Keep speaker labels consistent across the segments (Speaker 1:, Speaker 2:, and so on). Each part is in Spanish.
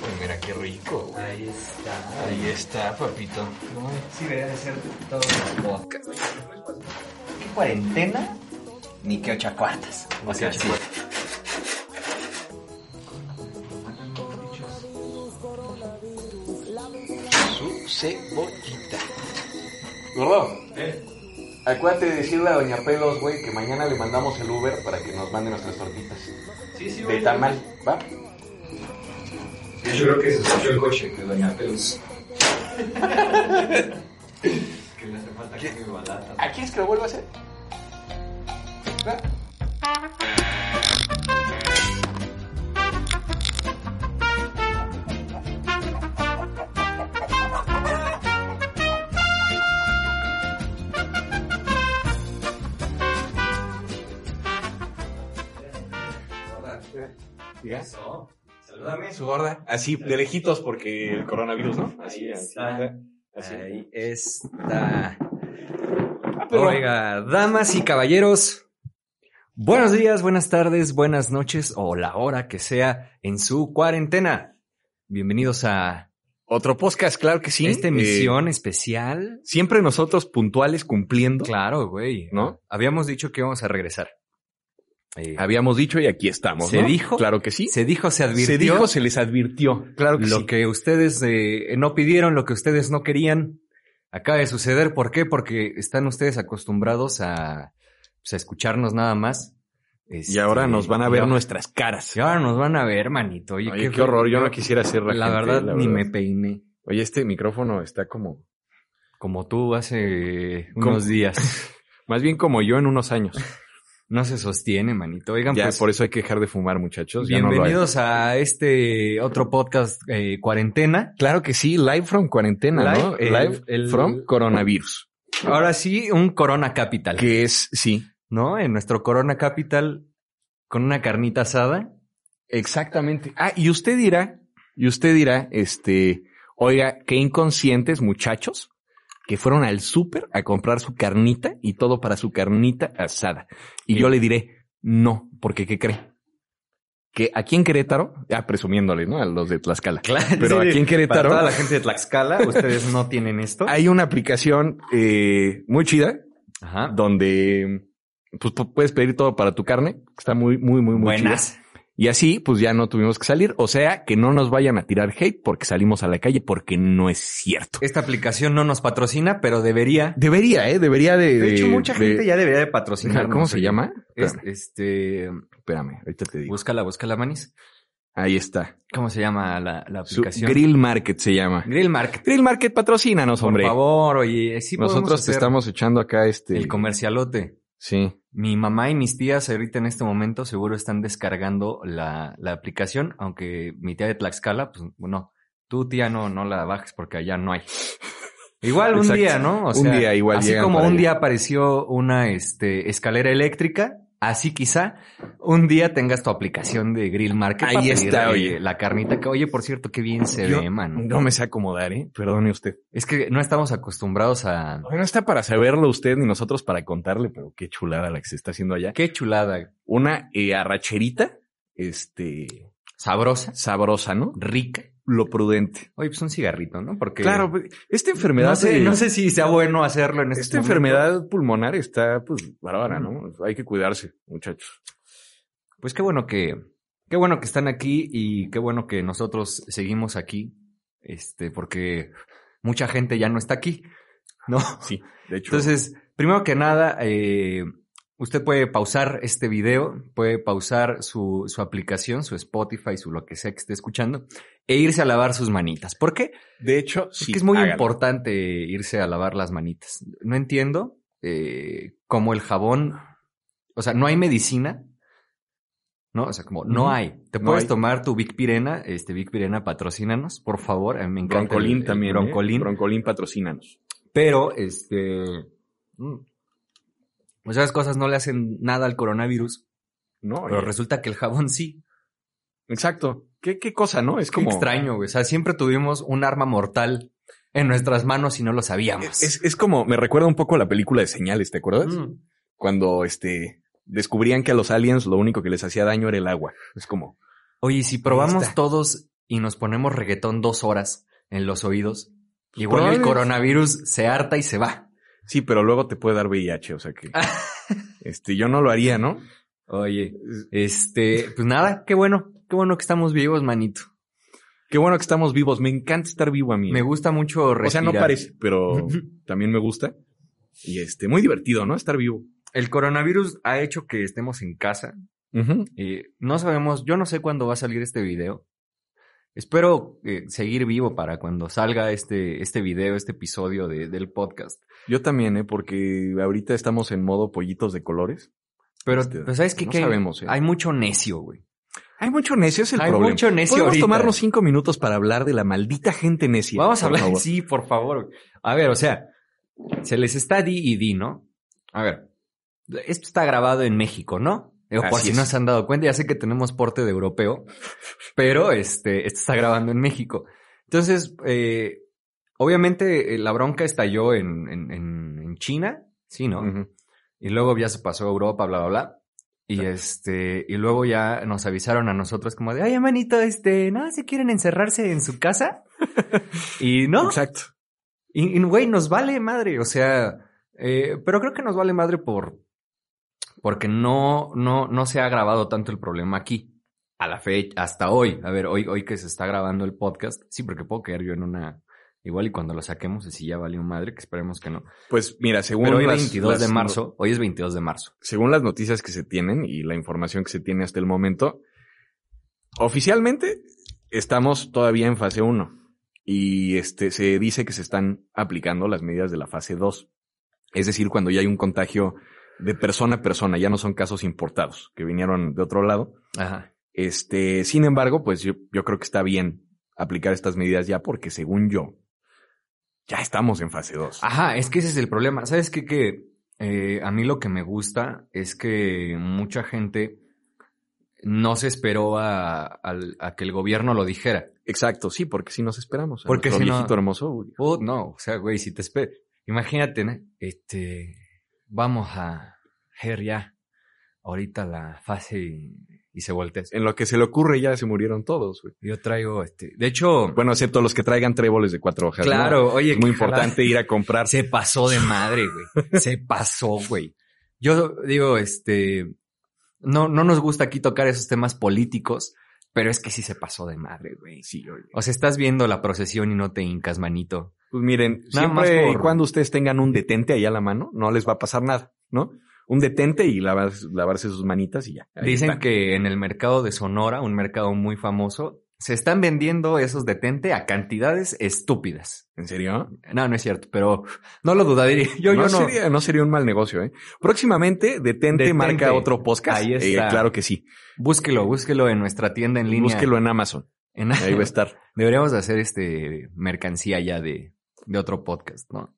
Speaker 1: Pues Mira qué rico, güey.
Speaker 2: Ahí está.
Speaker 1: Ahí está, papito. Ay,
Speaker 2: Sí, deberían de ser todos los podcasts. ¿Qué cuarentena? Ni que ocho a cuartas. O sea, sí.
Speaker 1: Su cebollita.
Speaker 3: Gordo,
Speaker 2: Eh.
Speaker 3: acuérdate de decirle a Doña Pelos, güey, que mañana le mandamos el Uber para que nos mande nuestras tortitas.
Speaker 2: Sí, sí,
Speaker 3: De tamal, ¿va?
Speaker 4: Yo creo que se escuchó el coche de Doña Pelus.
Speaker 2: Que le hace falta que me balata.
Speaker 3: ¿Ah, quieres que lo vuelva a hacer? ¿Va? ¿Ya?
Speaker 4: Eso. Salúdame.
Speaker 3: Su gorda, así de lejitos porque el coronavirus, ¿no? Así,
Speaker 4: Ahí
Speaker 3: así.
Speaker 4: está.
Speaker 3: así. Ah,
Speaker 2: Ahí está.
Speaker 3: Pero-
Speaker 2: Oiga, damas y caballeros, buenos días, buenas tardes, buenas noches o la hora que sea en su cuarentena. Bienvenidos a
Speaker 3: Otro podcast, claro que sí.
Speaker 2: esta
Speaker 3: Eh,
Speaker 2: emisión especial.
Speaker 3: siempre nosotros puntuales cumpliendo,
Speaker 2: Claro, güey.
Speaker 3: ¿no?
Speaker 2: Habíamos dicho que íbamos a regresar. Eh,
Speaker 3: Habíamos dicho y aquí estamos.
Speaker 2: ¿Se
Speaker 3: ¿no?
Speaker 2: dijo?
Speaker 3: Claro que sí.
Speaker 2: se dijo, se advirtió.
Speaker 3: Se dijo, se les advirtió. Claro que
Speaker 2: lo
Speaker 3: sí.
Speaker 2: que ustedes eh, no pidieron, lo que ustedes no querían, acaba de suceder. ¿Por qué? Porque están ustedes acostumbrados a, pues, a escucharnos nada más.
Speaker 3: Y ahora nos van a ver
Speaker 2: nuestros
Speaker 3: nuestras caras.
Speaker 2: Y ahora nos van a ver, manito. Oye,
Speaker 3: Oye, qué, horror. Yo no quisiera ser
Speaker 2: La,
Speaker 3: gente,
Speaker 2: verdad, ni me peiné.
Speaker 3: Oye, este micrófono está como.
Speaker 2: Como tú hace
Speaker 3: ¿Cómo?
Speaker 2: unos días.
Speaker 3: Más bien como yo en unos años.
Speaker 2: No se sostiene, manito. Oigan,
Speaker 3: ya,
Speaker 2: pues,
Speaker 3: por eso hay que dejar de fumar, muchachos. ya no lo hay.
Speaker 2: bienvenidos a este otro podcast, eh, Cuarentena.
Speaker 3: Claro que sí, live from cuarentena,
Speaker 2: Live,
Speaker 3: ¿no?
Speaker 2: el-
Speaker 3: live
Speaker 2: el-
Speaker 3: from coronavirus.
Speaker 2: Ahora sí, un Corona Capital.
Speaker 3: Que es, sí,
Speaker 2: ¿No? En nuestro Corona Capital, con una carnita asada.
Speaker 3: exactamente. Ah, y usted dirá, y usted dirá, este, oiga, qué inconscientes muchachos que fueron al súper a comprar su carnita y todo para su carnita asada. Y yo le diré, no, porque ¿qué cree? Que aquí en Querétaro, ya presumiéndole, ¿no? A los de Tlaxcala. Pero aquí en Querétaro.
Speaker 2: Para toda la gente de Tlaxcala, ustedes no tienen esto.
Speaker 3: Hay una aplicación eh, muy chida
Speaker 2: Ajá.
Speaker 3: donde pues, pu- puedes pedir todo para tu carne, que está muy, muy, muy, muy chida.
Speaker 2: Buenas.
Speaker 3: Y así, pues ya no tuvimos que salir. O sea, que no nos vayan a tirar hate porque salimos a la calle, porque no es cierto.
Speaker 2: Esta aplicación no nos patrocina, pero debería.
Speaker 3: Debería, ¿eh? Debería de...
Speaker 2: De hecho,
Speaker 3: de-
Speaker 2: mucha
Speaker 3: de-
Speaker 2: gente ya debería de
Speaker 3: Dejar-
Speaker 2: patrocinar.
Speaker 3: ¿Cómo se llama? Espérame,
Speaker 2: este,
Speaker 3: espérame, ahorita te digo.
Speaker 2: búscala, búscala, Manis.
Speaker 3: Ahí está.
Speaker 2: ¿Cómo se llama la, la
Speaker 3: Su-
Speaker 2: aplicación?
Speaker 3: Grill Market se llama.
Speaker 2: Grill Market.
Speaker 3: Grill Market, patrocínanos, hombre.
Speaker 2: Por favor, oye, sí podemos
Speaker 3: Nosotros te
Speaker 2: hacer
Speaker 3: estamos echando acá este...
Speaker 2: el comercialote.
Speaker 3: Sí.
Speaker 2: Mi mamá y mis tías ahorita en este momento seguro están descargando la, la aplicación, aunque mi tía de Tlaxcala, pues no, tu tía no, no la bajes porque allá no hay. Igual un
Speaker 3: Exacto.
Speaker 2: día, ¿no? O
Speaker 3: Un
Speaker 2: sea,
Speaker 3: día igual
Speaker 2: Así
Speaker 3: llegan
Speaker 2: como
Speaker 3: para
Speaker 2: un
Speaker 3: allá.
Speaker 2: día apareció una este, escalera eléctrica, así quizá un día tengas tu aplicación de Grill Market.
Speaker 3: Ahí
Speaker 2: para pedir,
Speaker 3: está,
Speaker 2: eh,
Speaker 3: oye.
Speaker 2: La carnita que, oye, por cierto, qué bien se
Speaker 3: Yo
Speaker 2: ve, mano.
Speaker 3: No me sé acomodar, ¿eh? Perdone usted.
Speaker 2: Es que no estamos acostumbrados a...
Speaker 3: No está para saberlo usted ni nosotros para contarle, pero qué chulada la que se está haciendo allá.
Speaker 2: Qué chulada.
Speaker 3: Una eh, arracherita, este,
Speaker 2: Sabrosa.
Speaker 3: sabrosa, ¿no?
Speaker 2: Rica.
Speaker 3: Lo prudente.
Speaker 2: Oye, pues un cigarrito, ¿no? Porque...
Speaker 3: Claro, pues, esta enfermedad,
Speaker 2: No sé,
Speaker 3: eh,
Speaker 2: no sé si sea bueno hacerlo en este
Speaker 3: esta
Speaker 2: momento.
Speaker 3: enfermedad pulmonar está, pues, bárbara, ¿no? Hay que cuidarse, muchachos.
Speaker 2: Pues qué bueno que, qué bueno que están aquí y qué bueno que nosotros seguimos aquí, este, porque mucha gente ya no está aquí, ¿no?
Speaker 3: Sí, de hecho.
Speaker 2: Entonces, primero que nada, eh, usted puede pausar este video, puede pausar su, su aplicación, su Spotify, su lo que sea que esté escuchando, e irse a lavar sus manitas. ¿Por qué?
Speaker 3: de hecho,
Speaker 2: Es
Speaker 3: sí,
Speaker 2: que es muy
Speaker 3: hágalo.
Speaker 2: importante irse a lavar las manitas. No entiendo eh, cómo el jabón, o sea, no hay medicina, ¿no? O sea, como no
Speaker 3: Ujú.
Speaker 2: hay. Te
Speaker 3: No
Speaker 2: puedes
Speaker 3: hay.
Speaker 2: tomar tu Vic Pirena, este Vic Pirena, patrocínanos, por favor. A mí me encanta. el-
Speaker 3: Broncolín
Speaker 2: el
Speaker 3: también. ¿eh?
Speaker 2: Broncolín.
Speaker 3: Broncolín, patrocínanos.
Speaker 2: Pero, este, mm, pues esas cosas no le hacen nada al coronavirus,
Speaker 3: No,
Speaker 2: pero
Speaker 3: oye,
Speaker 2: resulta que el jabón sí.
Speaker 3: exacto. ¿Qué, qué cosa, ¿no? Es
Speaker 2: Qué
Speaker 3: como.
Speaker 2: extraño, güey. O sea, siempre tuvimos un arma mortal en nuestras manos y no lo sabíamos.
Speaker 3: Es, es como, me recuerda un poco a la película de señales, ¿te acuerdas?
Speaker 2: Mm.
Speaker 3: cuando este descubrían que a los aliens lo único que les hacía daño era el agua. Es como,
Speaker 2: Oye, si
Speaker 3: Ahí
Speaker 2: probamos
Speaker 3: está.
Speaker 2: todos y nos ponemos reggaetón dos horas en los oídos. Igual el
Speaker 3: Probablemente.
Speaker 2: coronavirus se harta y se va.
Speaker 3: Sí, pero luego te puede dar VIH, o sea que. este, yo no lo haría, ¿no?
Speaker 2: Oye, este, pues nada, qué bueno, qué bueno que estamos vivos, manito.
Speaker 3: Qué bueno que estamos vivos. Me encanta estar vivo a mí.
Speaker 2: Me gusta mucho
Speaker 3: o sea,
Speaker 2: respirar.
Speaker 3: no parece, pero también me gusta. Y este, muy divertido, ¿no? Estar vivo.
Speaker 2: El coronavirus ha hecho que estemos en casa. Eh, no sabemos, yo no sé cuándo va a salir este video. Espero eh, seguir vivo para cuando salga este, este video, este episodio de- del podcast.
Speaker 3: Yo también, ¿eh? Porque ahorita estamos en modo pollitos de colores.
Speaker 2: Pero,
Speaker 3: Este,
Speaker 2: pues, ¿sabes qué?
Speaker 3: no
Speaker 2: Que hay-
Speaker 3: sabemos, ¿eh?
Speaker 2: Hay mucho necio, güey.
Speaker 3: Hay mucho necio, es el
Speaker 2: Hay
Speaker 3: problema.
Speaker 2: mucho necio
Speaker 3: Podemos
Speaker 2: ahorita.
Speaker 3: tomarnos cinco minutos para hablar de la maldita gente necia.
Speaker 2: Vamos a
Speaker 3: por
Speaker 2: hablar,
Speaker 3: favor.
Speaker 2: sí, por favor. A ver, o sea, se les está di y di, ¿no? A ver, esto está grabado en México, ¿no? Digo, por
Speaker 3: Así
Speaker 2: si no
Speaker 3: es.
Speaker 2: se han dado cuenta, ya sé que tenemos porte de europeo, pero este, esto está grabando en México. Entonces, eh, obviamente eh, la bronca estalló en, en, en- en China, sí, ¿no?
Speaker 3: Ujú.
Speaker 2: Y luego ya se pasó a Europa, bla, bla, bla. Y este, y luego ya nos avisaron a nosotros como de, ay, hermanito, este, no, se quieren encerrarse en su casa. y no,
Speaker 3: Exacto.
Speaker 2: y, y, güey, nos vale madre, o sea, eh, pero creo que nos vale madre por, porque no, no, no se ha grabado tanto el problema aquí. A la fecha, hasta hoy. A ver, hoy, hoy que se está grabando el podcast. Sí, porque puedo quedar yo en una, igual y cuando lo saquemos, así ya valió madre, que esperemos que no.
Speaker 3: Pues mira, según
Speaker 2: Pero hoy
Speaker 3: las-
Speaker 2: 22 de
Speaker 3: las-
Speaker 2: marzo, hoy es 22 de marzo.
Speaker 3: según las noticias que se tienen y la información que se tiene hasta el momento, oficialmente estamos todavía en fase 1 y este se dice que se están aplicando las medidas de la fase 2. Es decir, cuando ya hay un contagio de persona a persona, ya no son casos importados que vinieron de otro lado.
Speaker 2: Ajá.
Speaker 3: Este, sin embargo, pues yo, yo creo que está bien aplicar estas medidas ya porque según yo ya estamos en fase 2.
Speaker 2: Ajá, es que ese es el problema. ¿Sabes qué? Que eh, a mí lo que me gusta es que mucha gente no se esperó a, al- a que el gobierno lo dijera.
Speaker 3: Exacto, sí, porque si nos esperamos. a
Speaker 2: Porque
Speaker 3: nuestro
Speaker 2: si no-
Speaker 3: viejito hermoso. uy.
Speaker 2: Oh, no, o sea, güey, si te esperas. Imagínate, ¿no? Este, vamos a hacer ya ahorita la fase y, y se voltea.
Speaker 3: En lo que se le ocurre ya se murieron todos. güey.
Speaker 2: Yo traigo este. De hecho,
Speaker 3: Bueno, excepto los que traigan tréboles de cuatro hojas. ¿no?
Speaker 2: claro, oye,
Speaker 3: Es muy
Speaker 2: ojalá-
Speaker 3: importante ir a comprar.
Speaker 2: Se pasó de madre, güey. Se pasó, güey. Yo digo, este, no, no nos gusta aquí tocar esos temas políticos, pero es que sí se pasó de madre, güey.
Speaker 3: Sí, oye.
Speaker 2: O sea, estás viendo la procesión y no te hincas, manito.
Speaker 3: Pues miren,
Speaker 2: Nada más
Speaker 3: siempre y
Speaker 2: por-
Speaker 3: cuando ustedes tengan un detente ahí a la mano, no les va a pasar nada, ¿no? Un detente y lavar- lavarse sus manitas y ya. Ahí
Speaker 2: Dicen
Speaker 3: está.
Speaker 2: que en el mercado de Sonora, un mercado muy famoso, se están vendiendo esos detente a cantidades estúpidas.
Speaker 3: ¿En serio?
Speaker 2: No, no es cierto, pero no lo dudaría. Yo,
Speaker 3: no,
Speaker 2: yo no.
Speaker 3: Sería, no sería un mal negocio, ¿eh? Próximamente, detente,
Speaker 2: Detente.
Speaker 3: marca otro podcast.
Speaker 2: Ahí
Speaker 3: Eh,
Speaker 2: está.
Speaker 3: claro que sí.
Speaker 2: Búsquelo, búsquelo en nuestra tienda en línea.
Speaker 3: Búsquelo en Amazon.
Speaker 2: En-
Speaker 3: Ahí va a estar.
Speaker 2: Deberíamos de hacer este mercancía ya de, de otro podcast, ¿no?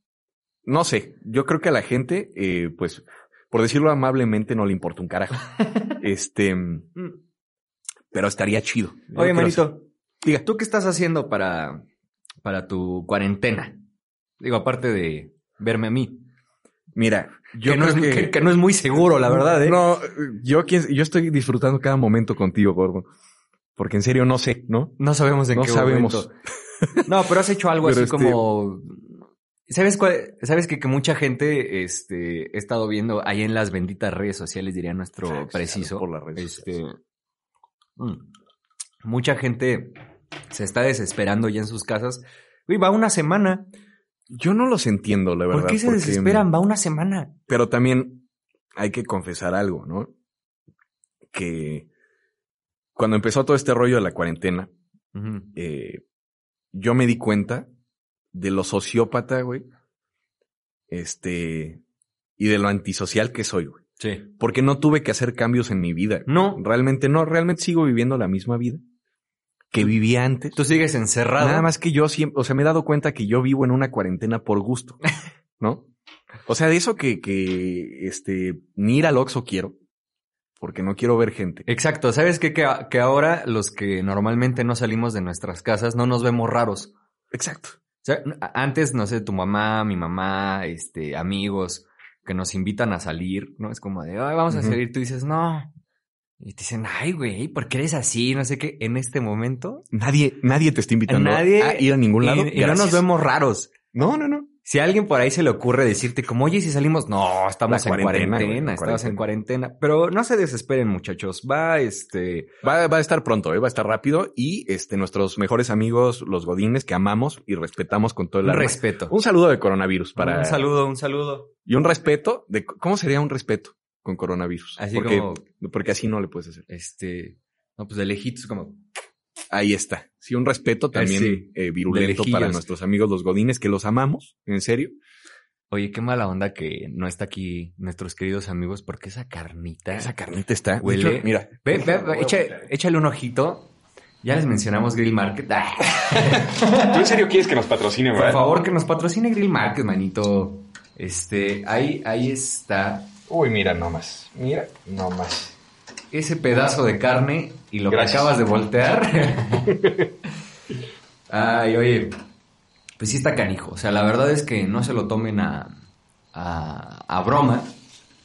Speaker 3: No sé, yo creo que a la gente, eh, pues, por decirlo amablemente, no le importa un carajo. este, pero estaría chido. Yo
Speaker 2: Oye,
Speaker 3: creo que
Speaker 2: manito,
Speaker 3: Diga.
Speaker 2: ¿tú qué estás haciendo para, para tu cuarentena? Digo, aparte de verme a mí.
Speaker 3: Mira, yo
Speaker 2: que, no es,
Speaker 3: creo
Speaker 2: que- que no es muy seguro, la verdad, ¿eh?
Speaker 3: No, yo, quién- yo estoy disfrutando cada momento contigo, gordo. Porque en serio no sé, ¿no?
Speaker 2: No sabemos en
Speaker 3: No
Speaker 2: qué
Speaker 3: sabemos.
Speaker 2: momento. No, pero has hecho algo
Speaker 3: Pero
Speaker 2: así
Speaker 3: este-
Speaker 2: como... ¿Sabes cuál? ¿Sabes que, que mucha gente este, he estado viendo ahí en las benditas redes sociales, diría
Speaker 3: Ah,
Speaker 2: nuestro preciso?
Speaker 3: Por las redes
Speaker 2: Este,
Speaker 3: sociales.
Speaker 2: mm, mucha gente se está desesperando ya en sus casas. Güey, va una semana.
Speaker 3: Yo no los entiendo, la verdad.
Speaker 2: ¿Por qué se
Speaker 3: porque, mm,
Speaker 2: desesperan? Va una semana.
Speaker 3: Pero también hay que confesar algo, ¿no? Que cuando empezó todo este rollo de la cuarentena, eh, yo me di cuenta de lo sociópata, güey. Este. Y de lo antisocial que soy, güey.
Speaker 2: Sí.
Speaker 3: Porque no tuve que hacer cambios en mi vida.
Speaker 2: No,
Speaker 3: Realmente no, realmente sigo viviendo la misma vida que vivía antes.
Speaker 2: tú sigues encerrado.
Speaker 3: Nada más que yo siempre, o sea, me he dado cuenta que yo vivo en una cuarentena por gusto, ¿no? O sea, de eso que, que, este, ni ir al Oxxo quiero, porque no quiero ver gente.
Speaker 2: Exacto. ¿Sabes qué? Que, que ahora los que normalmente no salimos de nuestras casas no nos vemos raros.
Speaker 3: Exacto.
Speaker 2: O sea, a- antes, no sé, tu mamá, mi mamá, este, amigos que nos invitan a salir, ¿no? Es como de, "Ay, vamos a
Speaker 3: Ujú.
Speaker 2: salir. Tú dices, no, Y te dicen, ay, güey, ¿por qué eres así? No sé qué. En este momento.
Speaker 3: Nadie, nadie te está invitando
Speaker 2: Nadie-
Speaker 3: a ir a ningún lado.
Speaker 2: Y, y no nos
Speaker 3: Gracias.
Speaker 2: vemos raros.
Speaker 3: No, no, no.
Speaker 2: Si a alguien por ahí se le ocurre decirte como, oye, si salimos, no, estamos
Speaker 3: La
Speaker 2: en
Speaker 3: cuarentena,
Speaker 2: cuarentena,
Speaker 3: güey,
Speaker 2: estamos en cuarentena. Pero no se desesperen, muchachos. Va, este,
Speaker 3: Va, va a estar pronto, ¿eh? va a estar rápido. Y este, nuestros mejores amigos, los godines, que amamos y respetamos con todo el
Speaker 2: un
Speaker 3: alma.
Speaker 2: respeto.
Speaker 3: Un saludo de coronavirus para.
Speaker 2: Un saludo, un saludo.
Speaker 3: Y un respeto de cómo sería un respeto con coronavirus.
Speaker 2: Así
Speaker 3: porque,
Speaker 2: como,
Speaker 3: porque así no le puedes hacer.
Speaker 2: este, no, pues de lejitos, como,
Speaker 3: Ahí está. Sí, un respeto también
Speaker 2: sí.
Speaker 3: eh,
Speaker 2: De
Speaker 3: virulento
Speaker 2: lejillos.
Speaker 3: para nuestros amigos los godines, que los amamos, en serio.
Speaker 2: oye, qué mala onda que no está aquí nuestros queridos amigos, porque esa carnita.
Speaker 3: Esa carnita está. de
Speaker 2: Huele-
Speaker 3: hecho, mira,
Speaker 2: Ve, ve, ve, echa- échale un ojito. Ya les mencionamos Grill Market. Ah,
Speaker 3: ¿tú en serio quieres que nos patrocine,
Speaker 2: por favor, que nos patrocine Grill Market, manito. Este, ahí, ahí está
Speaker 1: Uy, mira nomás. Mira nomás.
Speaker 2: ese pedazo de carne y lo
Speaker 1: Gracias.
Speaker 2: que acabas de voltear. Ay, oye, pues sí está canijo. O sea, la verdad es que no se lo tomen a, a, a broma.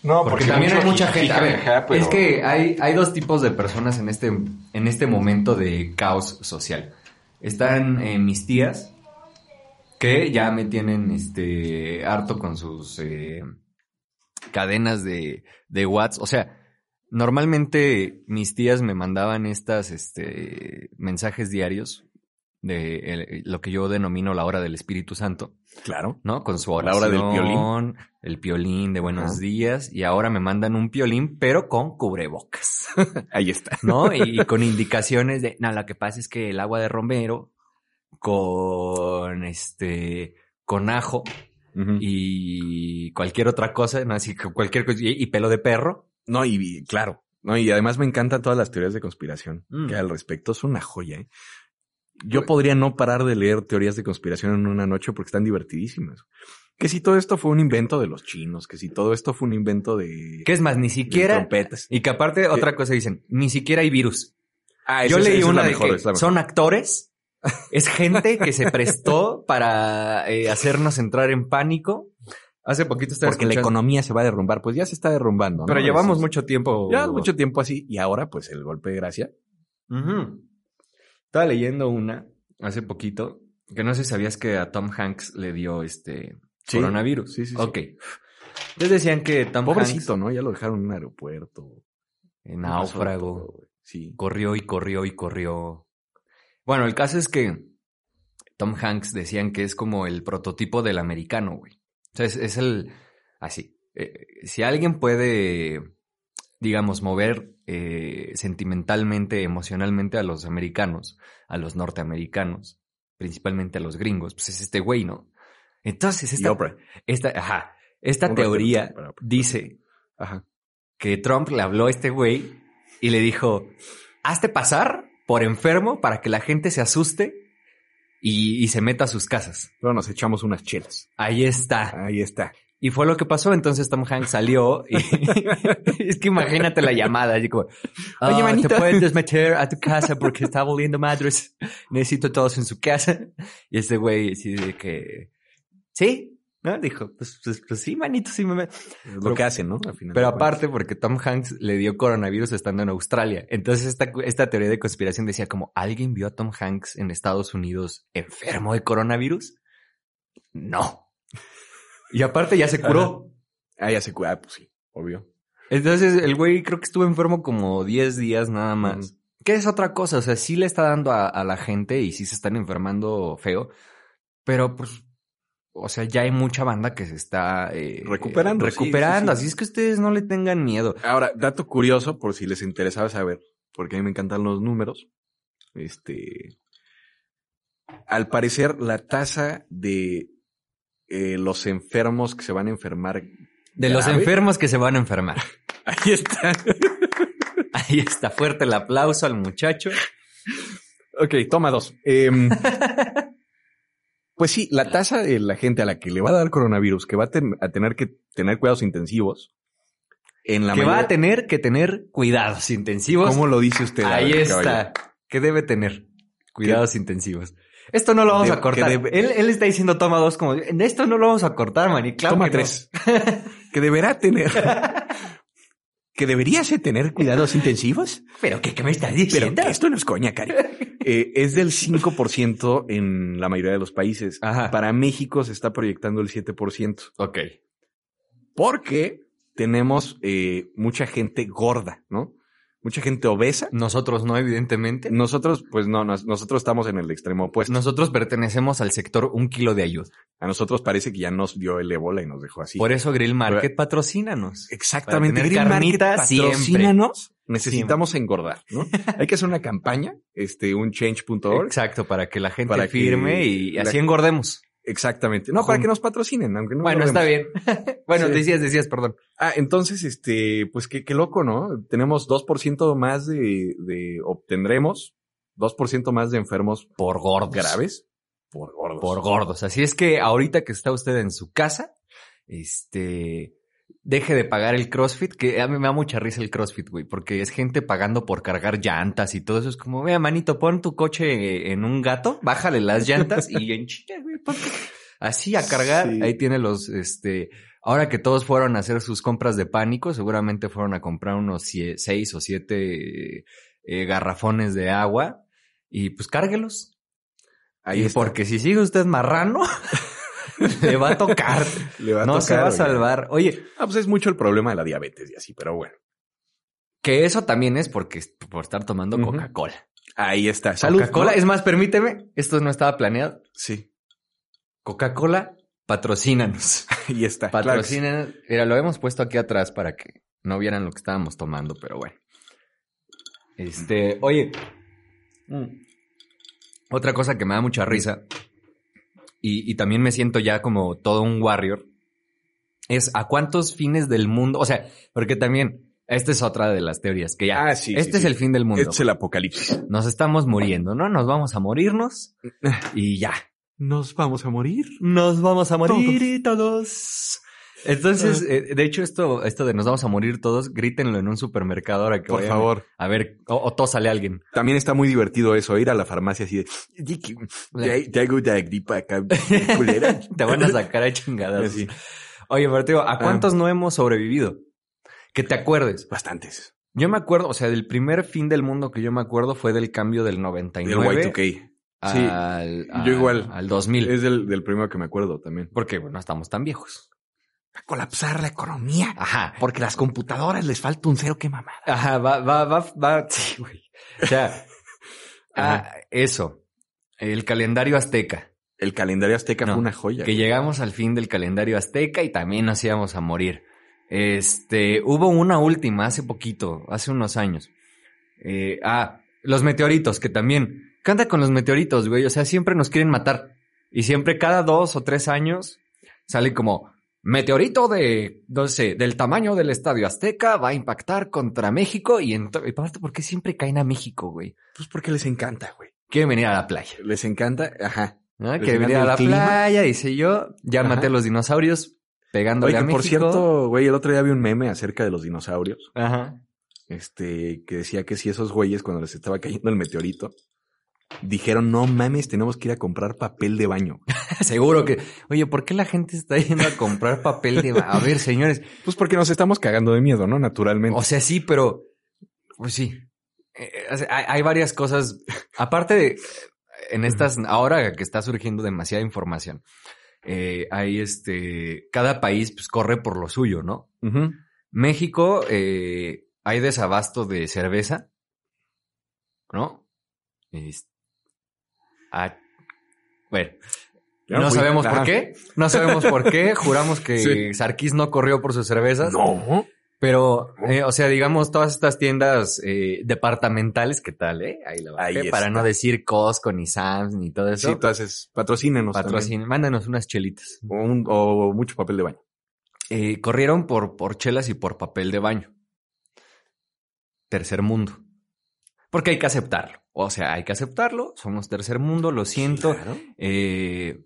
Speaker 1: No,
Speaker 2: Porque, también hay
Speaker 1: mucho
Speaker 2: mucha gente.
Speaker 1: jijiji,
Speaker 2: A ver,
Speaker 1: jajaja, pero-
Speaker 2: es que hay, hay dos tipos de personas en este, en este momento de caos social. Están eh, mis tías, que ya me tienen este harto con sus eh, cadenas de, de Whats. O sea, normalmente mis tías me mandaban estas este, mensajes diarios de el- lo que yo denomino la hora del Espíritu Santo.
Speaker 3: Claro.
Speaker 2: ¿no? Con su
Speaker 3: La hora
Speaker 2: oración,
Speaker 3: del
Speaker 2: el piolín de buenos
Speaker 3: Ajá.
Speaker 2: días, y ahora me mandan un piolín, pero con cubrebocas,
Speaker 3: Ahí está.
Speaker 2: ¿no? Y, y con indicaciones de, no, lo que pasa es que el agua de romero con este, con ajo
Speaker 3: Y-
Speaker 2: y cualquier otra cosa, no, así que cualquier cosa, y, y pelo de perro.
Speaker 3: no, y, y claro. No, y además me encantan todas las teorías de conspiración
Speaker 2: Mm.
Speaker 3: que al respecto es una joya. ¿eh? Yo podría no parar de leer teorías de conspiración en una noche porque están divertidísimas. Que si todo esto fue un invento de los chinos, que si todo esto fue un invento de,
Speaker 2: Que es más, ni
Speaker 3: de
Speaker 2: siquiera,
Speaker 3: trompetas.
Speaker 2: y que aparte otra cosa dicen, ni siquiera hay virus.
Speaker 3: Ah,
Speaker 2: Yo
Speaker 3: esa-
Speaker 2: leí
Speaker 3: esa es
Speaker 2: una
Speaker 3: la
Speaker 2: de
Speaker 3: mejor,
Speaker 2: que
Speaker 3: es la mejor.
Speaker 2: son actores, es gente que se prestó para eh, hacernos entrar en pánico. Hace poquito estaba
Speaker 3: porque la
Speaker 2: escuchando-
Speaker 3: economía se va a derrumbar, pues ya se está derrumbando. ¿no?
Speaker 2: Pero llevamos
Speaker 3: Eso-
Speaker 2: mucho tiempo.
Speaker 3: ya mucho tiempo así y ahora pues el golpe de gracia.
Speaker 2: Ujú. Estaba leyendo una hace poquito que no sé si sabías que a Tom Hanks le dio este
Speaker 3: Sí.
Speaker 2: coronavirus.
Speaker 3: Sí, sí, sí.
Speaker 2: Ok. Les decían que Tom
Speaker 3: Pobrecito, ¿no? Ya lo dejaron en un aeropuerto.
Speaker 2: Hanks, eh, náufrago,
Speaker 3: Sí.
Speaker 2: corrió y corrió y corrió. Bueno, el caso es que Tom Hanks decían que es como el prototipo del americano, güey. O sea, es, es el... Así. Eh, si alguien puede, digamos, mover eh, sentimentalmente, emocionalmente a los americanos, a los norteamericanos, principalmente a los gringos, pues es este güey, ¿no? Entonces,
Speaker 3: Y
Speaker 2: esta,
Speaker 3: Oprah.
Speaker 2: esta, ajá, esta
Speaker 3: Un respeto
Speaker 2: teoría
Speaker 3: para Oprah.
Speaker 2: dice
Speaker 3: Ajá.
Speaker 2: que Trump le habló a este güey y le dijo, hazte pasar por enfermo para que la gente se asuste y, y se meta a sus casas.
Speaker 3: Pero nos echamos unas chelas.
Speaker 2: Ahí está.
Speaker 3: Ahí está.
Speaker 2: Y fue lo que pasó. Entonces Tom Hanks salió y es que imagínate la llamada. Así como,
Speaker 3: Oye,
Speaker 2: "Oh, te
Speaker 3: manita".
Speaker 2: puedes meter a tu casa porque está volviendo madres. Necesito a todos en su casa. Y este güey así de que, sí, ¿no? Dijo, pues, pues, pues sí, manito, sí me, met-".
Speaker 3: Es
Speaker 2: Pero-
Speaker 3: lo que hacen, ¿no? Al final
Speaker 2: Pero
Speaker 3: de cuentas.
Speaker 2: aparte, porque Tom Hanks le dio coronavirus estando en Australia. Entonces, esta, esta teoría de conspiración decía como, ¿alguien vio a Tom Hanks en Estados Unidos enfermo de coronavirus? No. Y aparte ya se curó.
Speaker 3: Ah, ya se cuida, pues sí, obvio.
Speaker 2: Entonces, el güey creo que estuvo enfermo como 10 días nada más. Que es otra cosa, o sea, sí le está dando a, a la gente y sí se están enfermando feo, pero pues, o sea, ya hay mucha banda que se está eh,
Speaker 3: Recuperando, sí, sí,
Speaker 2: recuperando,
Speaker 3: sí.
Speaker 2: así es que ustedes no le tengan miedo.
Speaker 3: Ahora, dato curioso, por si les interesaba saber, porque a mí me encantan los números. Este. Al parecer, la tasa de eh, los enfermos que se van a enfermar.
Speaker 2: De los
Speaker 3: grave-
Speaker 2: enfermos que se van a enfermar.
Speaker 3: Ahí está.
Speaker 2: Ahí está fuerte el aplauso al muchacho.
Speaker 3: Ok, toma dos. Em, pues sí, la tasa de la gente a la que le va a dar coronavirus, que va a, ten- a tener que tener cuidados intensivos, en la
Speaker 2: que va a
Speaker 3: mayoría-
Speaker 2: tener que tener cuidados intensivos.
Speaker 3: ¿Cómo lo dice usted? A
Speaker 2: Ahí
Speaker 3: ver,
Speaker 2: está.
Speaker 3: caballero.
Speaker 2: Que debe tener cuidados intensivos. Esto no lo vamos
Speaker 3: De-
Speaker 2: a cortar.
Speaker 3: que debe-
Speaker 2: Él, él está diciendo toma dos como... "En Esto no lo vamos a cortar, man. Y claro
Speaker 3: Toma
Speaker 2: que no.
Speaker 3: tres. que deberá tener que deberías de tener cuidados intensivos.
Speaker 2: ¿Pero qué, qué me estás
Speaker 3: Pero que esto no es coña, Cari. Eh, es del 5% en la mayoría de los países.
Speaker 2: Ajá.
Speaker 3: Para México se está proyectando el 7%.
Speaker 2: Ok.
Speaker 3: Porque tenemos eh, mucha gente gorda, ¿no? Mucha gente obesa.
Speaker 2: Nosotros no, evidentemente. Pues
Speaker 3: Nosotros, pues no, nos- nosotros estamos en el extremo opuesto.
Speaker 2: Nosotros pertenecemos al sector un kilo de ayuda.
Speaker 3: A nosotros parece que ya nos dio el ébola y nos dejó así.
Speaker 2: Por eso Grill Market, patrocínanos.
Speaker 3: Exactamente.
Speaker 2: Para tener
Speaker 3: Green Market,
Speaker 2: carnita siempre.
Speaker 3: patrocínanos. Necesitamos engordar, ¿no? Hay que hacer una campaña, este, un change.org.
Speaker 2: Exacto, para que la gente
Speaker 3: Para que
Speaker 2: firme y
Speaker 3: la-
Speaker 2: así engordemos.
Speaker 3: Exactamente. No, para que nos patrocinen, aunque no.
Speaker 2: bueno,
Speaker 3: lo
Speaker 2: está
Speaker 3: vemos.
Speaker 2: bien. bueno,
Speaker 3: Sí.
Speaker 2: decías, decías, perdón.
Speaker 3: Ah, entonces, este, pues qué, qué loco, ¿no? Tenemos 2% más de, de, obtendremos 2% más de enfermos
Speaker 2: Por gordos.
Speaker 3: graves por gordos.
Speaker 2: Por gordos. Así es que ahorita que está usted en su casa, este, deje de pagar el CrossFit, que a mí me da mucha risa el CrossFit, güey, porque es gente pagando por cargar llantas y todo eso. Es como, vea, manito, pon tu coche en un gato, bájale las llantas y en chinga, güey, ponte". Así a cargar.
Speaker 3: Sí.
Speaker 2: Ahí tiene los, este, ahora que todos fueron a hacer sus compras de pánico, seguramente fueron a comprar unos sie- seis o siete eh, eh, garrafones de agua y pues cárguelos.
Speaker 3: Ahí
Speaker 2: Y
Speaker 3: está.
Speaker 2: porque si sigue usted marrano, le va a tocar.
Speaker 3: Le va a
Speaker 2: no se
Speaker 3: tocar,
Speaker 2: va a
Speaker 3: oiga.
Speaker 2: salvar. Oye,
Speaker 3: Ah, pues es mucho el problema de la diabetes y así, pero bueno.
Speaker 2: que eso también es porque por estar tomando
Speaker 3: Ujú.
Speaker 2: Coca-Cola.
Speaker 3: Ahí está. Salud.
Speaker 2: Coca-Cola,
Speaker 3: ¿no?
Speaker 2: es más, permíteme, esto no estaba planeado.
Speaker 3: Sí.
Speaker 2: Coca-Cola, patrocínanos.
Speaker 3: Ahí está. Ah, Claro que sí.
Speaker 2: Patrocínanos. Mira, lo hemos puesto aquí atrás para que no vieran lo que estábamos tomando, pero bueno. Este, oye, mm, otra cosa que me da mucha risa y, y también me siento ya como todo un warrior es a cuántos fines del mundo, o sea, porque también esta es otra de las teorías que ya
Speaker 3: Ah, sí.
Speaker 2: este
Speaker 3: sí,
Speaker 2: es
Speaker 3: sí.
Speaker 2: el fin del mundo.
Speaker 3: Este es el apocalipsis.
Speaker 2: Nos estamos muriendo, ¿no? Nos vamos a morirnos y ya.
Speaker 3: Nos vamos a morir.
Speaker 2: Nos vamos a
Speaker 3: morir
Speaker 2: todos. Entonces, eh, de hecho, esto, esto de nos vamos a morir todos, grítenlo en un supermercado ahora que
Speaker 3: Por
Speaker 2: vayan
Speaker 3: favor.
Speaker 2: A ver, o, o tósale a alguien.
Speaker 3: También está muy divertido eso, ir a la farmacia así de... "Te- Tengo una gripa acá, culera".
Speaker 2: Te van a sacar a chingadas.
Speaker 3: Así.
Speaker 2: Oye, pero te digo,
Speaker 3: Ah.
Speaker 2: ¿a cuántos no hemos sobrevivido? Que te acuerdes.
Speaker 3: Bastantes.
Speaker 2: Yo me acuerdo, o sea, del primer fin del mundo que yo me acuerdo fue del cambio del
Speaker 3: El
Speaker 2: 99
Speaker 3: Y2K. Sí,
Speaker 2: al, a-
Speaker 3: yo igual.
Speaker 2: al 2000.
Speaker 3: Es del, del primero que me acuerdo también.
Speaker 2: Porque, bueno, no estamos tan viejos.
Speaker 3: Va a colapsar la economía.
Speaker 2: Ajá.
Speaker 3: Porque las computadoras les falta un cero que mamar.
Speaker 2: Ajá, va, va, va, va. Sí, güey. O sea, ah, eso. El calendario azteca.
Speaker 3: El calendario azteca
Speaker 2: No,
Speaker 3: fue una joya.
Speaker 2: Que llegamos al fin del calendario azteca y también nos íbamos a morir. Este, hubo una última hace poquito, hace unos años. Eh, ah, los meteoritos, que también. Canta con los meteoritos, güey. O sea, siempre nos quieren matar. Y siempre cada dos o tres años sale como meteorito de, no sé, del tamaño del estadio azteca va a impactar contra México. Y entonces, ¿por qué siempre caen a México, güey?
Speaker 3: Pues porque les encanta, güey.
Speaker 2: Quieren venir a la playa.
Speaker 3: Les encanta, ajá.
Speaker 2: ¿no?
Speaker 3: El
Speaker 2: Que
Speaker 3: final
Speaker 2: venía a
Speaker 3: del
Speaker 2: la
Speaker 3: clima.
Speaker 2: playa, dice yo. Ya
Speaker 3: Ajá.
Speaker 2: maté a los dinosaurios pegándole
Speaker 3: Oye,
Speaker 2: a
Speaker 3: que
Speaker 2: México.
Speaker 3: por cierto, güey, el otro día vi un meme acerca de los dinosaurios.
Speaker 2: Ajá.
Speaker 3: Este, que decía que si esos güeyes, cuando les estaba cayendo el meteorito, dijeron, no mames, tenemos que ir a comprar papel de baño.
Speaker 2: Seguro que... Oye, ¿por qué la gente está yendo a comprar papel de... ba- A ver, señores.
Speaker 3: Pues porque nos estamos cagando de miedo, ¿no? Naturalmente.
Speaker 2: O sea, sí, pero... Pues sí. Eh, eh, Hay, hay varias cosas. Aparte de... En estas... Ahora que está surgiendo demasiada información. eh, hay este... Cada país pues corre por lo suyo, ¿no?
Speaker 3: Ujú.
Speaker 2: México, eh, hay desabasto de cerveza, ¿no? Es- ah, bueno,
Speaker 3: Ya
Speaker 2: no
Speaker 3: fui.
Speaker 2: sabemos
Speaker 3: Ajá.
Speaker 2: por qué, no sabemos por qué, juramos que
Speaker 3: Sí.
Speaker 2: Sarkis no corrió por sus cervezas,
Speaker 3: No.
Speaker 2: pero, eh, o sea, digamos, todas estas tiendas eh, departamentales, ¿qué tal, eh? Ahí la bajé,
Speaker 3: Ahí
Speaker 2: para
Speaker 3: está.
Speaker 2: no decir Costco ni Sam's ni todo eso.
Speaker 3: Sí, tú haces, patrocínenos. también.
Speaker 2: Patrocin- mándanos unas chelitas.
Speaker 3: O, un- o mucho papel de baño.
Speaker 2: Eh, corrieron por, por chelas y por papel de baño. Tercer mundo. Porque hay que aceptarlo. O sea, hay que aceptarlo. Somos tercer mundo, lo siento.
Speaker 3: Claro.
Speaker 2: Eh,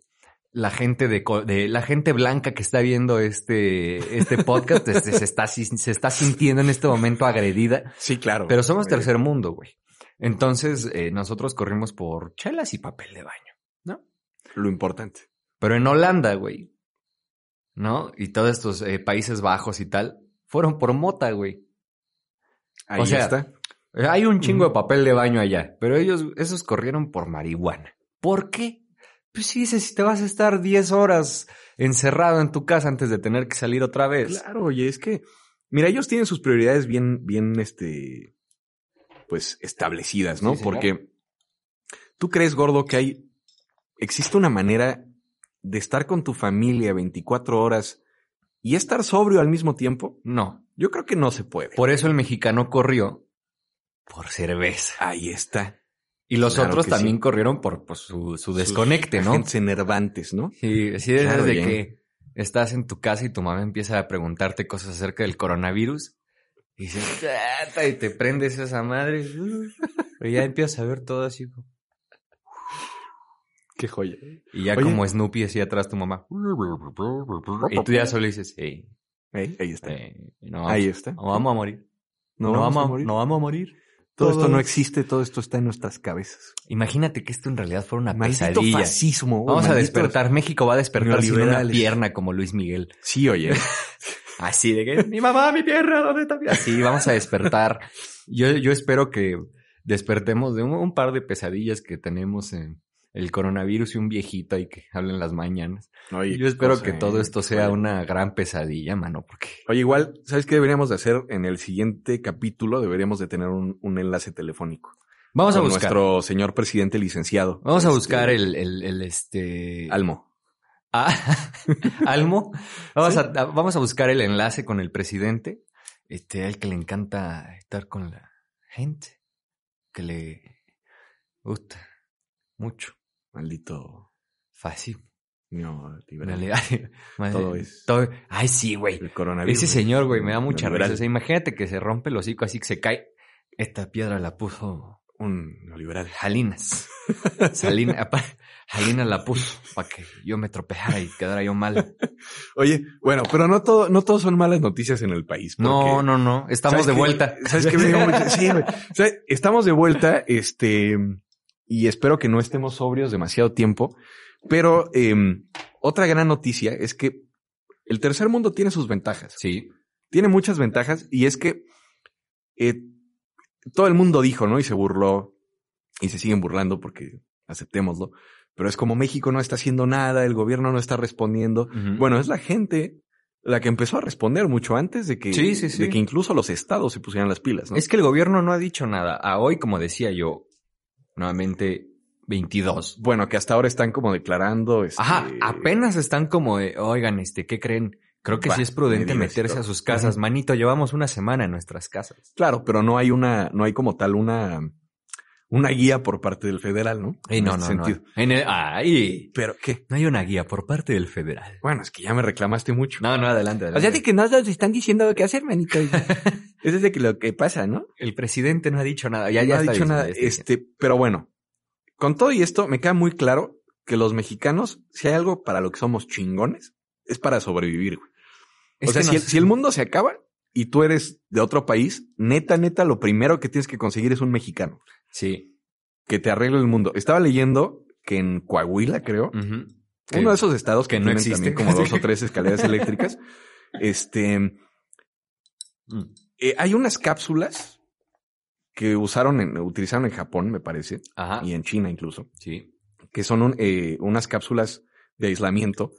Speaker 2: la gente de, co- de- la gente blanca que está viendo este, este podcast este, se, está, si- se está sintiendo en este momento agredida.
Speaker 3: Sí, claro.
Speaker 2: Pero somos
Speaker 3: Eh,
Speaker 2: tercer mundo, güey. Entonces, eh, nosotros corrimos por chelas y papel de baño.
Speaker 3: Lo importante.
Speaker 2: Pero en Holanda, güey. ¿No? Y todos estos eh, Países Bajos y tal, fueron por mota, güey.
Speaker 3: Ahí
Speaker 2: O sea,
Speaker 3: está.
Speaker 2: Hay un chingo de papel de baño allá, pero ellos, esos corrieron por marihuana. ¿Por qué? Pues sí, dices, si te vas a estar 10 horas encerrado en tu casa antes de tener que salir otra vez.
Speaker 3: Claro, oye, es que, mira, ellos tienen sus prioridades bien, bien, este, pues establecidas, ¿no?
Speaker 2: Sí, señor.
Speaker 3: Porque tú crees, gordo, que hay, existe una manera de estar con tu familia 24 horas y estar sobrio al mismo tiempo.
Speaker 2: No,
Speaker 3: Yo creo que no se puede.
Speaker 2: por eso el mexicano corrió por cerveza.
Speaker 3: ahí está.
Speaker 2: Y los
Speaker 3: Claro
Speaker 2: otros
Speaker 3: que
Speaker 2: también
Speaker 3: sí.
Speaker 2: corrieron por, por su, su desconecte, ¿no?
Speaker 3: Agentes enervantes, ¿no?
Speaker 2: Sí, sí, desde
Speaker 3: Claro,
Speaker 2: de
Speaker 3: bien.
Speaker 2: que estás en tu casa y tu mamá empieza a preguntarte cosas acerca del coronavirus. Y dices, "Tata", y te prendes esa madre. Pero ya empiezas a ver todo así. como-
Speaker 3: Qué joya.
Speaker 2: Y ya
Speaker 3: Oye.
Speaker 2: como Snoopy así atrás tu mamá. Y tú ya solo dices, "Ey,
Speaker 3: ahí está.
Speaker 2: eh, no, vamos,
Speaker 3: ahí está.
Speaker 2: no vamos a morir.
Speaker 3: No, vamos, a morir.
Speaker 2: no vamos a morir.
Speaker 3: todo esto no
Speaker 2: todos.
Speaker 3: existe, todo esto está en nuestras cabezas.
Speaker 2: Imagínate que esto en realidad fuera una
Speaker 3: Maldito
Speaker 2: pesadilla.
Speaker 3: fascismo. güey,
Speaker 2: Vamos a
Speaker 3: maldito-
Speaker 2: despertar. México va a despertar sin una
Speaker 3: neoliberales.
Speaker 2: pierna como Luis Miguel.
Speaker 3: Sí, oye.
Speaker 2: Así de que, mi mamá, mi tierra, ¿dónde está mi-?" Así, vamos a despertar. Yo, yo espero que despertemos de un, un par de pesadillas que tenemos en el coronavirus y un viejito ahí que habla en las mañanas.
Speaker 3: Oye,
Speaker 2: Yo espero
Speaker 3: cosa,
Speaker 2: que
Speaker 3: ¿eh?
Speaker 2: todo esto sea
Speaker 3: Oye.
Speaker 2: una gran pesadilla, mano, porque
Speaker 3: Oye, igual, ¿sabes qué deberíamos de hacer en el siguiente capítulo? Deberíamos de tener un, un enlace telefónico.
Speaker 2: vamos a
Speaker 3: Con
Speaker 2: buscar.
Speaker 3: Nuestro señor presidente licenciado.
Speaker 2: Vamos a
Speaker 3: Este,
Speaker 2: buscar el, el, el, este
Speaker 3: Almo.
Speaker 2: Ah, Almo. Vamos, a, a- vamos a buscar el enlace con el presidente. Este, al que le encanta estar con la gente. Que le gusta mucho.
Speaker 3: Maldito
Speaker 2: Fácil.
Speaker 3: neoliberal.
Speaker 2: Realidad. Madre-
Speaker 3: Todo es-
Speaker 2: todo- Ay, sí, güey.
Speaker 3: El coronavirus.
Speaker 2: Ese señor, güey, me da mucha
Speaker 3: Neoliberal.
Speaker 2: risa. O sea, imagínate que se rompe el hocico así que se cae. Esta piedra la puso
Speaker 3: Un neoliberal.
Speaker 2: Jalinas. Salina, apa- Jalinas la puso para que yo me tropejara y quedara yo mal.
Speaker 3: Oye, bueno, pero no todo, no todo son malas noticias en el país.
Speaker 2: No,
Speaker 3: porque-
Speaker 2: no, no. Estamos
Speaker 3: ¿Sabes
Speaker 2: de
Speaker 3: qué?
Speaker 2: vuelta.
Speaker 3: ¿Sabes qué? Me dio mucha- sí, güey. O sea, estamos de vuelta, este, y espero que no estemos sobrios demasiado tiempo. Pero eh, otra gran noticia es que el tercer mundo tiene sus ventajas.
Speaker 2: Sí.
Speaker 3: Tiene muchas ventajas y es que eh, todo el mundo dijo, ¿no? Y se burló y se siguen burlando porque aceptémoslo. Pero es como México no está haciendo nada, el gobierno no está respondiendo.
Speaker 2: Bueno,
Speaker 3: Bueno, es la gente la que empezó a responder mucho antes de que,
Speaker 2: Sí, sí, sí.
Speaker 3: de que incluso los estados se pusieran las pilas, ¿no?
Speaker 2: es que el gobierno no ha dicho nada. A hoy, como decía yo, nuevamente 22.
Speaker 3: Bueno, que hasta ahora están como declarando. este,
Speaker 2: Ajá, apenas están como de, oigan, este, ¿qué creen? Creo que
Speaker 3: Va,
Speaker 2: sí es prudente
Speaker 3: medidas y
Speaker 2: meterse
Speaker 3: todo.
Speaker 2: a sus casas.
Speaker 3: Ujú.
Speaker 2: Manito, llevamos una semana en nuestras casas.
Speaker 3: Claro, pero no hay una, no hay como tal una, una guía por parte del federal, ¿no?
Speaker 2: Ey,
Speaker 3: En
Speaker 2: no,
Speaker 3: este
Speaker 2: no,
Speaker 3: sentido.
Speaker 2: no. En el- ay,
Speaker 3: Pero qué?
Speaker 2: no hay una guía por parte del federal.
Speaker 3: Bueno, es que ya me reclamaste mucho.
Speaker 2: No, no, adelante, adelante.
Speaker 3: que no nos están diciendo qué hacer, manito. Eso es de que lo que pasa, ¿no?
Speaker 2: el presidente no ha dicho nada. Ya,
Speaker 3: no
Speaker 2: ya
Speaker 3: ha
Speaker 2: está
Speaker 3: dicho
Speaker 2: bien,
Speaker 3: nada.
Speaker 2: ya está bien.
Speaker 3: Este, pero bueno, con todo y esto me queda muy claro que los mexicanos, si hay algo para lo que somos chingones, es para sobrevivir. güey.
Speaker 2: Es
Speaker 3: este, o sea,
Speaker 2: que
Speaker 3: si, el,
Speaker 2: nos-
Speaker 3: si el mundo se acaba y tú eres de otro país, neta, neta, lo primero que tienes que conseguir es un mexicano
Speaker 2: Sí.
Speaker 3: que te arregle el mundo. Estaba leyendo que en Coahuila, creo,
Speaker 2: Ujú.
Speaker 3: uno de esos estados que,
Speaker 2: Mm, que no
Speaker 3: no
Speaker 2: existe.
Speaker 3: existen como dos o tres escaleras eléctricas, este,
Speaker 2: Mm.
Speaker 3: eh, hay unas cápsulas que usaron, en, utilizaron en Japón, me parece,
Speaker 2: Ajá.
Speaker 3: y en China incluso,
Speaker 2: Sí.
Speaker 3: que son un- eh, unas cápsulas de aislamiento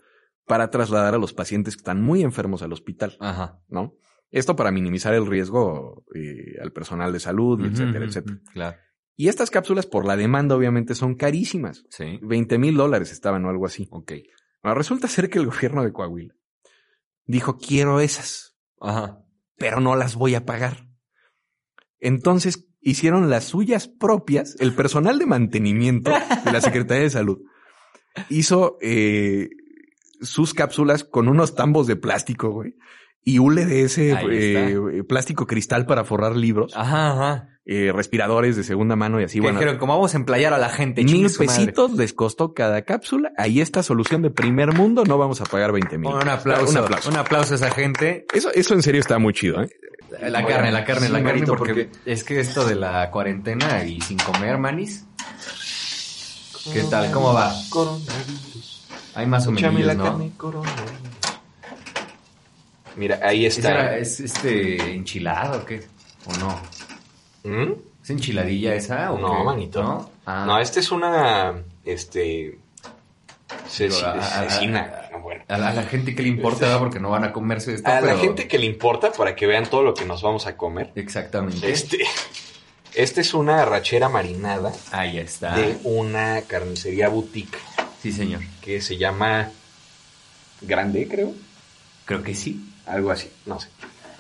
Speaker 3: para trasladar a los pacientes que están muy enfermos al hospital,
Speaker 2: Ajá.
Speaker 3: ¿no? Esto para minimizar el riesgo eh, al personal de salud, y etcétera,
Speaker 2: Ujú,
Speaker 3: etcétera.
Speaker 2: ujú, Claro.
Speaker 3: Y estas cápsulas, por la demanda, obviamente, son carísimas.
Speaker 2: Sí.
Speaker 3: 20 mil dólares estaban o algo así.
Speaker 2: Ok.
Speaker 3: Ahora, resulta ser que el gobierno de Coahuila dijo, quiero esas,
Speaker 2: Ajá.
Speaker 3: pero no las voy a pagar. Entonces hicieron las suyas propias. El personal de mantenimiento de la Secretaría de Salud hizo eh, sus cápsulas con unos tambos de plástico, güey. Y hule de ese
Speaker 2: Ahí está.
Speaker 3: eh, plástico cristal para forrar libros,
Speaker 2: Ajá, ajá.
Speaker 3: eh, respiradores de segunda mano y así.
Speaker 2: Que
Speaker 3: Bueno,
Speaker 2: dijeron, como vamos a emplayar a la gente.
Speaker 3: mil
Speaker 2: chingue su madre.
Speaker 3: pesitos les costó cada cápsula. Ahí está solución de primer mundo. No vamos a pagar 20 mil.
Speaker 2: Un aplauso, un
Speaker 3: Un
Speaker 2: aplauso. a esa gente.
Speaker 3: Eso, eso en serio está muy chido, ¿eh?
Speaker 2: La
Speaker 3: Oigan,
Speaker 2: carne, la carne,
Speaker 3: sí,
Speaker 2: la carne,
Speaker 3: manito,
Speaker 2: porque, es que esto de la cuarentena y sin comer manis. ¿Qué tal? ¿Cómo va?
Speaker 1: Coronavirus.
Speaker 2: Hay más o
Speaker 1: Échame la
Speaker 2: menos, ¿no?
Speaker 1: carne, coronavirus. Mira, ahí
Speaker 2: ¿Esa
Speaker 1: está.
Speaker 2: era- ¿Es este enchilado o qué? ¿O no?
Speaker 5: ¿Mm?
Speaker 2: ¿Es enchiladilla esa o
Speaker 5: No,
Speaker 2: qué?
Speaker 5: manito.
Speaker 2: ¿No? Ah,
Speaker 5: No, esta es una. Este. ce-
Speaker 2: Digo, a- a-
Speaker 5: Cecina. Ah, Bueno.
Speaker 2: a, la, a la gente que le importa, ¿verdad? porque no van a comerse esto.
Speaker 5: A la
Speaker 2: pero-
Speaker 5: gente que le importa para que vean todo lo que nos vamos a comer.
Speaker 2: Exactamente.
Speaker 5: Este. Esta es una arrachera marinada
Speaker 2: Ahí está.
Speaker 5: de una carnicería boutique
Speaker 2: Sí, señor.
Speaker 5: que se llama Grande, creo.
Speaker 2: Creo que sí.
Speaker 5: Algo así, no sé.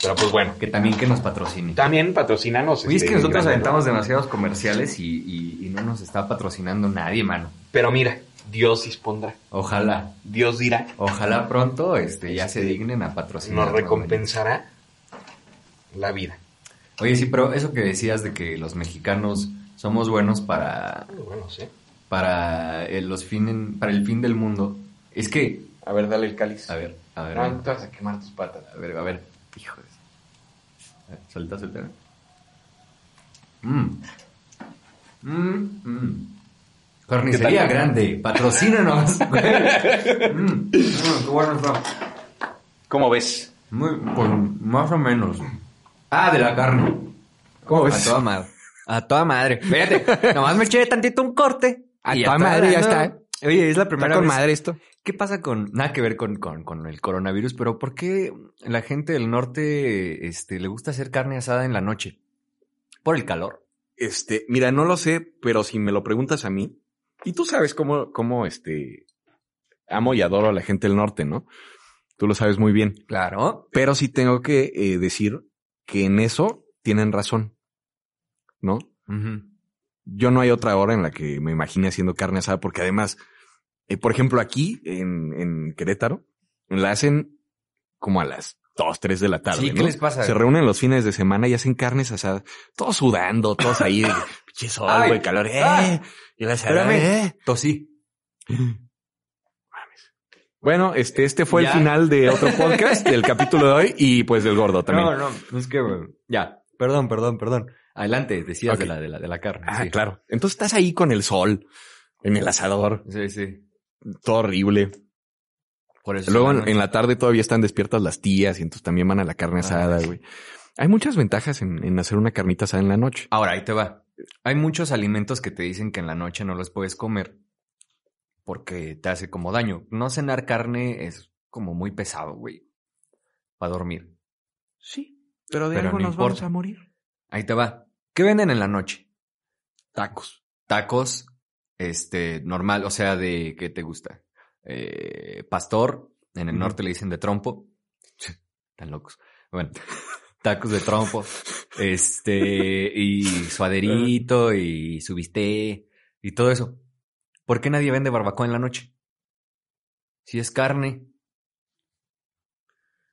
Speaker 5: Pero pues bueno.
Speaker 2: Que también que nos patrocine.
Speaker 5: También patrocinanos.
Speaker 2: Oye, es
Speaker 5: este,
Speaker 2: que nosotros
Speaker 5: Grande, ¿no?
Speaker 2: aventamos demasiados comerciales y, y- y no nos está patrocinando nadie, mano.
Speaker 5: Pero mira, Dios dispondrá.
Speaker 2: Ojalá,
Speaker 5: Dios dirá.
Speaker 2: ojalá pronto este, ya se dignen a patrocinar.
Speaker 5: Nos recompensará la vida.
Speaker 2: Oye, sí, pero eso que decías de que los mexicanos somos buenos para,
Speaker 5: Bueno, sé.
Speaker 2: para, el, los finen- para el fin del mundo, es que...
Speaker 4: A ver, dale el cáliz.
Speaker 2: A ver, a
Speaker 5: Ah,
Speaker 2: ver,
Speaker 4: No, no te vas a quemar tus patas.
Speaker 2: a ver, a ver, hijo de... a ver, Suelta, suelta. Mm. Mm, mm. Carnicería grande, patrocínanos. güey. Mm, mm, qué bueno está.
Speaker 5: ¿Cómo ves?
Speaker 2: Muy, pues, más o menos. Ah, de la carne.
Speaker 3: ¿Cómo
Speaker 2: A toda madre. A toda madre. Fíjate, nomás me eché tantito un corte.
Speaker 3: A
Speaker 2: Y
Speaker 3: toda madre, ya
Speaker 2: no.
Speaker 3: está.
Speaker 2: Oye, es la
Speaker 3: Está
Speaker 2: primera
Speaker 3: con
Speaker 2: vez.
Speaker 3: madre esto.
Speaker 2: ¿Qué pasa con... Nada que ver con, con, con el coronavirus, pero ¿por qué la gente del norte este, le gusta hacer carne asada en la noche? Por el calor.
Speaker 3: Este, mira, no lo sé, pero si me lo preguntas a mí, y tú sabes cómo, cómo este, amo y adoro a la gente del norte, ¿no? Tú lo sabes muy bien.
Speaker 2: Claro.
Speaker 3: Pero sí tengo que eh, decir que en eso tienen razón, ¿no? Yo no hay otra hora en la que me imagine haciendo carne asada, porque además, eh, por ejemplo, aquí en, en Querétaro, la hacen como a las 2, 3 de la tarde.
Speaker 2: Sí, ¿qué
Speaker 3: ¿no?
Speaker 2: les pasa?
Speaker 3: Se reúnen los fines de semana y hacen carnes asadas, todos sudando, todos ahí, de, pinche sol,
Speaker 2: Ay,
Speaker 3: güey, calor, eh,
Speaker 2: ah,
Speaker 3: y la asada,
Speaker 2: espérame.
Speaker 3: eh.
Speaker 2: Tosí.
Speaker 3: Bueno, este, este fue
Speaker 2: Ya.
Speaker 3: el final de otro podcast, del capítulo de hoy y pues del gordo también.
Speaker 2: No, no. Es que... bueno, Ya. Perdón, perdón, perdón. Adelante, decías
Speaker 3: Ok.
Speaker 2: de, la, de, la, de la carne.
Speaker 3: Ah,
Speaker 2: sí.
Speaker 3: claro. Entonces estás ahí con el sol, en el asador,
Speaker 2: Sí, sí.
Speaker 3: todo horrible.
Speaker 2: Por eso.
Speaker 3: Luego en,
Speaker 2: noche.
Speaker 3: en la tarde todavía están despiertas las tías y entonces también van a la
Speaker 2: Ah,
Speaker 3: carne asada, güey. Hay muchas ventajas en, en hacer una carnita asada en la noche.
Speaker 2: Ahora, ahí te va. Hay muchos alimentos que te dicen que en la noche no los puedes comer porque te hace como daño. No cenar carne es como muy pesado, güey. Para dormir.
Speaker 3: Sí, pero
Speaker 2: de algo nos vamos a
Speaker 3: morir.
Speaker 2: Ahí te va. ¿Qué venden en la noche?
Speaker 3: Tacos.
Speaker 2: Tacos, este, normal, o sea, de qué te gusta. Eh, pastor, en el
Speaker 3: Ujú.
Speaker 2: norte le dicen de trompo. Tan locos. Bueno, tacos de trompo. Este, y suaderito, y su bistec, y todo eso. ¿Por qué nadie vende barbacoa en la noche? Si es carne.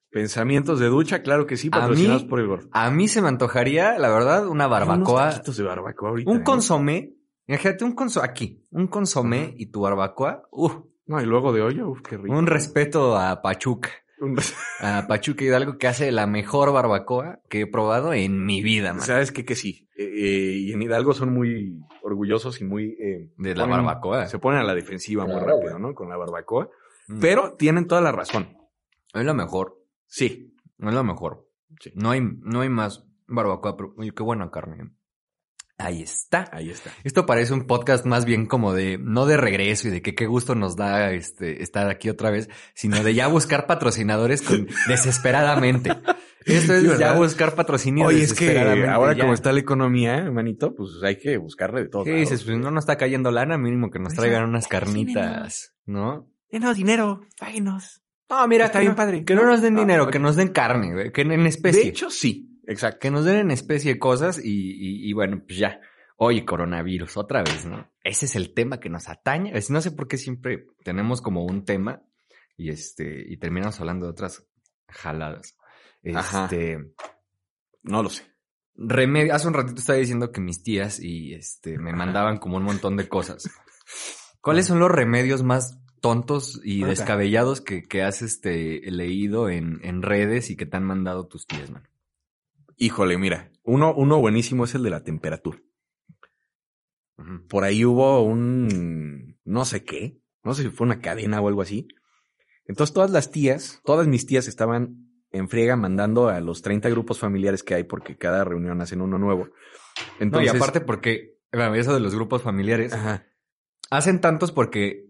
Speaker 3: Pensamientos de ducha, claro que sí,
Speaker 2: A
Speaker 3: patrocinados
Speaker 2: mí-
Speaker 3: por el gordo.
Speaker 2: A mí se me antojaría, la verdad, una
Speaker 3: Unos
Speaker 2: barbacoa.
Speaker 3: taquitos de barbacoa ahorita.
Speaker 2: Un
Speaker 3: ¿eh?
Speaker 2: consomé. Imagínate un consomé. Aquí. Un consomé y tu barbacoa. ¡uh! Uf,
Speaker 3: No, y luego de olla, uf, qué rico.
Speaker 2: un respeto a Pachuca.
Speaker 3: Un-
Speaker 2: A Pachuca Hidalgo que hace la mejor barbacoa que he probado en mi vida, man.
Speaker 3: Sabes que, que sí. Eh, eh, y en Hidalgo son muy orgullosos y muy... eh,
Speaker 2: De la
Speaker 3: ponen-
Speaker 2: barbacoa.
Speaker 3: Se ponen a la defensiva muy
Speaker 5: Claro,
Speaker 3: rápido, ¿no? Con la barbacoa.
Speaker 2: Mm.
Speaker 3: Pero tienen toda la razón.
Speaker 2: Es la mejor.
Speaker 3: Sí.
Speaker 2: Es la mejor.
Speaker 3: Sí.
Speaker 2: No hay, no hay más barbacoa, pero uy, qué buena carne. Ahí está.
Speaker 3: Ahí está.
Speaker 2: Esto parece un podcast más bien como de, no de regreso y de que qué gusto nos da este, estar aquí otra vez, sino de ya buscar patrocinadores con- desesperadamente. Esto es
Speaker 3: Sí, ¿verdad?
Speaker 2: ya buscar patrocinio
Speaker 3: Oye, es que
Speaker 2: desesperadamente,
Speaker 3: ahora
Speaker 2: ya.
Speaker 3: como está la economía, hermanito, pues hay que buscarle de todo.
Speaker 2: ¿Qué dices? Pues no nos está cayendo lana, mínimo que nos
Speaker 3: Pues,
Speaker 2: traigan unas carnitas, ¿no?
Speaker 3: Denos dinero, páguenos.
Speaker 2: No, mira,
Speaker 3: Está
Speaker 2: que
Speaker 3: bien
Speaker 2: no-
Speaker 3: padre.
Speaker 2: Que no nos den
Speaker 3: Ah,
Speaker 2: dinero,
Speaker 3: ok.
Speaker 2: que nos den carne, güey, que en- en especie.
Speaker 3: De hecho, sí. Exacto.
Speaker 2: que nos den en especie cosas y, y- y bueno, pues ya. Oye, coronavirus, otra vez, ¿no? Ese es el tema que nos atañe. Es- no sé por qué siempre tenemos como un tema y este, y terminamos hablando de otras jaladas.
Speaker 3: Ajá.
Speaker 2: Este,
Speaker 3: No lo sé.
Speaker 2: remedio, hace un ratito estaba diciendo que mis tías y este, me mandaban como un montón de cosas. ¿Cuáles son los remedios más tontos y
Speaker 3: Ahorita.
Speaker 2: descabellados que, que has este, leído en, en redes y que te han mandado tus tías, man?
Speaker 3: Híjole, mira, uno, uno buenísimo es el de la temperatura.
Speaker 2: Ujú.
Speaker 3: Por ahí hubo un no sé qué, no sé si fue una cadena o algo así. Entonces todas las tías, todas mis tías estaban en friega mandando a los 30 grupos familiares que hay porque cada reunión hacen uno nuevo.
Speaker 2: No, y
Speaker 3: Entonces,
Speaker 2: aparte porque, bueno, eso de los grupos familiares,
Speaker 3: Ajá.
Speaker 2: hacen tantos porque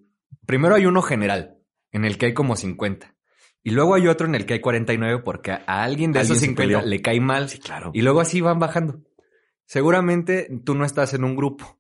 Speaker 2: primero hay uno general, en el que hay como 50. Y luego hay otro en el que hay 49 porque a alguien de
Speaker 3: Alguien
Speaker 2: esos
Speaker 3: se
Speaker 2: 50
Speaker 3: peleó.
Speaker 2: le cae mal.
Speaker 3: Sí, claro.
Speaker 2: Y luego así van bajando. Seguramente tú no estás en un grupo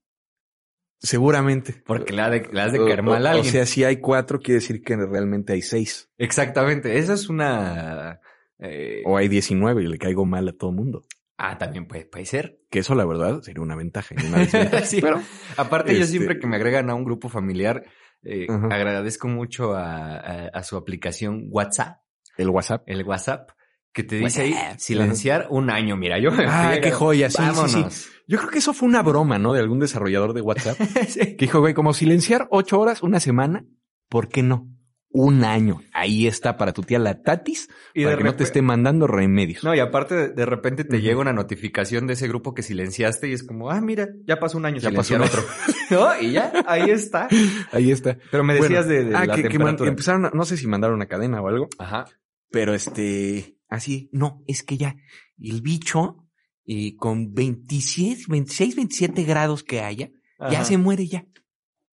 Speaker 3: Seguramente.
Speaker 2: porque le, ha de- le has de
Speaker 3: O-
Speaker 2: caer mal
Speaker 3: o-
Speaker 2: a
Speaker 3: O
Speaker 2: alguien.
Speaker 3: sea, si hay cuatro, quiere decir que realmente hay seis.
Speaker 2: Exactamente. Eso es una... eh,
Speaker 3: O hay 19 y le caigo mal a todo mundo.
Speaker 2: Ah, también puede, puede ser.
Speaker 3: Que eso, la verdad, sería una ventaja. y una desventaja.
Speaker 2: Sí.
Speaker 3: Pero
Speaker 2: Aparte, yo
Speaker 3: Este-
Speaker 2: siempre que me agregan a un grupo familiar, eh,
Speaker 3: Ajá.
Speaker 2: agradezco mucho a, a- a su aplicación WhatsApp,
Speaker 3: el WhatsApp.
Speaker 2: el WhatsApp, que te dice ahí silenciar un año. Mira, yo me
Speaker 3: Ah,
Speaker 2: fui,
Speaker 3: qué joya. Sí, sí, sí.
Speaker 2: Vámonos.
Speaker 3: Yo creo que eso fue una broma, ¿no? De algún desarrollador de WhatsApp. Que dijo, güey, como silenciar ocho horas, una semana, ¿por qué no? Un año. Ahí está para tu tía la Tatis,
Speaker 2: Y de
Speaker 3: para que no
Speaker 2: repe-
Speaker 3: te esté mandando remedios.
Speaker 2: No, y aparte, de- de repente te
Speaker 3: Ujú.
Speaker 2: llega una notificación de ese grupo que silenciaste y es como, ah, mira, ya pasó un año,
Speaker 3: Ya
Speaker 2: ya
Speaker 3: pasó
Speaker 2: pasó otro. ¿No? Y ya, ahí está.
Speaker 3: Ahí está.
Speaker 2: Pero me decías de, de
Speaker 3: ah,
Speaker 2: la
Speaker 3: que, que man-
Speaker 2: temperatura.
Speaker 3: empezaron, a- no sé si mandaron una cadena o algo,
Speaker 2: Ajá.
Speaker 3: pero este, así, no, es que ya, el bicho, eh, con 26, 26, 27 grados que haya, ya
Speaker 2: Ajá.
Speaker 3: se muere ya.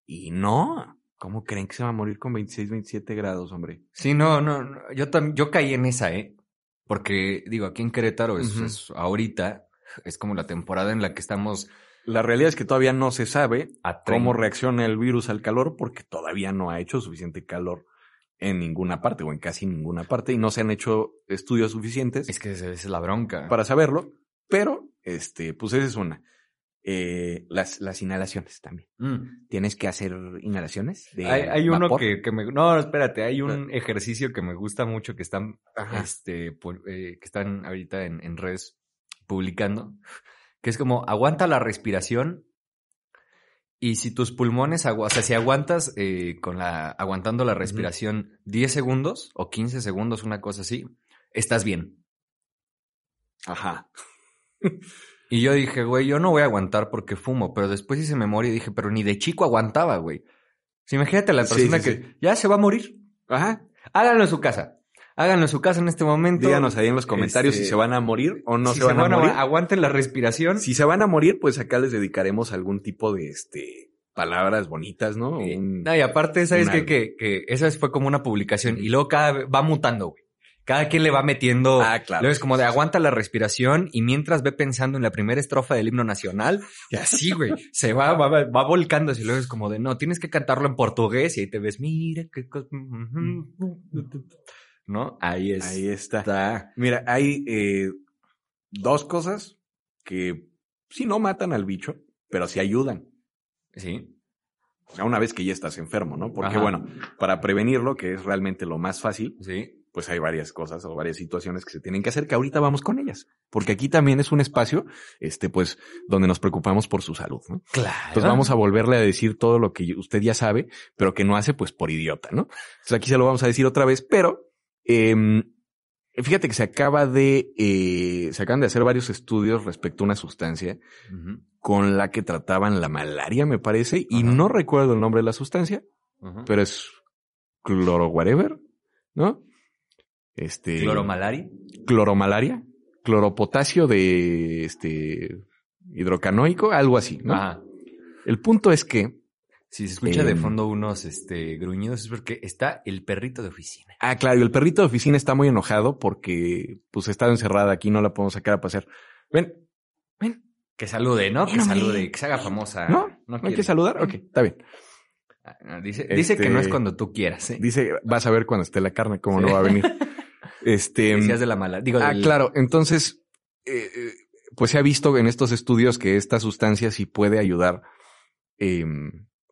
Speaker 3: Y no, ¿cómo creen que se va a morir con 26, 27 grados, hombre?
Speaker 2: Sí, no, no, no, yo también, yo caí en esa, ¿eh? Porque digo, aquí en Querétaro es,
Speaker 3: Ujú.
Speaker 2: es ahorita, es como la temporada en la que estamos
Speaker 3: La realidad es que todavía no se sabe
Speaker 2: a
Speaker 3: cómo
Speaker 2: 30.
Speaker 3: reacciona el virus al calor, porque todavía no ha hecho suficiente calor en ninguna parte o en casi ninguna parte y no se han hecho estudios suficientes
Speaker 2: Es que esa es la bronca.
Speaker 3: para saberlo, pero este, pues esa es una. Eh, las, las inhalaciones también.
Speaker 2: Mm.
Speaker 3: Tienes que hacer inhalaciones. de
Speaker 2: hay, hay uno
Speaker 3: vapor.
Speaker 2: que, que me, no, espérate, hay un ejercicio que me gusta mucho que están,
Speaker 3: Ajá.
Speaker 2: este, pu- eh, que están ahorita en, en redes publicando, que es como aguanta la respiración y si tus pulmones, agu- o sea, si aguantas eh, con la, aguantando la respiración 10 segundos o 15 segundos, una cosa así, estás bien.
Speaker 3: Ajá.
Speaker 2: Y yo dije, güey, yo no voy a aguantar porque fumo. Pero después hice memoria y dije, pero ni de chico aguantaba, güey. Si imagínate a la
Speaker 3: Sí,
Speaker 2: persona
Speaker 3: sí,
Speaker 2: que ya se va a morir.
Speaker 3: Ajá.
Speaker 2: Háganlo en su casa. Háganlo en su casa en este momento.
Speaker 3: Díganos ahí en los comentarios
Speaker 2: Este,
Speaker 3: si se van a morir o no
Speaker 2: Si
Speaker 3: se, van, a morir.
Speaker 2: Aguanten la respiración.
Speaker 3: Si se van a morir, pues acá les dedicaremos algún tipo de este palabras bonitas, ¿no?
Speaker 2: Eh,
Speaker 3: Un-
Speaker 2: no, y aparte, ¿sabes
Speaker 3: un
Speaker 2: qué?
Speaker 3: algo.
Speaker 2: Que, que esa fue como una publicación. Y luego cada vez va mutando, güey. Cada quien le va metiendo.
Speaker 3: Ah, claro.
Speaker 2: Luego es como de aguanta la respiración y mientras ve pensando en la primera estrofa del himno nacional, y así, güey, se va, va, va- va volcándose. Y luego es como de no, tienes que cantarlo en portugués y ahí te ves, mira qué cosa. ¿No? Ahí es.
Speaker 3: Ahí está. Mira, hay eh, dos cosas que sí no matan al bicho, pero sí ayudan.
Speaker 2: Sí.
Speaker 3: O sea, una vez que ya estás enfermo, ¿no? Porque
Speaker 2: Ajá.
Speaker 3: bueno, para prevenirlo, que es realmente lo más fácil,
Speaker 2: Sí.
Speaker 3: pues hay varias cosas o varias situaciones que se tienen que hacer que ahorita vamos con ellas. Porque aquí también es un espacio, este, pues, donde nos preocupamos por su salud, ¿no?
Speaker 2: Claro.
Speaker 3: Entonces vamos a volverle a decir todo lo que usted ya sabe, pero que no hace pues por idiota, ¿no? Entonces aquí se lo vamos a decir otra vez, pero em, fíjate que se acaba de, eh, se acaban de hacer varios estudios respecto a una sustancia
Speaker 2: Ujú,
Speaker 3: con la que trataban la malaria, me parece, y
Speaker 2: Ajá.
Speaker 3: no recuerdo el nombre de la sustancia,
Speaker 2: ujú.
Speaker 3: pero es cloro whatever, ¿no? Este.
Speaker 2: Cloromalari.
Speaker 3: Cloromalaria, cloropotasio de este hidrocanoico, algo así, ¿no?
Speaker 2: Ajá.
Speaker 3: El punto es que
Speaker 2: Si se escucha de
Speaker 3: Em.
Speaker 2: fondo unos este, gruñidos es porque está el perrito de oficina.
Speaker 3: Ah, claro, y el perrito de oficina está muy enojado porque pues está encerrada aquí, no la podemos sacar a pasear. Ven, ven,
Speaker 2: Que salude, ¿no? Que
Speaker 3: Ven, hombre.
Speaker 2: salude, que se haga famosa.
Speaker 3: ¿no? ¿No, hay
Speaker 2: quiere.
Speaker 3: que saludar? Ok, está bien.
Speaker 2: Ah, no, Dice, dice que
Speaker 3: Este-
Speaker 2: no es cuando tú quieras, ¿eh?
Speaker 3: Dice, vas a ver cuando esté la carne, cómo
Speaker 2: Sí.
Speaker 3: no va a venir. Este,
Speaker 2: Decías de la mala. Digo,
Speaker 3: ah,
Speaker 2: del-
Speaker 3: claro, entonces, eh, eh, pues se ha visto en estos estudios que esta sustancia sí puede ayudar eh,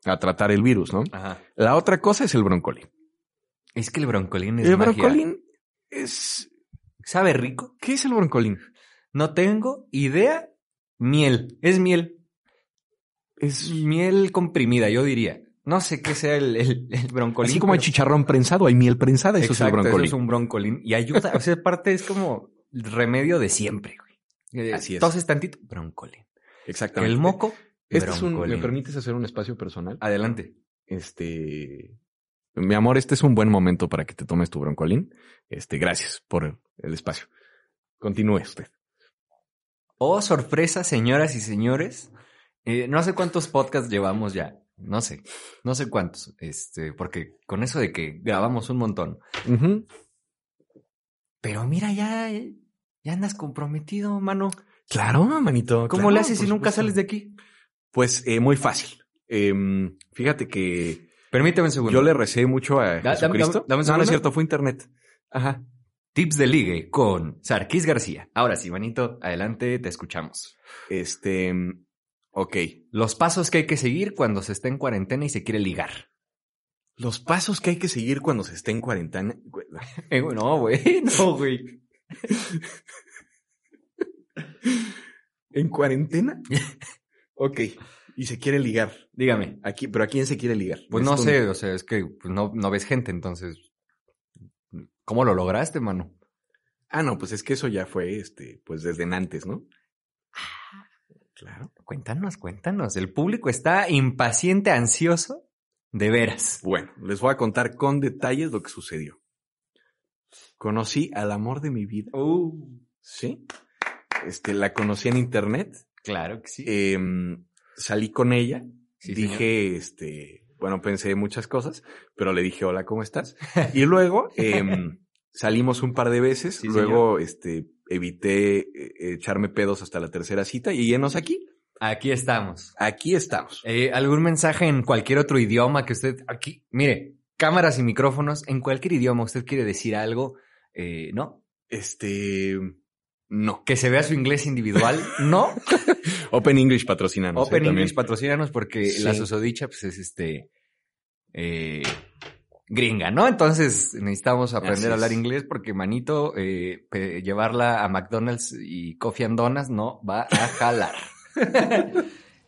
Speaker 3: a tratar el virus, ¿no?
Speaker 2: Ajá.
Speaker 3: La otra cosa es el broncolín.
Speaker 2: Es que el broncolín es
Speaker 3: El
Speaker 2: magia.
Speaker 3: broncolín es...
Speaker 2: ¿Sabe rico?
Speaker 3: ¿Qué es el broncolín?
Speaker 2: No tengo idea. Miel. Es miel.
Speaker 3: Es
Speaker 2: Miel comprimida, yo diría. No sé qué sea el, el- el broncolín.
Speaker 3: Así como hay
Speaker 2: pero-
Speaker 3: chicharrón prensado, hay miel prensada, eso
Speaker 2: Exacto,
Speaker 3: es el
Speaker 2: eso
Speaker 3: broncolín.
Speaker 2: es un broncolín. Y ayuda. O sea, parte es como el remedio de siempre, güey. Eh,
Speaker 3: Así es.
Speaker 2: Toses tantito, broncolín.
Speaker 3: Exactamente.
Speaker 2: El moco,
Speaker 3: Este es un, ¿Me
Speaker 2: broncolín.
Speaker 3: permites hacer un espacio personal?
Speaker 2: Adelante.
Speaker 3: Este. Mi amor, este es un buen momento para que te tomes tu broncolín. Este, gracias por el, el espacio. Continúe usted.
Speaker 2: Oh, sorpresa, señoras y señores. Eh, no sé cuántos podcasts llevamos ya. No sé, no sé cuántos. Este, porque con eso de que grabamos un montón.
Speaker 3: Ujú.
Speaker 2: Pero mira, ya, eh, ya andas comprometido, mano.
Speaker 3: Claro,
Speaker 2: ¿Cómo
Speaker 3: manito. Pues claro,
Speaker 2: le haces si
Speaker 3: por
Speaker 2: nunca
Speaker 3: supuesto.
Speaker 2: sales de aquí?
Speaker 3: Pues eh, muy fácil. Em, fíjate que
Speaker 2: Permíteme un segundo.
Speaker 3: yo le recé mucho a
Speaker 2: Da- dame-
Speaker 3: Jesucristo.
Speaker 2: dame- dame un
Speaker 3: no, no es
Speaker 2: segundo.
Speaker 3: cierto, fue internet. Ajá.
Speaker 2: Tips de ligue con Sarkis García. Ahora sí, manito, adelante, te escuchamos.
Speaker 3: Este, em, ok.
Speaker 2: Los pasos que hay que seguir cuando se está en cuarentena y se quiere ligar.
Speaker 3: Los pasos que hay que seguir cuando se esté en cuarentena.
Speaker 2: Eh, güey, no, güey, no, güey.
Speaker 3: ¿En cuarentena? ok. Y se quiere ligar.
Speaker 2: Dígame.
Speaker 3: Aquí, pero ¿a quién se quiere ligar?
Speaker 2: Pues no
Speaker 3: Esto-
Speaker 2: sé, o sea, es que pues, no, no ves gente, entonces. ¿Cómo lo lograste, mano?
Speaker 3: Ah, no, pues es que eso ya fue, este, pues desde antes, ¿no? Claro.
Speaker 2: Cuéntanos, cuéntanos. El público está impaciente, ansioso, de veras.
Speaker 3: Bueno, les voy a contar con detalles lo que sucedió. Conocí al amor de mi vida.
Speaker 2: Uh,
Speaker 3: Sí. Este, la conocí en internet.
Speaker 2: claro que sí.
Speaker 3: em, salí con ella.
Speaker 2: Sí,
Speaker 3: dije, este, bueno, pensé muchas cosas, pero le dije, hola, ¿cómo estás? Y luego em, salimos un par de veces.
Speaker 2: Sí,
Speaker 3: luego, este, evité eh, echarme pedos hasta la tercera cita y llenos aquí.
Speaker 2: Aquí estamos.
Speaker 3: Aquí estamos.
Speaker 2: Eh, ¿Algún mensaje en cualquier otro idioma que usted aquí? Mire, cámaras y micrófonos, en cualquier idioma usted quiere decir algo, eh, ¿no?
Speaker 3: Este, no.
Speaker 2: Que se vea su inglés individual, ¿no?
Speaker 3: Open English patrocina.
Speaker 5: ¿eh?
Speaker 2: Open English, patrocínanos porque
Speaker 3: Sí.
Speaker 2: la susodicha pues es este eh, gringa, ¿no? Entonces necesitamos aprender
Speaker 3: Así
Speaker 2: a hablar
Speaker 3: es.
Speaker 2: inglés porque manito eh, pe- llevarla a McDonald's y Coffee and Donuts no va a jalar.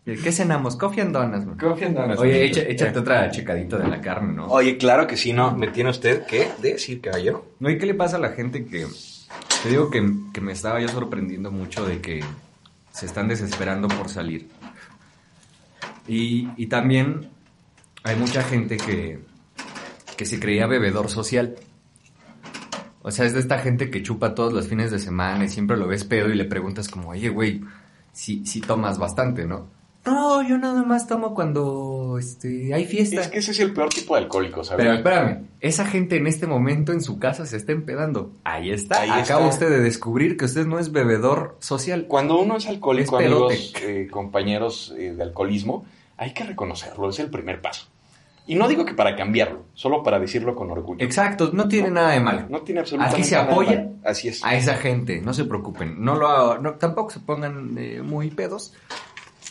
Speaker 2: Eh, ¿Qué cenamos? Coffee and Donuts. man. Oye, echa- échate otra checadita de la carne, ¿no?
Speaker 5: Oye, claro que sí, no. Me tiene usted que decir, caballero.
Speaker 2: No, ¿y qué le pasa a la gente que... Te digo que, que me estaba yo sorprendiendo mucho de que se están desesperando por salir. Y, y también hay mucha gente que, que se creía bebedor social. O sea, es de esta gente que chupa todos los fines de semana y siempre lo ves pedo y le preguntas como, oye, güey, si, si tomas bastante, ¿no? No, yo nada más tomo cuando este, hay fiesta.
Speaker 5: ese es el peor tipo de alcohólico,
Speaker 2: Pero espérame, esa gente en este momento en su casa se está empedando. Ahí está.
Speaker 5: Ahí
Speaker 2: Acaba
Speaker 5: está.
Speaker 2: usted de descubrir que usted no es bebedor social.
Speaker 5: Cuando uno es alcohólico,
Speaker 2: Es pedote.
Speaker 5: amigos, eh, compañeros eh, de alcoholismo, hay que reconocerlo, es el primer paso. Y no digo que para cambiarlo, solo para decirlo con orgullo.
Speaker 2: Exacto, no tiene nada de malo.
Speaker 5: No tiene absolutamente
Speaker 2: Aquí se
Speaker 5: nada de
Speaker 2: apoya
Speaker 5: malo. Así es.
Speaker 2: A esa gente, no se preocupen, no lo hago- no, tampoco se pongan eh, muy pedos.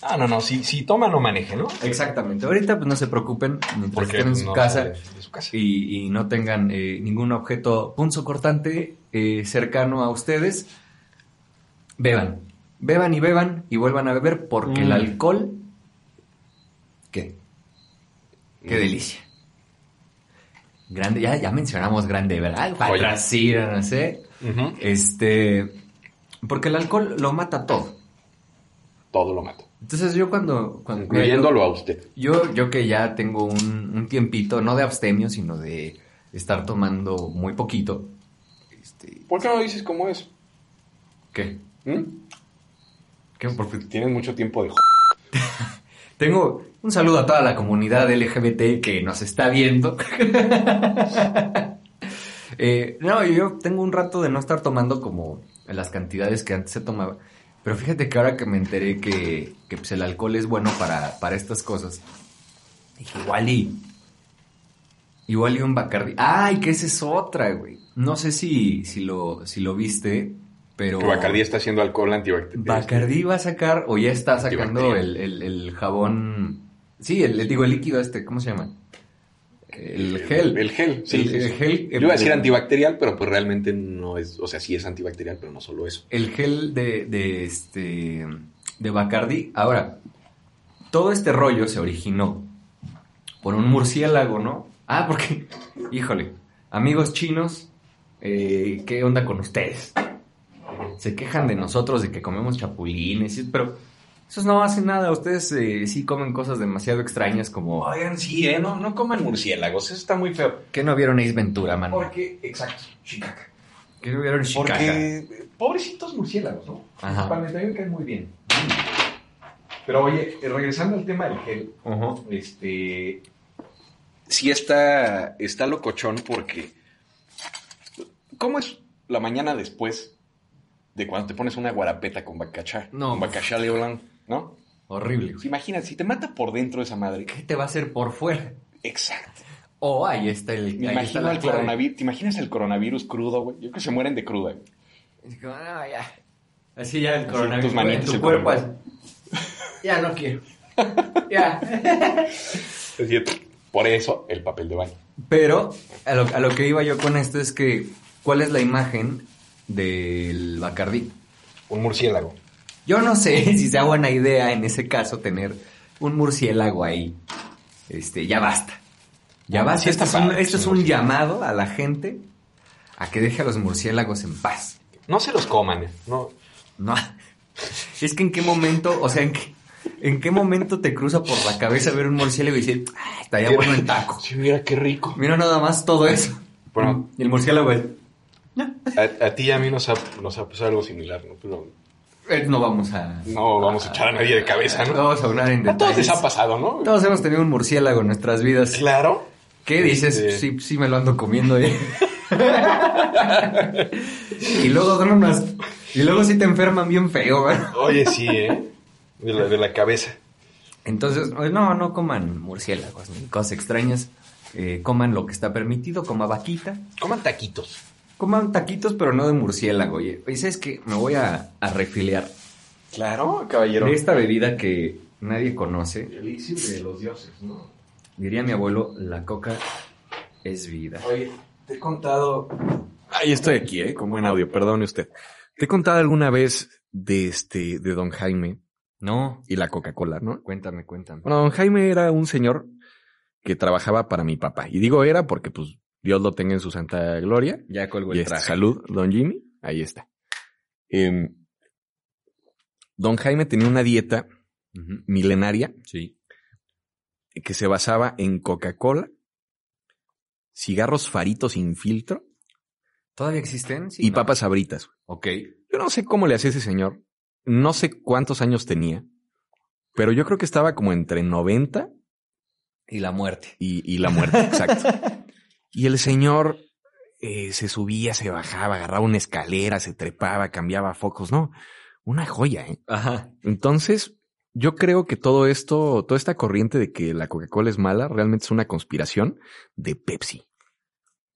Speaker 5: Ah, no, no, si, si toma, no maneje, ¿no?
Speaker 2: Exactamente. Ahorita pues no se preocupen mientras estén en su
Speaker 5: no
Speaker 2: casa
Speaker 5: sale de su casa.
Speaker 2: y, y no tengan eh, ningún objeto punzo cortante eh, cercano a ustedes. Beban, beban y beban y vuelvan a beber porque el
Speaker 5: Mm.
Speaker 2: alcohol ¿Qué? Qué
Speaker 5: Mm.
Speaker 2: delicia. Grande, ya, ya mencionamos grande, ¿verdad? ¿eh?
Speaker 5: Joya.
Speaker 2: Para sí, no sé.
Speaker 5: Ujú.
Speaker 2: Este. Porque el alcohol lo mata todo.
Speaker 5: Todo lo mato.
Speaker 2: Entonces yo cuando. cuando
Speaker 5: Incluyéndolo a usted.
Speaker 2: yo, yo que ya tengo un, un tiempito, no de abstemio, sino de estar tomando muy poquito. Este,
Speaker 5: ¿Por qué no dices cómo es?
Speaker 2: ¿Qué?
Speaker 5: ¿Mm?
Speaker 2: ¿Qué? Porque
Speaker 5: Tienes mucho tiempo de... jo-
Speaker 2: tengo un saludo a toda la comunidad LGBT que nos está viendo. Eh, no, yo tengo un rato de no estar tomando como las cantidades que antes se tomaba. Pero fíjate que ahora que me enteré que, que, pues, el alcohol es bueno para, para estas cosas, dije, igual y. Igual y un Bacardi. ¡Ay, que esa es otra, güey! No sé si, si, lo, si lo viste, pero.
Speaker 5: Que Bacardí está haciendo alcohol antibacterial.
Speaker 2: Bacardí va a sacar, o ya está sacando el,
Speaker 5: Antibacterial.
Speaker 2: el- el jabón. Sí, el, el- digo, el líquido este, ¿cómo se llama? El gel.
Speaker 5: El gel, sí.
Speaker 2: El-
Speaker 5: sí,
Speaker 2: el
Speaker 5: sí.
Speaker 2: gel- eh,
Speaker 5: Yo iba a decir
Speaker 2: el-
Speaker 5: antibacterial, pero pues realmente no es... O sea, sí es antibacterial, pero no solo eso.
Speaker 2: El gel de, de este. de Bacardi. Ahora, todo este rollo se originó por un murciélago, ¿no? Ah, porque. Híjole, amigos chinos, eh, ¿qué onda con ustedes? Se quejan de nosotros de que comemos chapulines, y- pero Esos no hacen nada. Ustedes eh, sí comen cosas demasiado extrañas como...
Speaker 5: Oigan, sí, ¿eh? No, no coman murciélagos, eso está muy feo.
Speaker 2: ¿Qué Ah, no vieron Ace Ventura, man?
Speaker 5: Porque, exacto, chicaca.
Speaker 2: ¿Qué no vieron Chicago?
Speaker 5: Porque, eh, pobrecitos murciélagos, ¿no?
Speaker 2: Ajá.
Speaker 5: Para mí también caen muy bien. Pero oye, eh, regresando al tema del gel, este... Sí está, está locochón porque... ¿Cómo es la mañana después de cuando te pones una guarapeta con bacachá?
Speaker 2: No.
Speaker 5: Con bacachá leolán, ¿no?
Speaker 2: Horrible.
Speaker 5: Pues imagínate, si te mata por dentro esa madre.
Speaker 2: ¿Qué te va a hacer por fuera?
Speaker 5: Exacto.
Speaker 2: Oh, ahí está el... ahí
Speaker 5: Me
Speaker 2: está
Speaker 5: imagino
Speaker 2: la
Speaker 5: el
Speaker 2: clave.
Speaker 5: coronavirus. ¿Te imaginas el coronavirus crudo, güey? Yo creo que se mueren de cruda. güey.
Speaker 2: Es como, no, ya. Así ya el
Speaker 5: Así
Speaker 2: coronavirus.
Speaker 5: tus manitas
Speaker 2: en tu
Speaker 5: se
Speaker 2: cuerpo.
Speaker 5: ponen-
Speaker 2: así. Ya no quiero. ya.
Speaker 5: Es cierto. Por eso el papel de baño.
Speaker 2: Pero a lo, a lo que iba yo con esto es que, ¿cuál es la imagen del Bacardí?
Speaker 5: Un murciélago.
Speaker 2: Yo no sé si sea buena idea en ese caso tener un murciélago ahí. Este, ya basta. Ya
Speaker 5: No,
Speaker 2: basta.
Speaker 5: sí
Speaker 2: esto
Speaker 5: está
Speaker 2: es un,
Speaker 5: padre,
Speaker 2: esto
Speaker 5: sí,
Speaker 2: es un
Speaker 5: murciélago.
Speaker 2: llamado a la gente a que deje a los murciélagos en paz.
Speaker 5: No se los coman. eh. No.
Speaker 2: No. Es que en qué momento, o sea, en qué, en qué momento te cruza por la cabeza ver un murciélago y decir, "Ah, estaría bueno en taco.
Speaker 5: Sí, mira qué rico.
Speaker 2: Mira nada más todo eso.
Speaker 5: Bueno.
Speaker 2: y el murciélago eh, es,
Speaker 5: A, a ti y a mí nos ha, nos ha pasado algo similar, ¿no? Pero
Speaker 2: "Eh, no vamos a...
Speaker 5: no vamos a echar a nadie de cabeza,
Speaker 2: No
Speaker 5: ¿no?
Speaker 2: vamos a hablar en
Speaker 5: A todos
Speaker 2: detalles.
Speaker 5: les ha pasado, ¿no?
Speaker 2: Todos hemos tenido un murciélago en nuestras vidas.
Speaker 5: Claro.
Speaker 2: ¿Qué dices?
Speaker 5: Este-
Speaker 2: Sí, sí me lo ando comiendo. ¿eh? y luego son unas... Y luego sí te enferman bien feo, ¿verdad?
Speaker 5: Oye, sí, ¿eh? De la, de la cabeza.
Speaker 2: Entonces, pues, no, no coman murciélagos ni cosas extrañas. Eh, coman lo que está permitido, coma vaquita.
Speaker 5: Coman taquitos.
Speaker 2: Coman taquitos, pero no de murciélago. Oye, y sabes que me voy a, a refiliar
Speaker 5: Claro, caballero.
Speaker 2: de esta bebida que nadie conoce.
Speaker 4: elixir de los dioses, ¿no?
Speaker 2: Diría mi abuelo, la coca es vida.
Speaker 4: Oye, te he contado
Speaker 3: Ahí estoy aquí, ¿eh? Con buen audio, perdone usted. Te he contado alguna vez de este, de Don Jaime
Speaker 2: No,
Speaker 3: y la Coca-Cola, ¿no?
Speaker 2: cuéntame, cuéntame.
Speaker 3: Bueno, Don Jaime era un señor que trabajaba para mi papá. Y digo era porque, pues, Dios lo tenga en su santa gloria.
Speaker 2: Ya colgo
Speaker 3: Y
Speaker 2: el
Speaker 3: este,
Speaker 2: traje.
Speaker 3: salud, Don Jimmy. Ahí está. Em, don Jaime tenía una dieta
Speaker 2: Ujú,
Speaker 3: milenaria
Speaker 2: Sí.
Speaker 3: que se basaba en Coca-Cola, cigarros faritos sin filtro
Speaker 2: ¿Todavía existen? Sí,
Speaker 3: y
Speaker 2: ¿no?
Speaker 3: papas abritas.
Speaker 2: Ok.
Speaker 3: Yo no sé cómo le hacía ese señor. No sé cuántos años tenía. Pero yo creo que estaba como entre 90
Speaker 2: Y la muerte.
Speaker 3: y, y la muerte. Exacto. Y el señor eh, se subía, se bajaba, agarraba una escalera, se trepaba, cambiaba focos. No, una joya, ¿eh?
Speaker 2: Ajá.
Speaker 3: Entonces, yo creo que todo esto, toda esta corriente de que la Coca-Cola es mala, realmente es una conspiración de Pepsi.